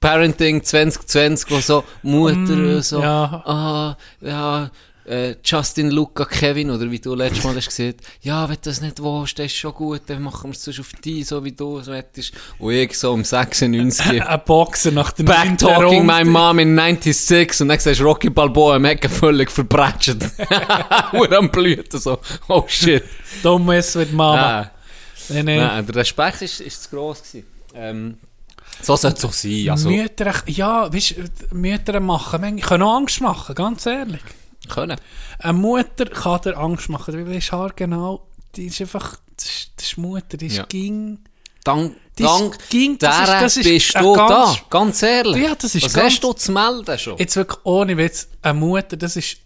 S10: Parenting 2020, wo so Mutter so,
S9: Mm, ja.
S10: ah, ja, äh, Justin, Luca, Kevin, oder wie du letztes Mal hast gesagt, ja, wenn du das nicht willst, das ist schon gut, dann machen wir es sonst auf dich, so wie du es möchtest. Und ich so um 96,
S9: Ein Boxer nach der
S10: back
S9: neunten
S10: talking my
S9: Runde.
S10: mom in 96, und dann sagst du, Rocky Balboa, mega völlig verbrätscht. Und am Blüten so, oh shit.
S9: Dummes mit Mama.
S10: Nein, Ah,
S9: Nee, nee.
S10: nein, der Respekt ist, ist zu gross gewesen. Ähm, so sollte es auch sein, also.
S9: Mütter, ja, weißt du, Mütter machen, manchmal- können auch nou Angst machen, ganz ehrlich.
S10: Können.
S9: Eine Mutter kann dir Angst machen, weil die ist haargenau, die ist einfach, das ist, das ist Mutter, die ist
S10: Ja.
S9: ging.
S10: Dank,
S9: Das
S10: dank
S9: ging- das
S10: dieser
S9: ist- das ist
S10: bist
S9: ein
S10: du
S9: ganz-
S10: da, ganz ehrlich.
S9: Ja, das ist
S10: Was
S9: ganz-
S10: hast du zu melden schon?
S9: Jetzt wirklich ohne Witz, eine Mutter, das ist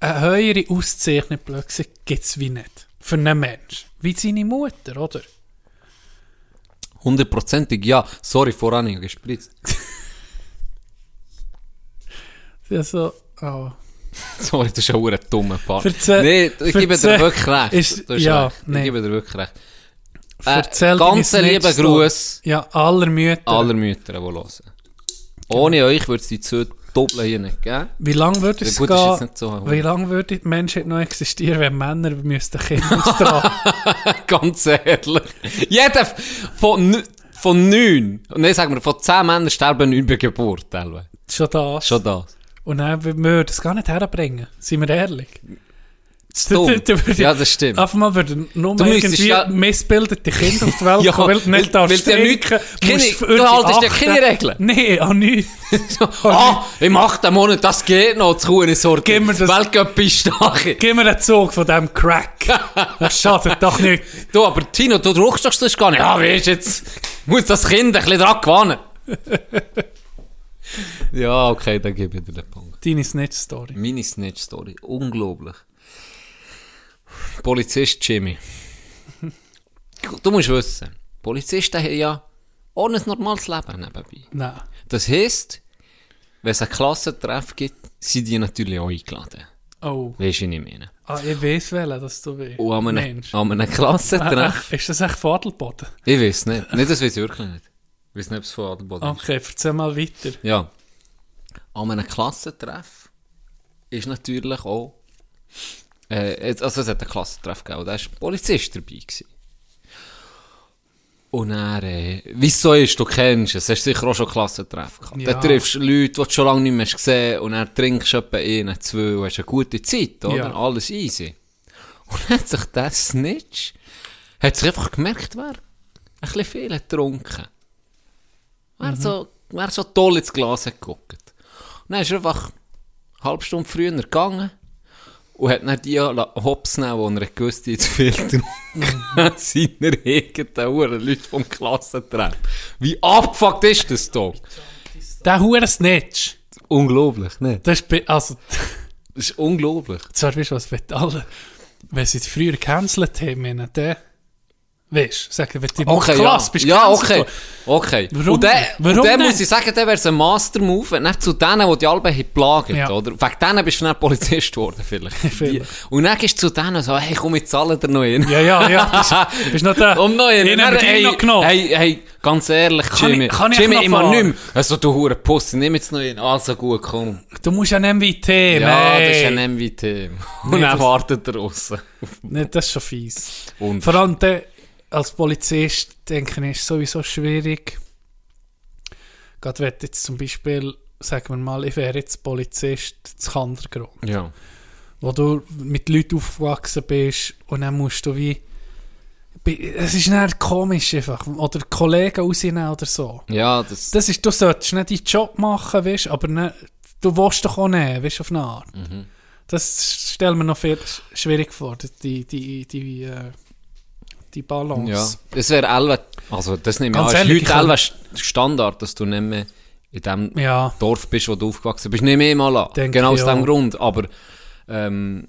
S9: eine höhere Auszeichnung, blöd gibt es wie nicht. Für einen Mensch. Wie seine Mutter, oder?
S10: Hundertprozentig ja. Sorry, voran ich habe gespritzt.
S9: Ja, so, oh.
S10: Sorry, das ist ein verdammt dummer Part.
S9: Verze-
S10: Nee, ich gebe dir
S9: verze-
S10: wirklich recht.
S9: ist-
S10: Du hast
S9: ja,
S10: recht.
S9: nee.
S10: Ich gebe dir wirklich recht. Äh,
S9: Erzähl deine
S10: ganz lieben
S9: Snitch-Story.
S10: Gruß
S9: Ja, aller Mütter.
S10: aller Mütter, die hören. Ohne euch würde es die zwei Doppeln hier nicht geben.
S9: Wie lange würde
S10: Ja,
S9: es
S10: gut, ist jetzt
S9: gehen,
S10: nicht so-
S9: wie lange würde die Menschheit noch existieren, wenn Männer müssten Kinder austragen?
S10: Ganz ehrlich. Jeder f- von, nü- von neun, nee, sagen wir, von zehn Männern sterben neun bei Geburt. teilweise.
S9: Schon das.
S10: Schon das.
S9: Und dann würden wir das gar nicht herbringen. Sind wir ehrlich?
S10: Dumm.
S9: Du- du- du-
S10: Ja, das stimmt.
S9: Auf einmal würden nur
S10: Du müsstest
S9: irgendwie
S10: ja-
S9: missbildete Kinder auf die Welt kommen, weil du
S10: weil-
S9: nicht darfst
S10: weil du ja
S9: trinken,
S10: nicht-
S9: musst
S10: Keine-
S9: für
S10: du
S9: dich
S10: haltest ja
S9: achten.
S10: keine Regeln.
S9: Nee, auch nichts.
S10: Ah, im achten Monat, das geht noch, zu hohen Sorte.
S9: Gib mir das-
S10: Weltcup ist nachher.
S9: Gib mir einen Zug von diesem Crack. Das schadet doch nicht.
S10: Du, aber Tino, du druckst doch sonst gar nicht. Ja, weißt jetzt, muss das Kind ein bisschen dran gewinnen. ja, okay, dann gebe ich dir den Punkt.
S9: Deine Snitch-Story.
S10: Meine Snitch-Story, unglaublich. Polizist Jimmy. Du musst wissen, Polizisten haben ja ohne ein normales Leben nebenbei.
S9: Nein.
S10: Das heisst, wenn es einen Klassentreff gibt, sind die natürlich auch eingeladen.
S9: Oh.
S10: Weisst du, was ich meine?
S9: Ah, ich weiß wählen, dass du willst.
S10: Und an einem,
S9: Mensch.
S10: an einem Klassentreff?
S9: Ist das echt Vadelboden?
S10: ich weiß nicht. Nicht, das weiß ich wirklich nicht. Ich weiß nicht, ob es von Adelboden ist.
S9: Okay, erzähl mal weiter.
S10: Ja. An einem Klassentreff ist natürlich auch. Äh, jetzt- also, es hat einen Klassentreff gegeben, und da war ein Polizist dabei. Gewesen. Und dann, äh, wie es so ist, du kennst es, hast sicher auch schon Klassentreff gehabt.
S9: Ja.
S10: Dann triffst du Leute, die du schon lange nicht mehr hast gesehen und dann trinkst du etwa einen, zwei und hast eine gute Zeit, oder?
S9: Ja.
S10: Alles easy. Und dann hat sich der Snitch, hat sich einfach gemerkt, wer ein bisschen viel hat getrunken. Wer, so, wer so toll ins Glas hat geguckt. Und dann ist er einfach eine halbe Stunde früher gegangen und hat dann die la- hops genommen, die er gewusst hat, zu viel getrunken seiner eigenen Uhren, Leute vom Klassentreff. Wie abgefuckt ist das doch?
S9: Der hure Snitch.
S10: Unglaublich, ne?
S9: Das ist, bi- also,
S10: Das ist unglaublich.
S9: zwar weißt du was, wenn alle, wenn sie es früher gecancelt haben, meinen, dann Weißt du, sagen, wenn du in
S10: Okay,
S9: Klasse
S10: ja.
S9: Oh, bist,
S10: ja,
S9: ganz
S10: okay.
S9: gut.
S10: okay.
S9: Warum
S10: und dann,
S9: nicht? Warum
S10: und dann muss
S9: nicht?
S10: ich sagen, dann wäre es ein Master-Move, wenn nicht zu denen, die die Alben haben plagen,
S9: Ja.
S10: oder? Wegen denen bist du dann Polizist geworden, vielleicht.
S9: Vielleicht.
S10: Die- Und dann gehst du zu denen und so, hey, komm, ich zahle dir noch einen.
S9: Ja, ja, ja. Bist, bist noch da.
S10: Um noch einen.
S9: Ich
S10: Dann,
S9: nehme dich
S10: hey,
S9: noch genommen.
S10: Hey, hey, ganz ehrlich,
S9: Kann
S10: Jimmy.
S9: ich- kann ich
S10: Jimmy,
S9: noch
S10: ich mag
S9: fahren?
S10: nicht mehr. Also, du hure Puss, ich nehme jetzt noch einen. Also gut, komm.
S9: Du musst ja nicht wie Themen.
S10: Ja, das ist ein MVT. Und
S9: das-
S10: dann wartet er draussen.
S9: Nee, das ist schon fies.
S10: Und-
S9: Vor allem dann als Polizist, denke ich, ist sowieso schwierig. Gerade wenn du jetzt zum Beispiel, sagen wir mal, ich wäre jetzt Polizist zu Kandergrund,
S10: Ja.
S9: wo du mit Leuten aufgewachsen bist und dann musst du wie... bi- Es ist dann komisch einfach. Oder Kollegen rausnehmen oder so.
S10: Ja, das.
S9: Das ist, du solltest nicht deinen Job machen, weißt, aber ne, du willst doch auch nehmen, weißt, auf eine Art.
S10: Mhm.
S9: Das stellt mir noch viel sch- schwierig vor, die, die, die, äh, die Balance.
S10: Ja, es wäre elf, also das nehme ich
S9: Ganz
S10: an,
S9: ehrlich,
S10: ist
S9: ich kann-
S10: heute elf Standard, dass du nicht mehr in dem
S9: Ja.
S10: Dorf bist, wo du aufgewachsen bist. Nehme ich mal an,
S9: Denke
S10: genau
S9: ich
S10: aus dem
S9: auch.
S10: Grund, aber ähm,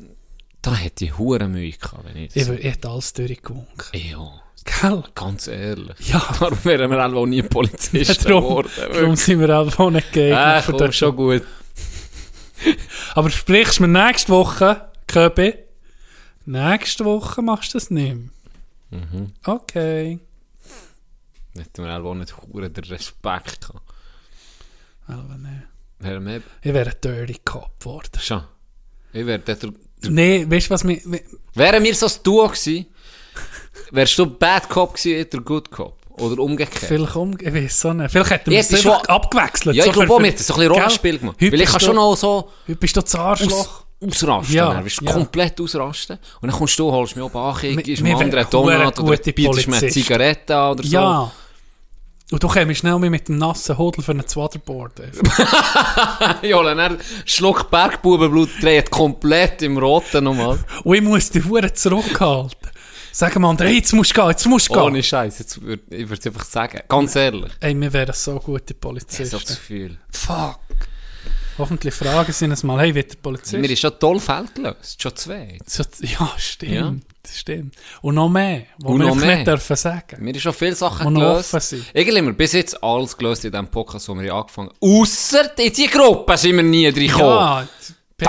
S10: da hätte ich hure Mühe gehabt, wenn ich
S9: Ich,
S10: das...
S9: wür- ich hätte alles durchgewunken.
S10: Ja,
S9: Gell?
S10: ganz ehrlich.
S9: Ja.
S10: Darum wären wir elf auch nie Polizisten
S9: Darum,
S10: geworden.
S9: darum sind wir auch noch nicht
S10: Äh,
S9: geeignet. für
S10: komm,
S9: das.
S10: schon gut.
S9: Aber sprichst du mir nächste Woche, Köbi? Nächste Woche machst du das nicht mehr.
S10: Mhm.
S9: Okay.
S10: Hätten wir elf auch nicht hure den Respekt gehabt.
S9: Also, nee.
S10: Wären wir
S9: Ich wäre ein Dirty Cop geworden.
S10: schon. Ich wäre der,
S9: Nee, weißt du, was mir...
S10: Wären wir so ein Duo gewesen, wärst du Bad Cop gewesen, ich der Good Cop. Oder umgekehrt.
S9: Vielleicht um, ich weiß auch nicht. Vielleicht hätten wir
S10: Ja,
S9: es
S10: es ist
S9: einfach
S10: schon-
S9: abgewechselt.
S10: ja, ich
S9: So
S10: glaube
S9: für-
S10: auch, wir hätten so ein bisschen
S9: Gell?
S10: Rollenspiel gemacht.
S9: Heute
S10: Weil ich
S9: bist
S10: kann
S9: du-
S10: schon noch so
S9: Heute bist du das Arschloch.
S10: aus, ausrasten.
S9: Ja,
S10: Ja, dann, weißt du,
S9: ja.
S10: komplett ausrasten. Und dann kommst du, holst mich ab, ach, ich
S9: Wir-
S10: gibst
S9: wir
S10: mir einen
S9: wären
S10: anderen Donut
S9: verdammt
S10: oder
S9: gute
S10: bietest mir eine
S9: Polizisten.
S10: Zigarette an oder so.
S9: Ja. Und du kommst schnell mal mit dem nassen Hodel für einen Zwaderboard.
S10: ja und dann schluckt Bergbubenblut, dreht komplett im Roten um, nochmal.
S9: Und ich muss die Hure zurückhalten. Sag mal, André, jetzt musst du gehen, jetzt musst du gehen.
S10: Ohne Scheiß. Jetzt würd, ich würde es einfach sagen. Ganz ehrlich.
S9: Ey, wir wären so
S10: Ich habe so
S9: gute
S10: das
S9: Polizisten.
S10: Gefühl.
S9: Fuck. Hoffentlich fragen sie uns mal, hey, wird der Polizist?
S10: Mir ist schon toll Feld gelöst. Schon zwei.
S9: So- ja, stimmt.
S10: Ja.
S9: Stimmt. Und noch mehr, wo
S10: Und
S9: wir
S10: noch
S9: einfach
S10: mehr.
S9: nicht dürfen sagen.
S10: Mir ist schon viele Sachen
S9: Die noch
S10: gelöst.
S9: offen sind.
S10: Irgendwie haben wir bis jetzt alles gelöst in diesem Podcast, wo wir angefangen haben. Ausser in die Gruppe sind wir nie reingekommen. Ja,
S9: Ja,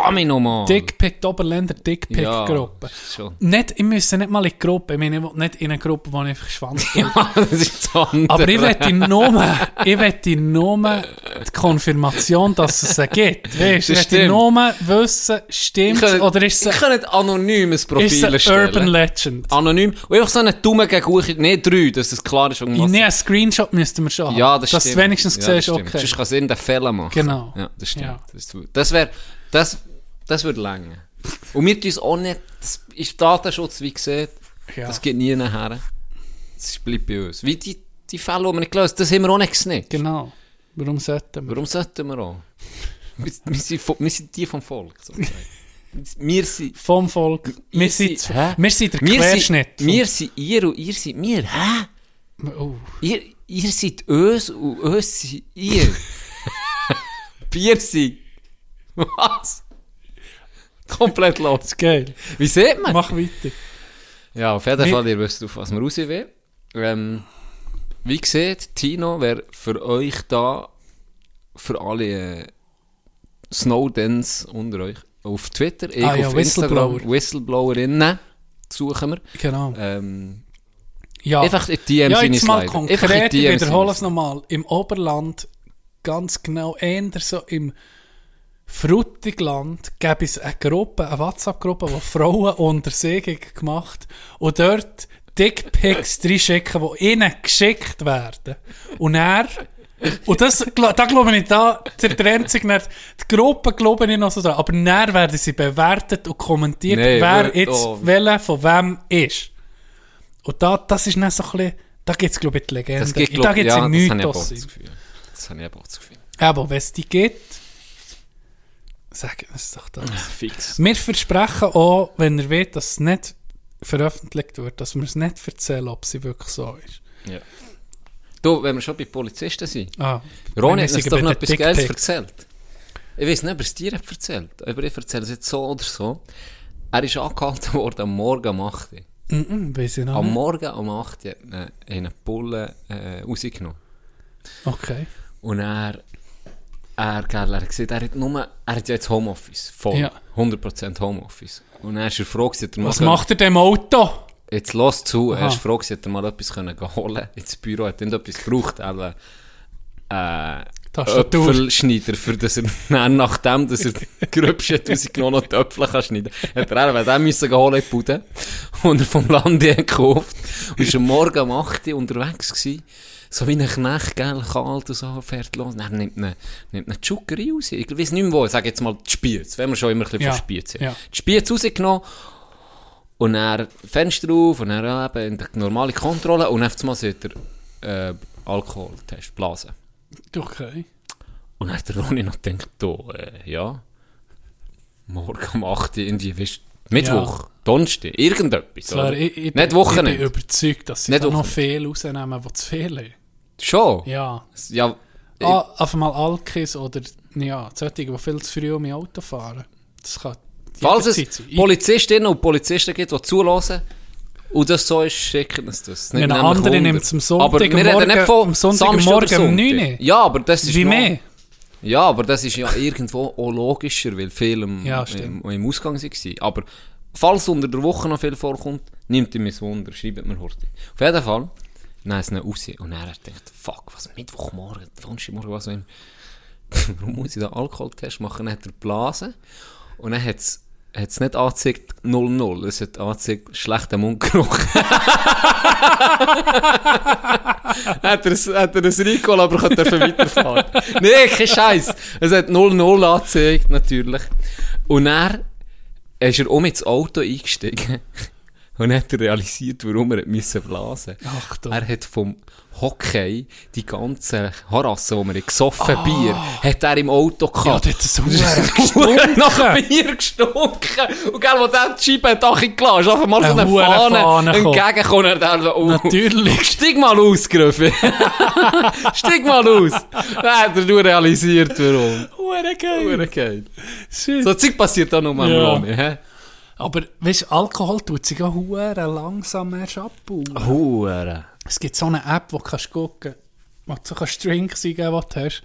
S10: Domino, Mann.
S9: Dickpick, die Oberländer
S10: Ja,
S9: Dickpick-Gruppe.
S10: schon.
S9: Nicht, ich müsste nicht mal in die Gruppe, ich meine, ich will nicht in eine Gruppe, wo ich einfach Schwanz bin.
S10: das ist das andere.
S9: Aber ich will nur, ich will nur die Konfirmation, dass es sie gibt.
S10: Das
S9: Weißt, ich will
S10: stimmt.
S9: nur wissen, stimmt
S10: könnte-
S9: oder ist
S10: ich
S9: es
S10: könnte anonym ein
S9: eine-
S10: Profil
S9: ist es eine
S10: erstellen.
S9: Urban Legend?
S10: Anonym. Und einfach so eine dumme gegen Nee, drei, dass es klar ist. um
S9: In
S10: was-
S9: einem Screenshot müssten wir schon haben.
S10: Ja, das
S9: dass
S10: stimmt.
S9: du wenigstens
S10: ja, das
S9: siehst,
S10: stimmt.
S9: okay.
S10: Sonst kann es irgendeinen Fehler machen.
S9: Genau.
S10: Ja, das stimmt.
S9: Ja.
S10: Das, das wäre, das, das würde länger. Und wir tun es auch nicht, das ist Datenschutz, wie gesagt,
S9: Ja.
S10: das geht nie nachher. Das bleibt bei uns. Wie die, die Fälle, die wir nicht gelöst haben, das haben wir auch nicht gesehen.
S9: Genau. Warum sollten wir?
S10: Warum sollten wir auch? wir, wir, sind, vo- wir sind die vom Volk. sozusagen. wir sind...
S9: Vom Volk. Wir
S10: ihr
S9: sind,
S10: seid- hä?
S9: wir sind der
S10: wir
S9: Querschnitt.
S10: Sind, wir sind ihr und ihr seid wir. Hä?
S9: oh.
S10: Ihr, ihr seid uns und uns seid ihr. wir sind... Was? Komplett los.
S9: Geil.
S10: Wie sieht man?
S9: Mach weiter.
S10: Äh, Ja, auf jeden
S9: Wir-
S10: Fall, ihr wisst, auf was wir raus will. Ähm, wie gesagt, Tino wäre für euch da, für alle äh, Snowdens unter euch. Auf Twitter, ich
S9: Ah ja,
S10: auf Instagram,
S9: Whistleblower.
S10: Whistleblowerinnen suchen wir.
S9: Genau.
S10: Ähm,
S9: Ja.
S10: Einfach in die DMs
S9: ja, jetzt mal
S10: hineinsliden.
S9: konkret,
S10: Einfach in
S9: ich
S10: die DMs
S9: wiederhole es nochmal. Im Oberland, ganz genau, eher so im Frutigland, gäbe es eine Gruppe, eine WhatsApp-Gruppe, wo Frauen unter Segen gemacht und dort Dickpics reinschicken, die ihnen geschickt werden. Und er und das, gla- da glaube ich, da zertrennt sich nicht. Die Gruppe glaube ich noch so dran. Aber näher werden sie bewertet und kommentiert,
S10: Nee,
S9: wer
S10: wird-
S9: jetzt
S10: oh.
S9: welcher von wem ist. Und da, das ist nicht so ein bisschen, da gibt es glaube ich die Legende.
S10: Das gibt,
S9: da
S10: glaub,
S9: gibt es
S10: ja,
S9: einen
S10: das habe ich aber
S9: Mythos.
S10: auch das Gefühl. Das habe ich aber auch das Gefühl.
S9: Aber wenn es die gibt, sag es doch das.
S10: Fix.
S9: Wir versprechen auch, wenn ihr wollt, dass es nicht veröffentlicht wird, dass wir es nicht erzählen, ob sie wirklich so ist.
S10: Ja. Du, wenn wir schon bei Polizisten sind.
S9: Ah,
S10: Ronny
S9: wir
S10: hat uns
S9: sind
S10: doch
S9: bei
S10: noch
S9: den
S10: etwas Geiles
S9: Dickpics.
S10: erzählt. Ich weiß nicht, ob er es dir hat erzählt aber ich erzähle es jetzt so oder so. Er ist angehalten worden am Morgen um 8 Uhr.
S9: Mhm, weiss ich noch
S10: Am
S9: nicht.
S10: Morgen um 8 Uhr hat man einen Bullen äh, rausgenommen.
S9: Okay.
S10: Und er, er, gell, er, sieht, er hat nur, er hat jetzt Homeoffice, voll,
S9: Ja.
S10: 100% Homeoffice. Und er ist er froh, gewesen, hat er mal
S9: Was macht er dem Auto?
S10: Jetzt lass zu, er
S9: Aha.
S10: ist froh, gewesen, hat er mal etwas können gehen holen ins Büro, hat irgendetwas gebraucht, also, äh,
S9: Tastatur.
S10: Äpfelschneider, für das er dann, nachdem dass er gröbst hat rausgenommen noch die Äpfel kann schneiden hat er eben den müssen gehen holen in die Bude, und er vom Land her gekauft und ist am Morgen um 8 Uhr unterwegs gewesen, so wie ein Knecht, gell, kalt und so, fährt los, und er nimmt eine, nimmt eine Zuckerei raus, ich weiß nicht mehr wo, ich sage jetzt mal die Spiez, wenn wir schon immer ein bisschen
S9: Ja,
S10: von Spiez haben.
S9: ja.
S10: Die Spiez rausgenommen und dann Fenster auf und dann ja, eben in die normale Kontrolle und dann auf einmal sieht er äh, Alkoholtest, Blase.
S9: Okay.
S10: Und dann hat der Ronny noch gedacht, oh, äh, ja, morgen um 8 Uhr, irgendwie, weißt du, Mittwoch, Donnerstag, irgendetwas.
S9: Zwar,
S10: Oder?
S9: ich, ich,
S10: Nicht
S9: ich bin
S10: Wochenende.
S9: überzeugt, dass sie
S10: Nicht
S9: da noch
S10: Wochenende.
S9: viel rausnehmen, die zu viel haben.
S10: Schon?
S9: Ja.
S10: Ja, Ich-
S9: Ah, einfach mal Alkis oder ja, solche, die viel zu früh um ihr Auto fahren. Das kann
S10: falls
S9: jederzeit
S10: es
S9: sein. Ich-
S10: Polizistinnen und Polizisten gibt, die zulassen, und das so ist, schicken uns das.
S9: Wenn ein
S10: Nehmen wir
S9: anderer
S10: Wunder.
S9: nimmt es am Sonntag,
S10: aber wir
S9: am
S10: reden
S9: Morgen-
S10: nicht von
S9: am Sonntagmorgen um
S10: Samstag oder Sonntag.
S9: 9 Uhr.
S10: Ja, aber das ist
S9: Wie
S10: noch-
S9: mehr?
S10: Ja, aber das ist ja irgendwo auch logischer, weil viel im,
S9: Ja,
S10: im,
S9: stimmt.
S10: im Ausgang waren. Aber falls unter der Woche noch viel vorkommt, nimmt ihr mein Wunder, schreibt mir Horti. Auf jeden Fall, dann ist es raus und er hat gedacht, fuck, was, Mittwochmorgen, Donnerstagmorgen, was auch immer. Warum muss ich da Alkoholtest machen? Dann hat er Blasen und dann hat es nicht angezeigt 0-0, es hat angezeigt schlechter Mundgeruch. hat er, ein- hat er ein Recall, aber kann dürfen weiterfahren. nee, kein Scheiß. Es hat 0-0 angezeigt, natürlich. Und er ist er um ins Auto eingestiegen und hat er realisiert, warum er hat müssen blasen
S9: Ach du.
S10: Er hat vom Hockey die eh, ganzen Harassen, die wir gesoffen Bier, hat er im Auto
S9: Ah. Ja,
S10: gehabt.
S9: das ist ein
S10: Huren nach Bier gestunken. Und gell, wo der die Scheibe hat angelassen ist, einfach mal so
S9: Eine
S10: eine
S9: hure
S10: Fahne
S9: Fahne gekommen.
S10: entgegengekommen. Und er so, oh.
S9: Natürlich.
S10: Steig mal aus, Gröffi. Steig mal aus. Dann hat er nur realisiert, warum.
S9: Hure geil.
S10: Hure geil.
S9: Shit.
S10: So Zeug passiert auch nur am
S9: Ja.
S10: Romy, hä?
S9: Aber weißt du, Alkohol tut sich auch hure langsam erst abbauen.
S10: Hure.
S9: Es gibt so eine App, wo du kannst gucken kannst, wo du kannst Drinks eingeben kannst, die du hast.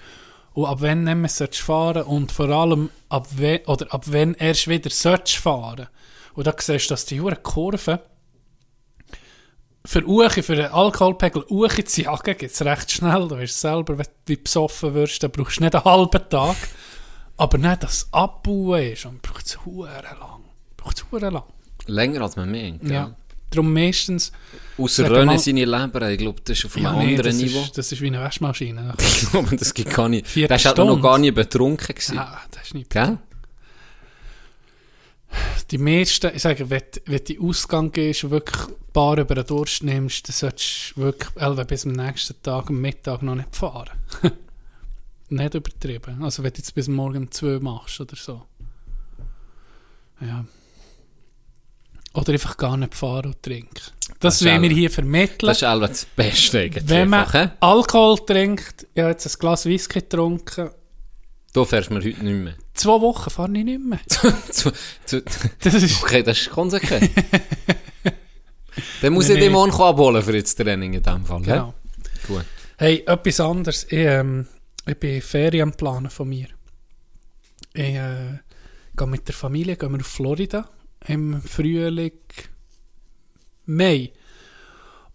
S9: Und ab wann nicht mehr sollst du fahren und vor allem ab, we oder ab wann erst wieder sollst du fahren. Und da siehst du, dass die hohen Kurven für Uche, für den Alkoholpegel Uche zu jagen, geht es recht schnell. Du wirst selber, wenn du besoffen wirst, dann brauchst du nicht einen halben Tag. Aber nicht, dass es abbauen ist. Und braucht es hure lang. Braucht es hure lang.
S10: Länger als man meint,
S9: Ja.
S10: ja.
S9: Darum meistens...
S10: Außer
S9: Sag mal-
S10: René seine Leber, ich glaube, das ist auf einem
S9: Ja, nee, dus-
S10: anderen
S9: das,
S10: Niveau.
S9: ist, das ist wie eine Waschmaschine.
S10: Ich glaube, das gibt gar nicht.
S9: Vierte
S10: Der ist halt noch
S9: Stunde.
S10: gar nicht betrunken gewesen.
S9: Ah, das ist nicht
S10: Gell?
S9: Die meisten, ich sage, wenn, du- wenn du in den Ausgang gehst und wirklich Bar über den Durst nimmst, dann solltest du wirklich elf bis am nächsten Tag, am Mittag noch nicht fahren. nicht übertrieben. Also wenn du jetzt bis morgen um 2 machst oder so. Ja. Oder einfach gar nicht fahren und trinken. Das,
S10: ist
S9: wollen wir
S10: elf.
S9: hier vermitteln.
S10: Das ist auch das Beste eigentlich.
S9: wenn man
S10: einfach, hä?
S9: Alkohol trinkt, ich habe jetzt ein Glas Whisky getrunken,
S10: Du fährst mir heute nicht mehr.
S9: zwei Wochen fahre ich nicht mehr.
S10: Zu- zu-
S9: Das ist...
S10: okay, das ist konsequent. Dann muss
S9: Nee,
S10: ich
S9: nee.
S10: den morgen abholen für das Training in dem Fall. Genau.
S9: Genau.
S10: Gut.
S9: Hey, etwas anderes. Ich, ähm, ich bin Ferien planen von mir. Ich äh, gehe mit der Familie gehen wir auf Florida im Frühling Mai.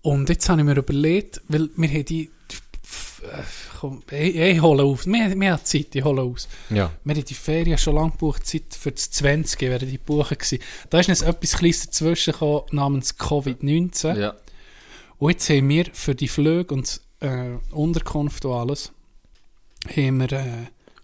S9: Und jetzt habe ich mir überlegt, weil wir haben die... Äh, komm, ich, ich hole auf. Wir, wir haben Zeit, ich hole aus.
S10: Ja.
S9: Wir haben die Ferien schon lange gebucht, seit für das 20 wären die buchen gewesen. Da ist jetzt etwas Kleines dazwischen gekommen, namens Covid-19.
S10: Ja.
S9: Und jetzt haben wir für die Flüge und äh, Unterkunft und alles haben wir, äh,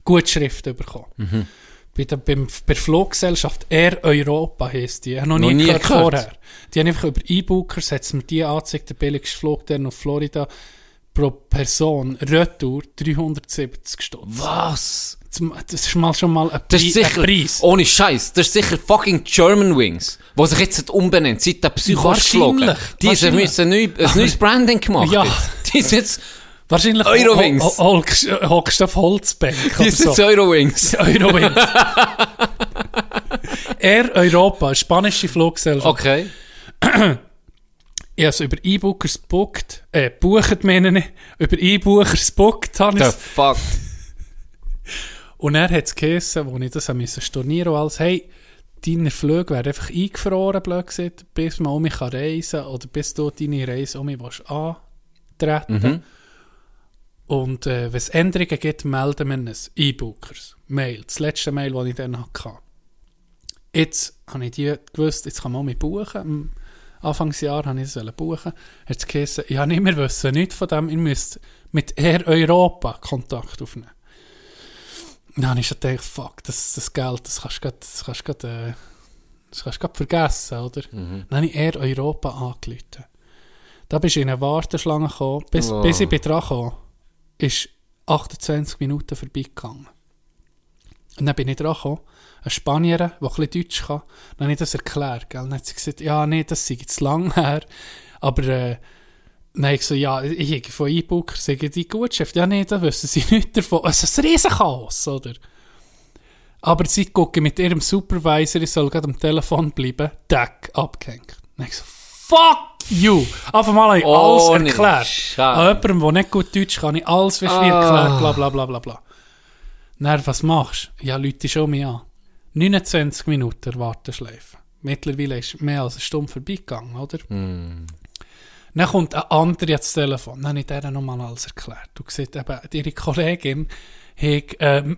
S9: Gutschriften bekommen. Bei der, beim, bei der Fluggesellschaft Air Europa heisst die. Ich habe noch, nie, gehört, vorher. Die haben einfach über E-Bookers, hat mir die angezeigt, der billigste Flug der nach Florida pro Person, Retour 370 Stunden.
S10: Was?
S9: Das ist mal schon mal ein,
S10: Das
S9: Pri-
S10: ist
S9: ein
S10: sicher,
S9: Preis.
S10: ohne Scheiß, das ist sicher fucking German Wings, die sich jetzt umbenennen, seit der Psycho ist geflogen.
S9: Wahrscheinlich,
S10: Die haben
S9: wahrscheinlich.
S10: müssen neu, ein neues Branding gemacht.
S9: Ja.
S10: jetzt. Die sind jetzt,
S9: Wahrscheinlich
S10: Eurowings.
S9: ho- ho- hockst- äh, hockst du auf Holzbänken
S10: die
S9: oder
S10: sind
S9: so.
S10: jetzt Eurowings.
S9: Eurowings. Air Europa, spanische Fluggesellschaft.
S10: Okay.
S9: Ich habe es über E-Bookers gebucht, äh, bucht meine ich, über E-Bookers gebucht habe ich
S10: The
S9: es.
S10: fuck?
S9: Und er hat es geheissen, als ich das habe müssen stornieren musste, als hey, deine Flüge werden einfach eingefroren, blöd gesagt, bis man um mich kann reisen kann oder bis du deine Reise um mich willst antreten Und äh, wenn es Änderungen gibt, melden wir uns. E-Bookers. Mail. Das letzte Mail, das ich dann hatte. Jetzt habe ich die gewusst, jetzt kann man um mich buchen. Am Anfangsjahr habe ich es wollen buchen. Hat es geheißen, ich habe nicht mehr wissen, nichts von dem, ihr müsst mit Air Europa Kontakt aufnehmen. Dann habe ich schon gedacht, halt fuck, das, das Geld, das kannst du grad- das kannst du grad, äh, das kannst du grad vergessen, oder? Dann habe ich Air Europa angerufen. Da bist du in eine Warteschlange gekommen, bis,
S10: Oh.
S9: bis ich bei dran kam, ist 28 Minuten vorbeigegangen. Und dann bin ich dran gekommen, eine Spanierin, die ein bisschen Deutsch kann, dann habe ich das erklärt. Gell? Dann hat sie gesagt, ja, nee, das sei jetzt lang her. Aber äh, dann habe ich so, ja, ich habe von E-Booker, sage die Gutschrift. Ja, nee, da wissen sie nichts davon. Es ist ein Riesenchaos, oder? Aber sie gucken mit ihrem Supervisor, ich soll gerade am Telefon bleiben, Deck abgehängt. Dann habe ich so, fuck you! Auf einmal habe ich
S10: Ohne
S9: alles erklärt.
S10: Scheiß.
S9: An jemandem, der nicht gut Deutsch kann, habe ich alles wie
S10: Ah.
S9: erklärt, bla bla bla bla bla. Dann, was machst du? Ja, Leute, schon mich an. 29 Minuten Warteschleife. Mittlerweile ist mehr als eine Stunde vorbeigegangen, oder? Dann kommt ein anderer ans Telefon. Dann habe ich denen nochmal alles erklärt. Du siehst eben, ihre Kollegin hat ähm,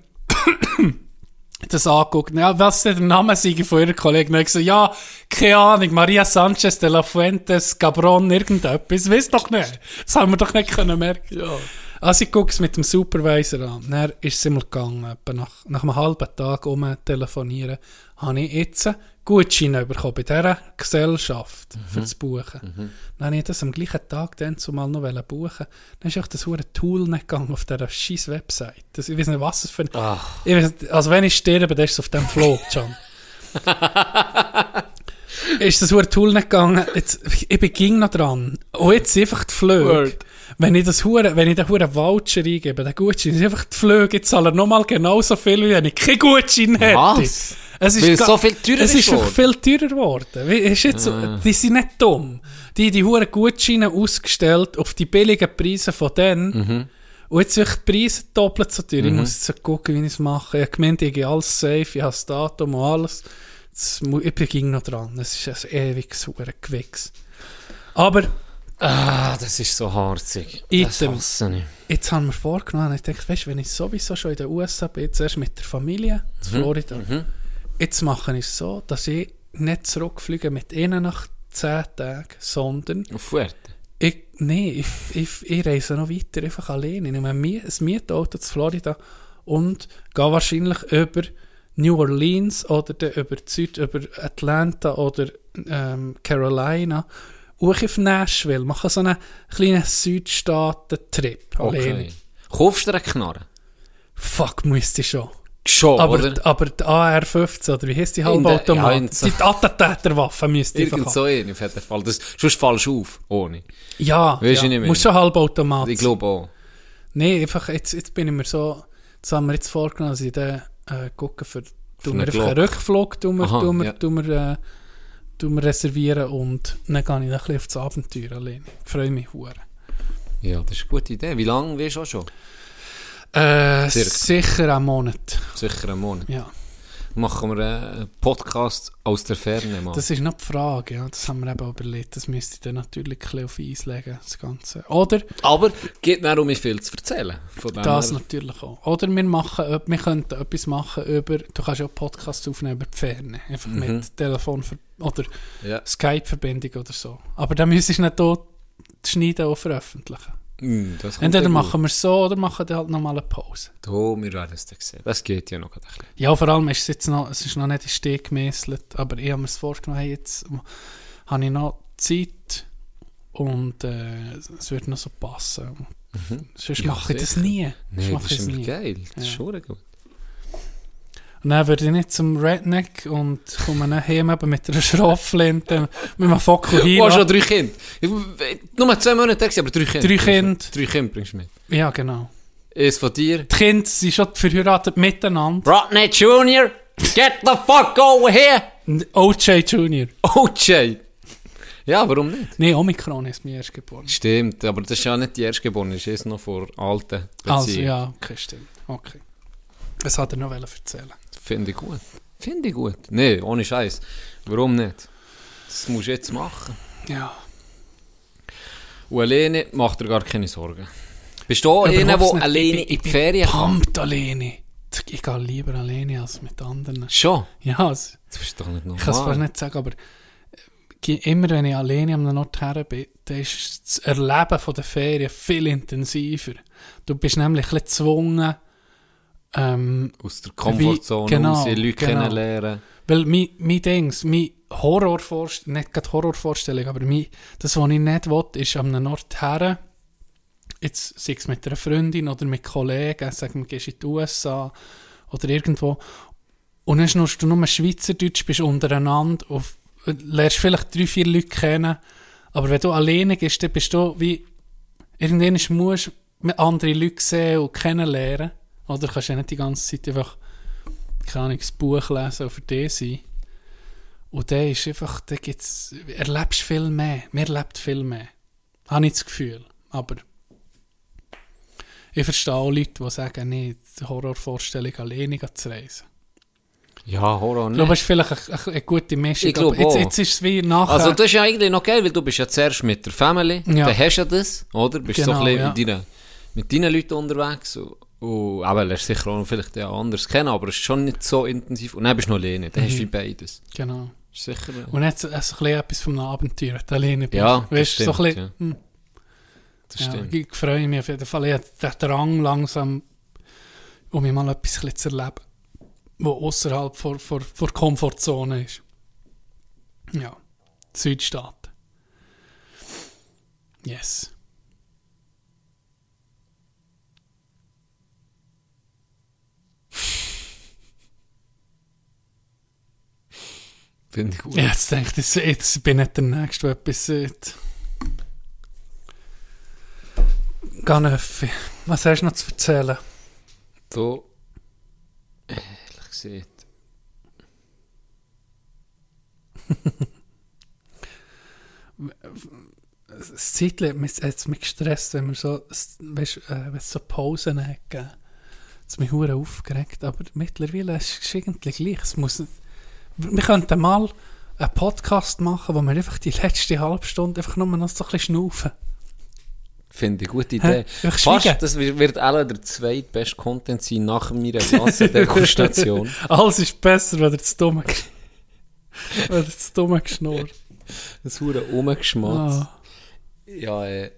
S9: das angeguckt. Ja, was der Name sei von ihrer Kollegin? Dann habe ich gesagt, ja, keine Ahnung, Maria Sanchez de la Fuentes, Gabron, irgendetwas. Weiss doch nicht. Das haben wir doch nicht können merken. Also ich gucke es mit dem Supervisor an. Dann ist es immer gegangen. Etwa Nach, nach einem halben Tag um telefonieren habe ich jetzt Gutscheine bekommen bei dieser Gesellschaft für das Buchen. Dann habe ich das am gleichen Tag dann zumal noch wollen buchen Dann ist auch das hure Tool nicht gegangen auf dieser scheiß Website. Das, ich weiß nicht, was es für ein... Ich weiss nicht, also wenn ich sterbe, dann ist es auf dem Floh, John. ist das hure Tool nicht gegangen. Jetzt, ich bin ging noch dran. Und jetzt einfach die Flöge.
S10: Word.
S9: Wenn ich, das hure, wenn ich den hure Voucher eingebe, den Gutschein, ist einfach die Flöge. Jetzt zahle er nochmal genauso viel, wie wenn ich keinen Gutschein hätte.
S10: Was?
S9: Es ist
S10: Weil es
S9: ga-
S10: so viel teurer
S9: es ist
S10: ist
S9: wirklich viel teurer geworden. Wie- Ist jetzt, so- Die sind nicht dumm. Die haben die hohen Gutscheine ausgestellt auf die billigen Preise von denen.
S10: Mhm.
S9: Und jetzt sind die Preise doppelt so teuer. Ich muss jetzt so gucken, wie ich es mache. Ich habe gemeint, ich habe alles safe, ich habe das Datum und alles. Das, mu- ich bin ging noch dran. Es ist ein ewiges hure Gewichs. Aber
S10: Ah, das ist so harzig. Das
S9: Item.
S10: hasse ich.
S9: jetzt haben wir vorgenommen, ich denke, weißt, du, wenn ich sowieso schon in den USA bin, zuerst mit der Familie in Florida, jetzt mache ich es so, dass ich nicht zurückfliege mit ihnen nach 10 Tagen, sondern
S10: Auf Fuerte.
S9: ich, nee, ich, ich, ich reise noch weiter, einfach alleine. Ich nehme ein Miet- ein Mietauto zu Florida und gehe wahrscheinlich über New Orleans oder dann über die Süd, über Atlanta oder ähm, Carolina hoch auf Nashville. Mache so einen kleinen Südstaaten-Trip alleine.
S10: Okay. Kaufst du dir eine Knarre?
S9: Fuck, müsste ich schon.
S10: Schon,
S9: Aber,
S10: oder?
S9: aber die AR-15, oder wie heisst die
S10: In der- ja, in
S9: Halbautomat?
S10: so-
S9: die Attentäterwaffe müsste ich
S10: Irgend
S9: einfach
S10: so
S9: haben.
S10: eine auf jeden Fall. Das, sonst fällst du auf. Ohne.
S9: Ja,
S10: Weisst
S9: ja.
S10: du, wie ich meine?
S9: muss schon Halbautomat
S10: Ich
S9: sein.
S10: glaube auch.
S9: Nee, einfach, jetzt, jetzt bin ich mir so, das haben wir jetzt vorgenommen, dass ich dann äh, gucke für, tun wir
S10: einen
S9: einfach einen
S10: Glock.
S9: Rückflug, tun wir,
S10: Aha,
S9: tun wir,
S10: ja.
S9: tun wir, äh, tun wir reservieren und dann gehe ich dann ein bisschen auf das Abenteuer alleine. Ich freue mich hure.
S10: Ja, das ist eine gute Idee. Wie lange weißt du auch schon?
S9: Äh,
S10: Circa.
S9: sicher einen Monat,
S10: Sicher einen Monat.
S9: ja.
S10: Machen wir einen Podcast aus der Ferne mal.
S9: Das ist noch die Frage, ja. Das haben wir eben überlegt. Das müsste ich dann natürlich ein bisschen auf Eis legen, das Ganze. Oder,
S10: Aber geht mir um mich viel zu erzählen. Von dem
S9: das
S10: her-
S9: natürlich auch. Oder wir machen, ob- wir könnten etwas machen über, du kannst ja auch Podcasts aufnehmen über die Ferne. Einfach
S10: Mhm.
S9: mit Telefon ver- oder
S10: Ja.
S9: Skype-Verbindung oder so. Aber dann müsstest du nicht dort schneiden und veröffentlichen.
S10: Mm, das kommt
S9: Entweder
S10: dann gut.
S9: machen wir es so oder machen dann halt nochmal eine Pause.
S10: Oh, wir werden es dann sehen. Das geht ja noch ein bisschen.
S9: Ja, vor allem ist es jetzt noch, es ist noch nicht in den Steg gemesselt, aber ich habe mir es vorgenommen, hey, jetzt m- habe ich noch Zeit und äh, es würde noch so passen. Sonst
S10: Ja,
S9: mache ich das
S10: Mhm. sicher.
S9: nie. Sonst
S10: Nee,
S9: mache
S10: das
S9: ich
S10: ist immer geil. Das ist
S9: Ja.
S10: schon gut.
S9: Und dann würde ich nicht zum Redneck und komme dann heim eben mit einer Schroffflinte, mit einem
S10: Du hast Oh, schon
S9: Fokuhila.
S10: drei Kinder. Ich- ich- Nur zwei Monate, her gewesen, aber drei Kinder.
S9: Drei Kinder.
S10: Drei Kinder bringst du mit.
S9: Ja, genau.
S10: Eins von dir.
S9: Die Kinder sind schon verheiratet miteinander.
S10: Rodney Jr., get the fuck over here!
S9: Und OJ Junior.
S10: OJ! Ja, warum nicht?
S9: Nein, Omikron ist mir erst geboren.
S10: Stimmt, aber das ist ja nicht die Erstgeborene, das ist noch vor alten Beziehungen.
S9: Also ja, okay, stimmt. Okay. Das hat er noch erzählen.
S10: Finde ich gut. Finde ich gut. Nee, ohne Scheiß. Warum nicht? Das musst du jetzt machen.
S9: Ja.
S10: Und alleine macht er gar keine Sorgen. Bist du auch
S9: Überhaupt
S10: Oh, einer, der
S9: nicht.
S10: alleine in die Ferien kommt?
S9: Pumpt alleine. Ich gehe lieber alleine als mit anderen.
S10: Schon?
S9: Ja, also, es-
S10: Das bist doch nicht normal.
S9: ich kann es fast nicht sagen, aber ich- immer wenn ich alleine an einem Ort her bin, dann ist das Erleben von der Ferien viel intensiver. Du bist nämlich ein bisschen gezwungen, ähm,
S10: Aus der Komfortzone
S9: Wie- genau,
S10: raus, Leute
S9: genau.
S10: kennenlernen.
S9: Weil mein, mein Dings, mein Horrorvorstellung, nicht gerade Horrorvorstellung, aber mein, das, was ich nicht will, ist an einem Ort her, jetzt sei es mit einer Freundin oder mit Kollegen, sagen wir, gehst in die USA oder irgendwo, und dann schnurst du nur Schweizerdeutsch, bist untereinander, auf, lernst vielleicht drei, vier Leute kennen, aber wenn du alleine bist, dann bist du wie, irgendwann musst du andere Leute sehen und kennenlernen, oder kannst ja nicht die ganze Zeit einfach keine Ahnung, das Buch lesen und für dich sein. Und dann ist einfach, da gibt's, erlebst viel mehr. Mir erlebt viel mehr. Habe ich das Gefühl. Aber ich verstehe auch Leute, die sagen, nee, die Horrorvorstellung alleine zu reisen.
S10: Ja, Horror ne?
S9: Ich
S10: nicht.
S9: glaube, es ist vielleicht eine, eine- eine gute Mischung.
S10: Ich glaube
S9: aber jetzt,
S10: auch.
S9: jetzt ist es wie nachher.
S10: Also das ist ja eigentlich noch geil, weil du bist ja zuerst mit der Family,
S9: Ja.
S10: dann hast du ja das, oder? Bist so
S9: Genau,
S10: ein bisschen
S9: ja.
S10: mit, deinen, mit deinen Leuten unterwegs und, und aber lernst sicher auch noch vielleicht ja anders kennen, aber es ist schon nicht so intensiv. Und dann bist du noch alleine, dann
S9: Mhm.
S10: hast du wie beides.
S9: genau.
S10: Ist sicher...
S9: Und jetzt ist es ein bisschen etwas vom Abenteuer, wenn du alleine bist.
S10: Ja, das
S9: Weißt du, so ein
S10: stimmt,
S9: bisschen,
S10: ja.
S9: hm.
S10: das
S9: Ja,
S10: stimmt.
S9: ich freue mich auf jeden Fall. Ich habe den Drang langsam, um mir mal etwas ein bisschen zu erleben, was außerhalb vor, vor, vor Komfortzone ist. Ja, Südstaaten. Yes.
S10: Finde ich gut.
S9: Ja, Jetzt denke ich, jetzt bin ich nicht der Nächste, der etwas sagt. Ganöffi, was hast du noch zu erzählen?
S10: So, ehrlich gesagt,
S9: das Zeitchen hat mich, hat's mich gestresst, wenn wir so, weißt, äh, wenn es so Pausen hat gegeben. Jetzt mich hure aufgeregt, aber mittlerweile ist es eigentlich gleich. Es muss, nicht- wir könnten mal einen Podcast machen, wo wir einfach die letzte halbe Stunde einfach nur noch so ein bisschen schnaufen.
S10: finde ich eine gute
S9: Hä?
S10: Idee.
S9: Einfach schweigen.
S10: Fast, das wird wird alle der zweitbeste Content sein nach meiner Wasserdegustation.
S9: Alles ist besser, wenn ihr das dumme, wenn ihr das dumme geschnurrt.
S10: Das hure Rumgeschmatz.
S9: Ah.
S10: Ja, äh,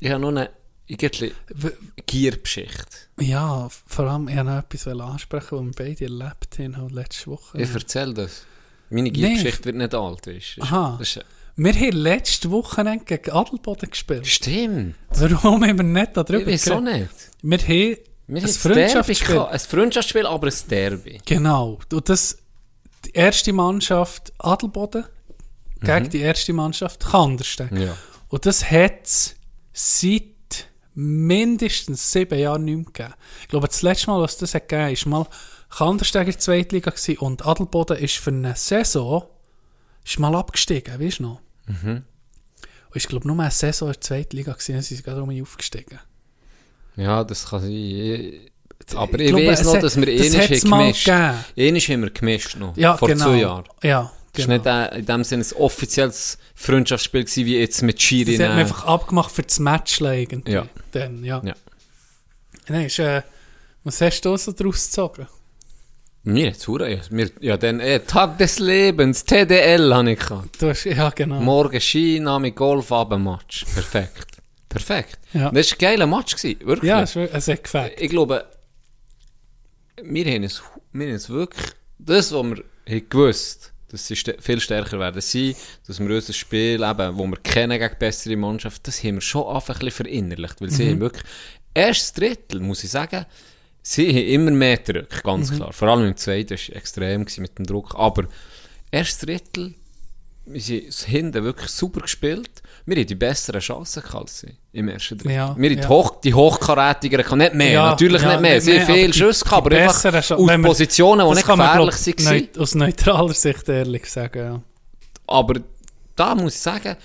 S10: ich habe noch eine irgendwie
S9: W-
S10: Giergeschichte.
S9: Ja, vor allem, ich wollte noch etwas ansprechen, was wir beide erlebt haben halt letzte Woche.
S10: Ich erzähl das. Meine Giergeschichte wird nicht alt, weißt du.
S9: Aha.
S10: Das ist,
S9: Wir haben letzte Woche gegen Adelboden gespielt.
S10: stimmt.
S9: Warum haben wir nicht
S10: Ich
S9: darüber
S10: weiß auch
S9: geredet?
S10: nicht.
S9: Wir haben
S10: Wir
S9: ein
S10: haben Freundschaftsspiel.
S9: Freundschaftsspiel.
S10: Derby gehabt. ein Freundschaftsspiel, aber ein Derby.
S9: Genau. Und das, die erste Mannschaft Adelboden gegen die erste Mannschaft Kandersteg.
S10: Mhm. Ja.
S9: Und das hat es seit mindestens sieben Jahren nicht mehr gegeben. Ich glaube, das letzte Mal, was das hat gegeben ist mal Kandersteg in der zweiten Liga gewesen und Adelboden ist für eine Saison ist mal abgestiegen, weißt du noch?
S10: Mhm.
S9: Und ich glaube, nur eine Saison in der zweiten Liga gewesen, dann sind sie gerade um mich aufgestiegen.
S10: Ja, das kann sein. Ich- Aber
S9: Ich
S10: ich,
S9: glaube,
S10: weiss
S9: es
S10: noch,
S9: hat-
S10: dass wir
S9: das
S10: ähnlich
S9: hat's
S10: haben
S9: mal
S10: gemischt. eh
S9: gegeben.
S10: Ähnlich haben wir gemischt noch.
S9: Ja,
S10: vor
S9: genau.
S10: zwei Jahren.
S9: Ja,
S10: Das
S9: genau.
S10: war nicht äh, in dem Sinne ein offizielles Freundschaftsspiel gewesen, wie jetzt mit Schiri.
S9: Das hat man
S10: äh,
S9: einfach abgemacht für das Match irgendwie.
S10: Ja.
S9: Dann, ja.
S10: Ja.
S9: Dann ist, äh, was hast du so draus gezogen?
S10: Mir jetzt hure, ja, mir, ja dann eh, Tag des Lebens, TDL habe ich gehabt.
S9: Du hast, ja, genau.
S10: Morgen Ski, Golf, Abendmatch. Perfekt. Perfekt.
S9: Ja.
S10: Das war ein geiler Match, gewesen, wirklich.
S9: ja, es, es hat gefällt.
S10: ich glaube, wir haben es, wir haben es wirklich, das, was wir haben gewusst dass sie st- viel stärker werden sein, dass wir unser Spiel, eben, wo wir kennen gegen bessere Mannschaft, das haben wir schon einfach ein bisschen verinnerlicht, weil
S9: Mhm.
S10: sie haben wirklich, erstes Drittel, muss ich sagen, sie haben immer mehr Druck, ganz
S9: Mhm.
S10: klar. Vor allem im zweiten war es extrem gewesen mit dem Druck, aber erstes Drittel, wir sind hinten wirklich super gespielt. Wir haben die besseren Chancen gehabt als sie im ersten Drittel.
S9: Ja,
S10: wir haben
S9: ja.
S10: die, hoch, die hochkarätigeren gehabt. Nicht mehr,
S9: Ja,
S10: Äh, natürlich
S9: ja,
S10: nicht mehr.
S9: nicht
S10: Sehr
S9: mehr, aber
S10: viele
S9: die-
S10: Schüsse gehabt, aber
S9: die
S10: einfach
S9: besseren Scha-
S10: aus
S9: wenn wir-
S10: Positionen, die
S9: Das
S10: nicht
S9: kann man, glaub,
S10: gefährlich waren.
S9: neu- aus neutraler Sicht ehrlich sagen, ja.
S10: Aber da muss ich sagen,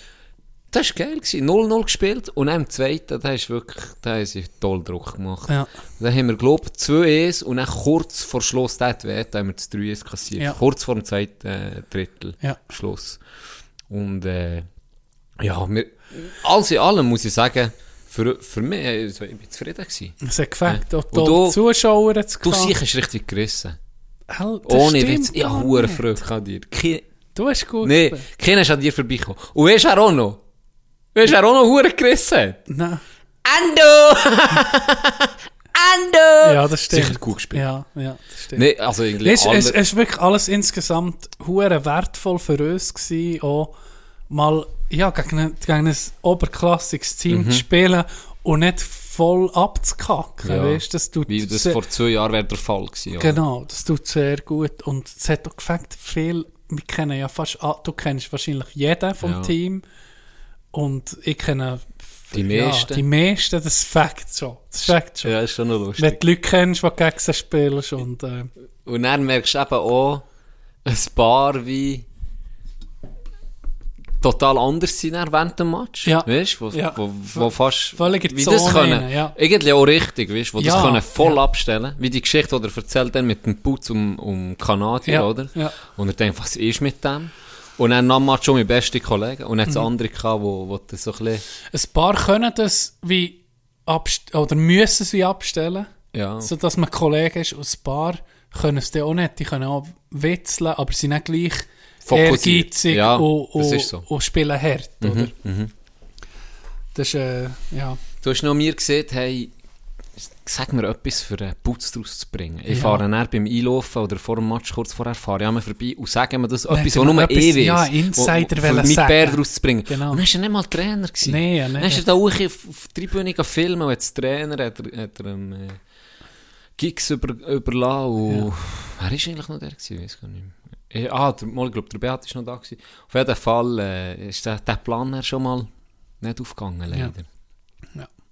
S10: das war geil. gewesen. 0-0 gespielt und dann im zweiten, da ist wirklich, da haben sie toll Druck gemacht.
S9: Ja.
S10: Dann haben wir, glaube ich, 2-1 und dann kurz vor Schluss, das hat weh, da haben wir das 3-1 kassiert.
S9: Ja.
S10: Kurz vor dem zweiten äh, Drittel.
S9: Ja.
S10: Schluss. Und äh, ja, wir, alles in allem muss ich sagen, für, für mich, äh, ich bin zufrieden gewesen.
S9: Es hat gefällt, auch
S10: Und Äh, du-
S9: die Zuschauer zu
S10: Du sicher hast richtig gerissen. Ohne
S9: Ohne
S10: Witz. Ich habe hohe Freude an dir. Ke-
S9: Du hast gut
S10: Nee,
S9: gespielt.
S10: keiner ist an dir vorbeigekommen. Und weißt du, wer auch noch? Weißt du, wer auch noch Huren gerissen hat?
S9: Nein.
S10: Ando! Ando!
S9: Ja, das stimmt.
S10: Sicher gut gespielt.
S9: Ja, ja, das stimmt.
S10: Nee, also irgendwie
S9: Es, es,
S10: alle...
S9: es ist wirklich alles insgesamt hure wertvoll für uns gewesen, auch mal ja, gegen, ein, gegen ein oberklassiges Team
S10: Mhm.
S9: zu spielen und nicht voll abzukacken.
S10: Ja.
S9: Weißt, das tut
S10: Wie dus das
S9: sehr,
S10: vor zwei Jahren wäre der Fall gewesen. oder?
S9: genau, das tut sehr gut. Und es hat auch gefällt, viel, wir kennen ja fast, ah, du kennst wahrscheinlich jeden vom
S10: Ja.
S9: Team und ich kenne
S10: Die meisten.
S9: Ja, die meisten, das fängt schon. Das fängt schon.
S10: Ja, ist schon noch lustig.
S9: Wenn du Leute kennst, die gegen sie spielst und... Äh,
S10: Und dann merkst du eben auch, ein paar wie total anders sind dann während dem Match.
S9: Ja.
S10: Weißt du, wo,
S9: Ja.
S10: wo, wo fast.
S9: Völlig in die
S10: wie das
S9: Zone
S10: können.
S9: rein, ja.
S10: Irgendwie auch richtig, weißt du, wo das
S9: Ja,
S10: können voll
S9: ja.
S10: abstellen. Wie die Geschichte, die er erzählt dann mit dem Putz um, um Kanadier,
S9: Ja,
S10: oder?
S9: ja.
S10: Und er denkt, was ist mit dem? Und dann nahm Match schon mein bester Kollege. Und dann mhm. andere gehabt, wo, wo das so ein bisschen.
S9: Ein paar können das wie abst oder müssen es wie abstellen,
S10: Ja.
S9: sodass man Kollege ist. Und ein paar können es dann auch nicht. Die können auch witzeln, aber sind nicht gleich
S10: Fokussiert.
S9: ehrgeizig
S10: Ja,
S9: und,
S10: das
S9: und,
S10: ist so.
S9: und spielen hart.
S10: Mhm,
S9: Oder? Das ist, äh, ja.
S10: Du hast noch mir gesagt, hey, sag mir etwas für einen Putz draus zu bringen. Ich fahre dann beim Einlaufen oder vor dem Match kurz vorher fahre ich an mir vorbei und sage mir das etwas,
S9: du
S10: was nur
S9: mir etwas-
S10: ich weiß.
S9: ja, Insider
S10: wo- wo- Für
S9: wollen
S10: meinen
S9: sagen.
S10: Bär draus zu bringen.
S9: Genau.
S10: Und dann ist er nicht mal Trainer gewesen.
S9: Nee, ja,
S10: Dann
S9: nicht.
S10: ist er da auch auf, auf drei Bühnen gefilmt und als Trainer hat er, hat er ihm, äh, Gigs über, überlassen und... Wer ist eigentlich noch der gewesen? Ich weiß gar nicht mehr. Ich, ah, der, mal, ich glaube, der Beat ist noch da gewesen. Auf jeden Fall äh, ist der, der Plan dann schon mal nicht aufgegangen, leider.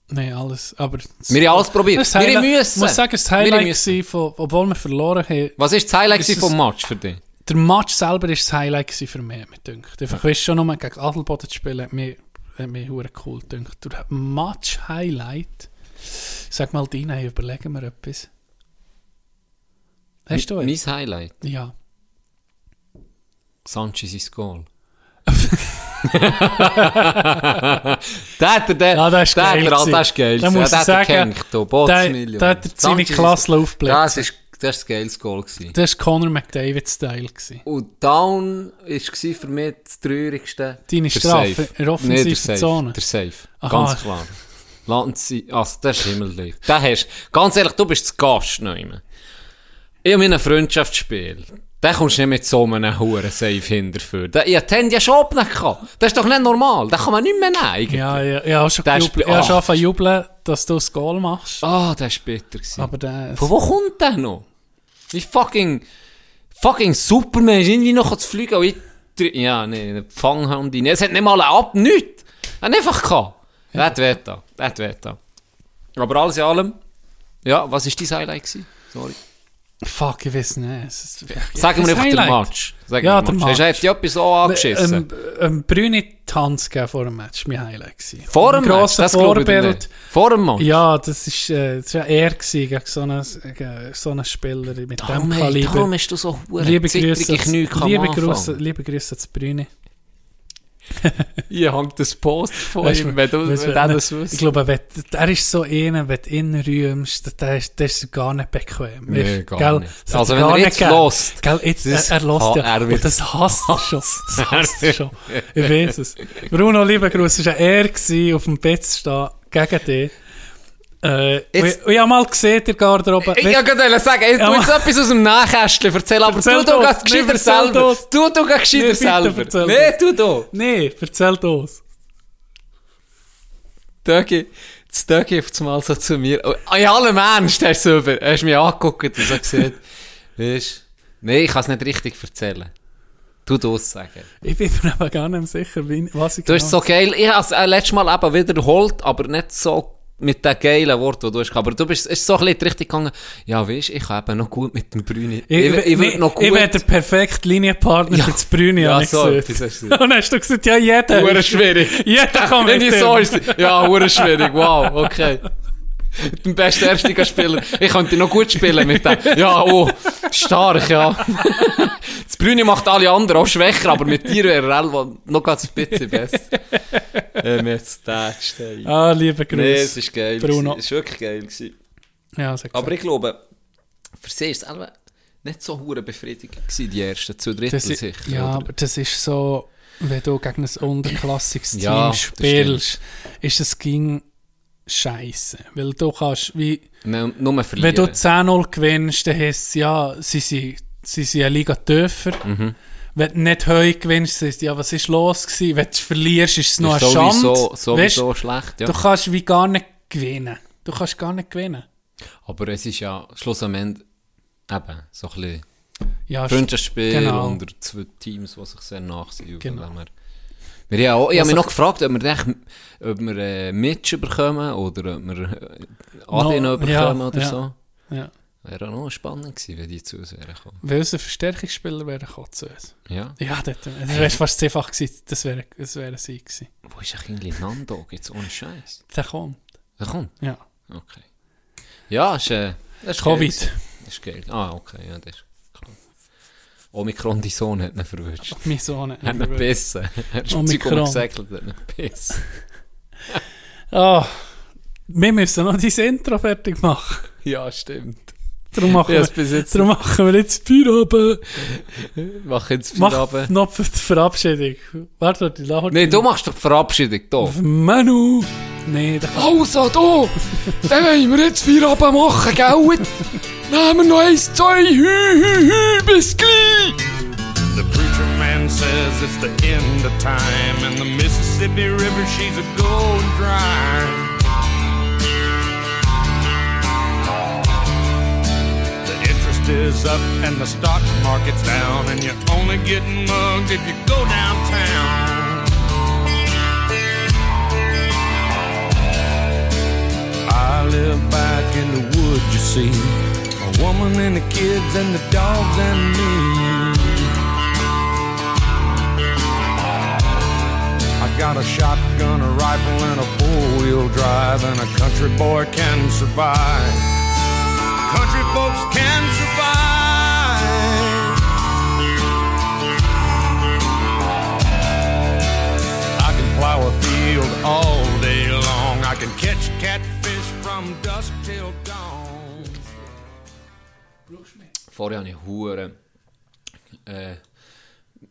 S9: Nein, alles. Aber
S10: Wir haben alles probiert.
S9: Das
S10: Wir
S9: Highlight-
S10: müssen.
S9: Ich muss sagen, das
S10: Wir
S9: Highlight
S10: müssen.
S9: war, von, obwohl wir verloren haben,
S10: Was war das Highlight
S9: Ist es-
S10: vom Match für dich?
S9: der Match selber war das Highlight gewesen für mich, mir dünkt. Einfach, weißt schon, nur gegen Adelboden zu spielen, hat mich, hat mich hure cool dünkt. Der Match-Highlight, sag mal deine, hey, überlegen wir etwas. Hast du
S10: Mein
S9: eins?
S10: Highlight.
S9: Ja.
S10: Sanchez ist Goal. der hat er, der,
S9: Ja, das ist
S10: der
S9: geil.
S10: Hat er, ah,
S9: gewesen.
S10: das ist geil.
S9: Da muss
S10: der
S9: ich sagen,
S10: gekankt, oh,
S9: der,
S10: Botsmillion.
S9: der hat er seine
S10: Sanchez ist-
S9: Klasse aufgebläht.
S10: Das ist, das ist das geiles Goal gewesen.
S9: Das war Conor McDavid-Style. gewesen.
S10: Und Down war für mich das traurigste.
S9: Deine
S10: Der
S9: Strafe
S10: Safe.
S9: in der offensiven
S10: Nee, der Safe,
S9: Zone.
S10: Der Safe.
S9: Aha.
S10: Ganz klar. Lanzi, also das ist himmellich. Den hast, ganz ehrlich, du bist das Gast nehmen. Ich habe mein Freundschaftsspiel. Da kommst du nicht mit so einem Huren Safe hinterher. Da- Ich hatte die Hände ja schon abgenommen. Das ist doch nicht normal. Da kann man nicht mehr nehmen. eigentlich.
S9: Ja, ja, ich habe schon
S10: Der
S9: gejubelt-
S10: Spiel-
S9: ich habe schon
S10: Ah.
S9: angefangen zu jubeln, dass du das Goal machst.
S10: Ah, das war bitter. gewesen.
S9: Aber der...
S10: Von wo kommt der noch? Wie nou? fucking, fucking Superman ist irgendwie noch zu fliegen. Und ich, dr- ja, nee, Fang haben die nicht. Es hat nicht mal einen ab, nichts. Er hat einfach gehabt. Ja. Das weh da, das weh da. Aber alles in allem, ja, was war dein Highlight? Gewesen? Sorry.
S9: Fuck, ich weiß nicht. Es ist-
S10: Sag mir
S9: Das
S10: einfach den
S9: Highlight.
S10: Match. Sag
S9: Ja,
S10: mir den
S9: der
S10: Match.
S9: Match.
S10: Hast du etwas auch angeschissen?
S9: Ähm, ähm, Brüni Tanz gegeben vor dem Match, mein Highlight gewesen.
S10: Vor dem
S9: Ein
S10: Match,
S9: grosser
S10: das glaube ich dir nicht. Vor dem Match?
S9: Ja, das ist, äh, das ist ja er gewesen, gegen so einen, gegen so einen Spieler mit
S10: Darum,
S9: dem
S10: hey, darum
S9: Kaliber.
S10: hast du so
S9: Liebe
S10: verdammt
S9: Grüße,
S10: zittrige Knie gehabt am
S9: liebe
S10: Anfang.
S9: Grüße, liebe Grüße zu Brüni.
S10: Ich hängt das Post von
S9: Weißt du,
S10: ihm, wenn du
S9: weißt du,
S10: wenn der das wüsst.
S9: Ich glaube, wenn, er ist so einer, wenn du ihn rühmst, der ist, der ist gar nicht bequem.
S10: Nee,
S9: Weißt du,
S10: gar nicht.
S9: Das hat
S10: Also,
S9: er
S10: wenn
S9: gar
S10: er
S9: nicht
S10: jetzt
S9: gegeben.
S10: lost,
S9: Gell, jetzt,
S10: das
S9: er, er lost
S10: ha-
S9: ja.
S10: er wird-
S9: und das hasst er schon. Das hasst er
S10: wird-
S9: schon. Ich weiß es. Bruno, lieber Gruß, es war er, gewesen, auf dem Bett zu stehen, gegen dich. Äh,
S10: Jetzt-
S9: und ich habe mal gesehen, der Garderobe.
S10: Ich
S9: Weißt-
S10: ja gerade sagen, ey,
S9: Ja,
S10: tu jetzt etwas aus dem Nachkästchen, erzähl, aber
S9: Erzähl
S10: tu doch
S9: das.
S10: grad
S9: Nee,
S10: gescheiter
S9: erzähl
S10: selber.
S9: das.
S10: Tu doch grad gescheiter
S9: Nee, bitte
S10: selber.
S9: erzähl
S10: Nee,
S9: das.
S10: tu doch.
S9: Nee, erzähl das.
S10: Dögi, das Dögi auf einmal so zu mir. Oh, in allem Ernst, hast du über. Hast mich angeguckt und so gesagt, weißt nee, ich kann es nicht richtig erzählen. Tu das sagen.
S9: Ich bin mir aber gar nicht mehr sicher, wie, was nou? ich
S10: äh, Du hast so geil, ich habe es letztes Mal eben wiederholt, aber nicht so mit den geilen Worten, die du hast. gehabt. Aber du bist, es ist so ein bisschen in die Richtung gegangen, ja, weißt, ich kann eben noch gut mit dem Brüni. Ich, ich,
S9: nee,
S10: würde noch gut.
S9: ich wär der perfekte Linienpartner
S10: Ja.
S9: für das Brüni,
S10: Ja,
S9: habe ich
S10: so
S9: gesagt.
S10: etwas hast du
S9: Und
S10: gesagt.
S9: dann hast du gesagt, ja, jeder.
S10: Hure schwierig.
S9: Jeder kann mit
S10: Wenn ich
S9: dem.
S10: so ist, ja, hure schwierig, wow, okay. Mit dem besten Erstligaspieler. Ich könnte noch gut spielen mit dem. Ja, oh, stark, ja. Das Brüni macht alle anderen auch schwächer, aber mit dir wäre er Elva noch ganz ein bisschen besser. Ähm, jetzt der Stein.
S9: Ah, lieber Gruß.
S10: Nee, es ist geil.
S9: Bruno.
S10: gewesen. Es war wirklich geil. Gewesen.
S9: ja, sag
S10: Aber ich glaube, für sie ist es Elva nicht so hure befriedigend gewesen, die ersten zwei Drittel
S9: das i-
S10: sicher.
S9: Ja,
S10: oder?
S9: aber das ist so, wenn du gegen ein unterklassiges Team
S10: Ja, das
S9: spielst, ist das ging scheiße. Weil du kannst, wie,
S10: Nein, nur
S9: wenn
S10: verlieren.
S9: du 10-0 gewinnst, dann heisst es, ja, sie sind, sie sind eine Liga tiefer.
S10: Mhm.
S9: Wenn du nicht höher gewinnst, heisst es, ja, was ist los gewesen? Wenn du verlierst, ist es noch
S10: Ist
S9: eine Schande.
S10: sowieso,
S9: Weisst,
S10: sowieso schlecht, ja.
S9: Du kannst wie gar nicht gewinnen. Du kannst gar nicht gewinnen.
S10: Aber es ist ja Schluss am Ende eben so ein bisschen
S9: Ja,
S10: Freundschaftsspiel
S9: genau.
S10: unter zwei Teams, die sich sehr nach sind. Und
S9: Genau.
S10: wenn Wir, wir haben auch, ich habe
S9: Was
S10: mich
S9: ich-
S10: noch gefragt, ob wir, echt, ob wir äh, Mitch bekommen oder ob wir äh, Adi
S9: No,
S10: noch bekommen
S9: ja,
S10: oder
S9: ja.
S10: so.
S9: Ja.
S10: Wäre auch noch spannend gewesen, wenn die zu uns wären gekommen.
S9: Weil unser Verstärkungsspieler wäre gekommen zu uns.
S10: Ja.
S9: Ja, das, das wäre fast zehnfach gewesen. Das wäre das wäre sie gewesen.
S10: Wo ist eigentlich Nando? Jetzt ohne Scheiß.
S9: Der kommt.
S10: Er kommt.
S9: Ja.
S10: Okay. Ja, ist, äh, das ist geil
S9: Covid.
S10: gewesen. Das ist geil. Ah, okay, ja, das ist klar. Omikron, die Sohn hat ihn verwünscht.
S9: Mein Sohn.
S10: Hat ihn gebissen. Er ist mit
S9: Omikron.
S10: Zeug umgesäckelt, hat ihn gebissen.
S9: Ah, wir müssen noch dein Intro fertig machen.
S10: Ja, stimmt.
S9: Darum machen,
S10: Ja, das
S9: wir,
S10: bis jetzt.
S9: darum machen wir jetzt Feierabend.
S10: Mach jetzt viel
S9: Mach
S10: runter.
S9: noch die Verabschiedung. Warte, die lauert.
S10: Nein, du machst doch die Verabschiedung, doch.
S9: Manu. Nee, da
S10: Oh.
S1: Also, du, dann wollen wir jetzt vier Abend machen, gell? Nehmen wir noch eins, zwei, hü, hü, hü, bis gleich!
S5: The preacher man says it's the end of time, and the Mississippi River, she's a going dry. The interest is up, and the stock market's down, and you're only getting mugged if you go downtown. I live back in the woods, you see. A woman and the kids and the dogs and me. I got a shotgun, a rifle, and a four-wheel drive, and a country boy can survive. Country folks can survive. I can plow a field all day long. I can catch catfish from dusk till dawn.
S10: Vorher habe ich Huren. Äh,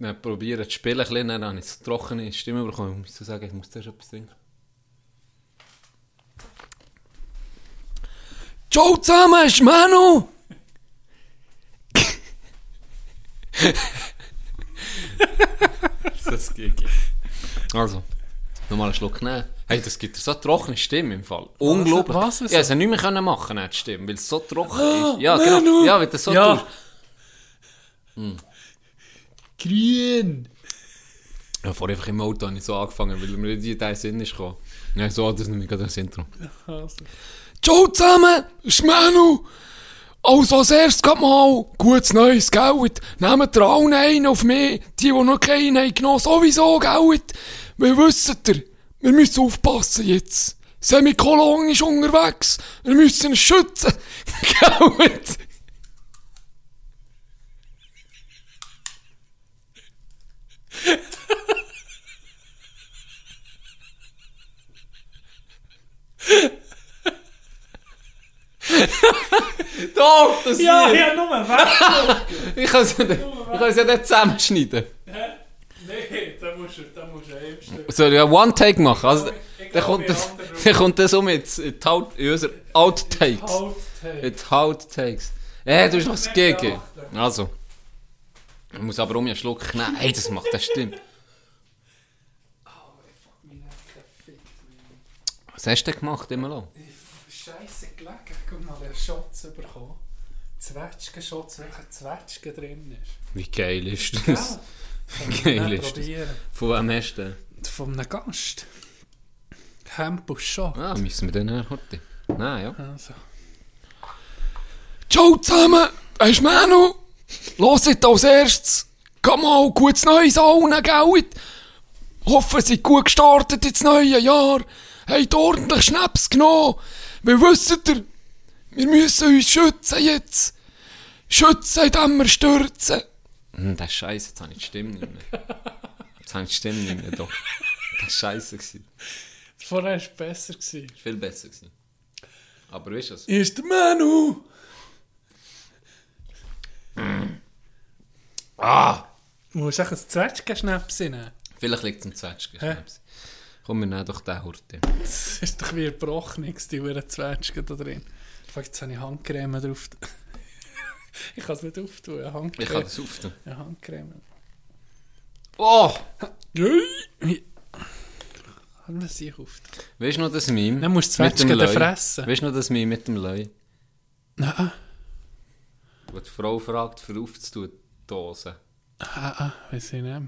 S10: wir probieren zu spielen, ein bisschen, dann habe ich so trockene Stimme bekommen. Ich muss sagen, ich muss zuerst etwas trinken.
S1: Ciao zusammen, ist Manu!
S10: Das geht. Also, nochmal einen Schluck nehmen. Hey, das gibt dir so trockene Stimme im Fall. Unglaublich.
S9: was, wieso?
S10: ja, es hat nicht mehr können machen, nicht die Stimme, weil es so trocken ist. Ja, genau. Ja, weil das so
S9: Ja.
S10: tust.
S1: Mm.
S10: Ja, vorher einfach im Auto habe ich so angefangen, weil mir die Teil Sinn ist gekommen. Nein, so hat es nicht mehr gerade das Intro.
S1: Ciao zusammen, ist Manu! Also, als erstes geht mal gutes neues Geld. Nehmt ihr allen einen auf mich, die, die noch keinen haben genommen, sowieso Geld. Wir wissen ihr, wir müssen aufpassen jetzt. Semikolon ist unterwegs, wir müssen ihn schützen. Geld!
S10: Doch, das
S9: Ja,
S10: Lied.
S9: ja, nur weg.
S10: Ich kann es ja nicht- ich kann es ja nicht zusammenschneiden.
S9: Nee, da musst du, da musst du eben
S10: Soll ich einen One-Take machen? Also,
S9: Ich
S10: dann,
S9: glaub,
S10: kommt
S9: wir
S10: das,
S9: haben den
S10: dann kommt das um jetzt in, die Out, in unsere Outtakes. In die Outtakes. Äh, du hast noch das Gegen. Also. Ich muss aber um einen Schluck nehmen. Hey, das macht, das stimmt. Was hast du denn gemacht, immer noch?
S9: Scheiße gelegen. Guck mal, der Schatz bekommen. Zwetschgen-Schatz, welcher Zwetschgen drin ist.
S10: Wie geil ist das? Geil ist das.
S9: probieren.
S10: Von wem hast du den?
S9: Vom Gast. Campus schon.
S10: Ah, müssen wir dann her, Horti. Nein, ja.
S9: Also.
S1: Ciao zusammen, hast du Manu? Hört als erstes. Komm mal, gutes Neues allen, gell? Hoffen, sie sind gut gestartet ins neue Jahr. Habt ordentlich Schnaps genommen. Wir wissen ihr, wir müssen uns schützen jetzt. Schützen, indem wir stürzen.
S10: Hm, das ist scheiße, jetzt habe ich die Stimme nicht mehr. Jetzt habe ich die Stimme nicht mehr da. Das war scheiße. gewesen.
S9: Vorher war es besser. Gewesen.
S10: Das war viel besser. gewesen. Aber weißt du was?
S9: Ist der Manu! Ah! Du musst echt ein Zwetschgenschnaps nehmen.
S10: Vielleicht liegt es am Zwetschgen.
S9: Hä?
S10: Komm, wir nehmen doch den Horti.
S9: Das ist doch wie erbrochen, nix, die Uhren Zwetschgen da drin. Fuck, jetzt habe ich Handcreme drauf. ich kann es nicht auftun, eine
S10: Ich kann
S9: Handcreme.
S10: das aufnehmen.
S9: Eine Handcreme.
S10: Oh!
S9: Kann man sie auftun?
S10: Weißt du noch das Meme?
S9: Dann musst du
S10: mit dem
S9: Zwetschgen dann
S10: Löi?
S9: fressen.
S10: Weißt du noch das Meme mit dem Löi?
S9: Nein,
S10: Wo die Frau fragt, für aufzutun, die Dose.
S9: ah, ah, weiss ich nicht.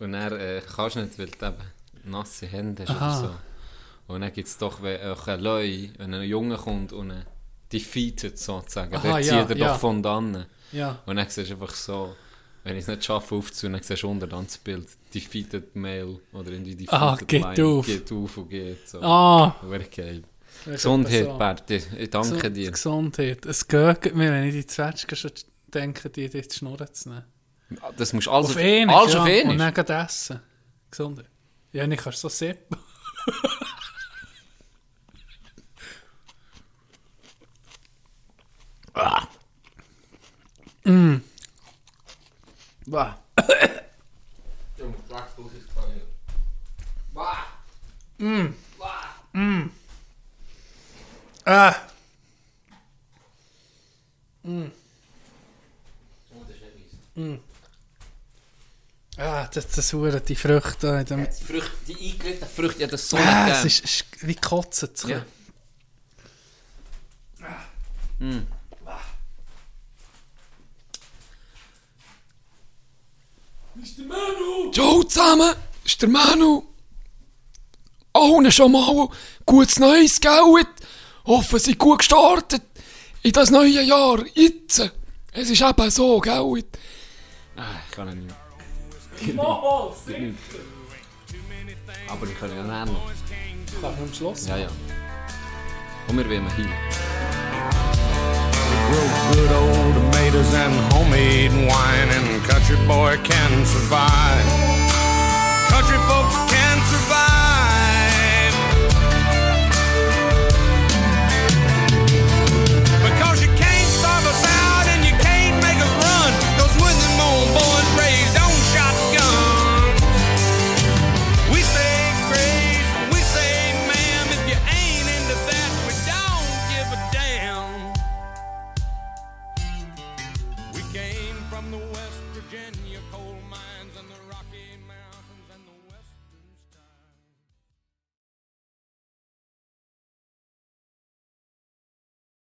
S10: Und er äh, kannst nicht, weil du eben nasse Hände hast oder
S9: Aha.
S10: so. Und dann gibt es doch wenn auch ein Löi, wenn ein Junge kommt und ihn defeatet sozusagen.
S9: Aha,
S10: dann zieht
S9: ja,
S10: er
S9: ja.
S10: doch von dann.
S9: Ja.
S10: Und dann siehst du einfach so, wenn ich es nicht schaffe aufzunehmen, dann siehst du unter dann das Bild, defeated male oder irgendwie defeated
S9: Ah, geht
S10: line,
S9: auf.
S10: geht auf und geht so.
S9: Ah!
S10: Wäre geil.
S9: das ist
S10: Oh,
S9: etwa
S10: Gesundheit,
S9: so.
S10: Berti. Ich danke
S9: Gesund-
S10: dir.
S9: Gesundheit. Es geht mir, wenn ich die Zwetschgen schon denke, die dort die Schnurren zu nehmen.
S10: Das musst du alles
S9: Auf einen,
S10: alles
S9: ja.
S10: auf
S9: Und
S10: einmal.
S9: dann gleich essen. Gesundheit. Ja, ich kann so sippen. Mm. Ah! Ah, das, das huren die Früchte. da in dem-
S10: Die Früchte, die eingelegten Früchte, ja, das so
S9: Ah,
S10: nicht
S9: es
S10: gegeben.
S9: ist, es ist wie kotzen zu
S10: Ja.
S9: können.
S1: Ciao zusammen, ist der Manu. Allen schon mal gutes Neues, gell? Hoffen, sie sind gut gestartet in das neue Jahr. Jetzt. Es ist eben so, gell?
S10: Ah, Ich kann ihn nicht. Geht nicht. Aber ich kann ja nachher noch.
S9: Kann ich am Schluss?
S10: Ja, ja. Und wir wollen hin.
S5: Grow good old tomatoes and homemade wine, and country boy can survive. Country folks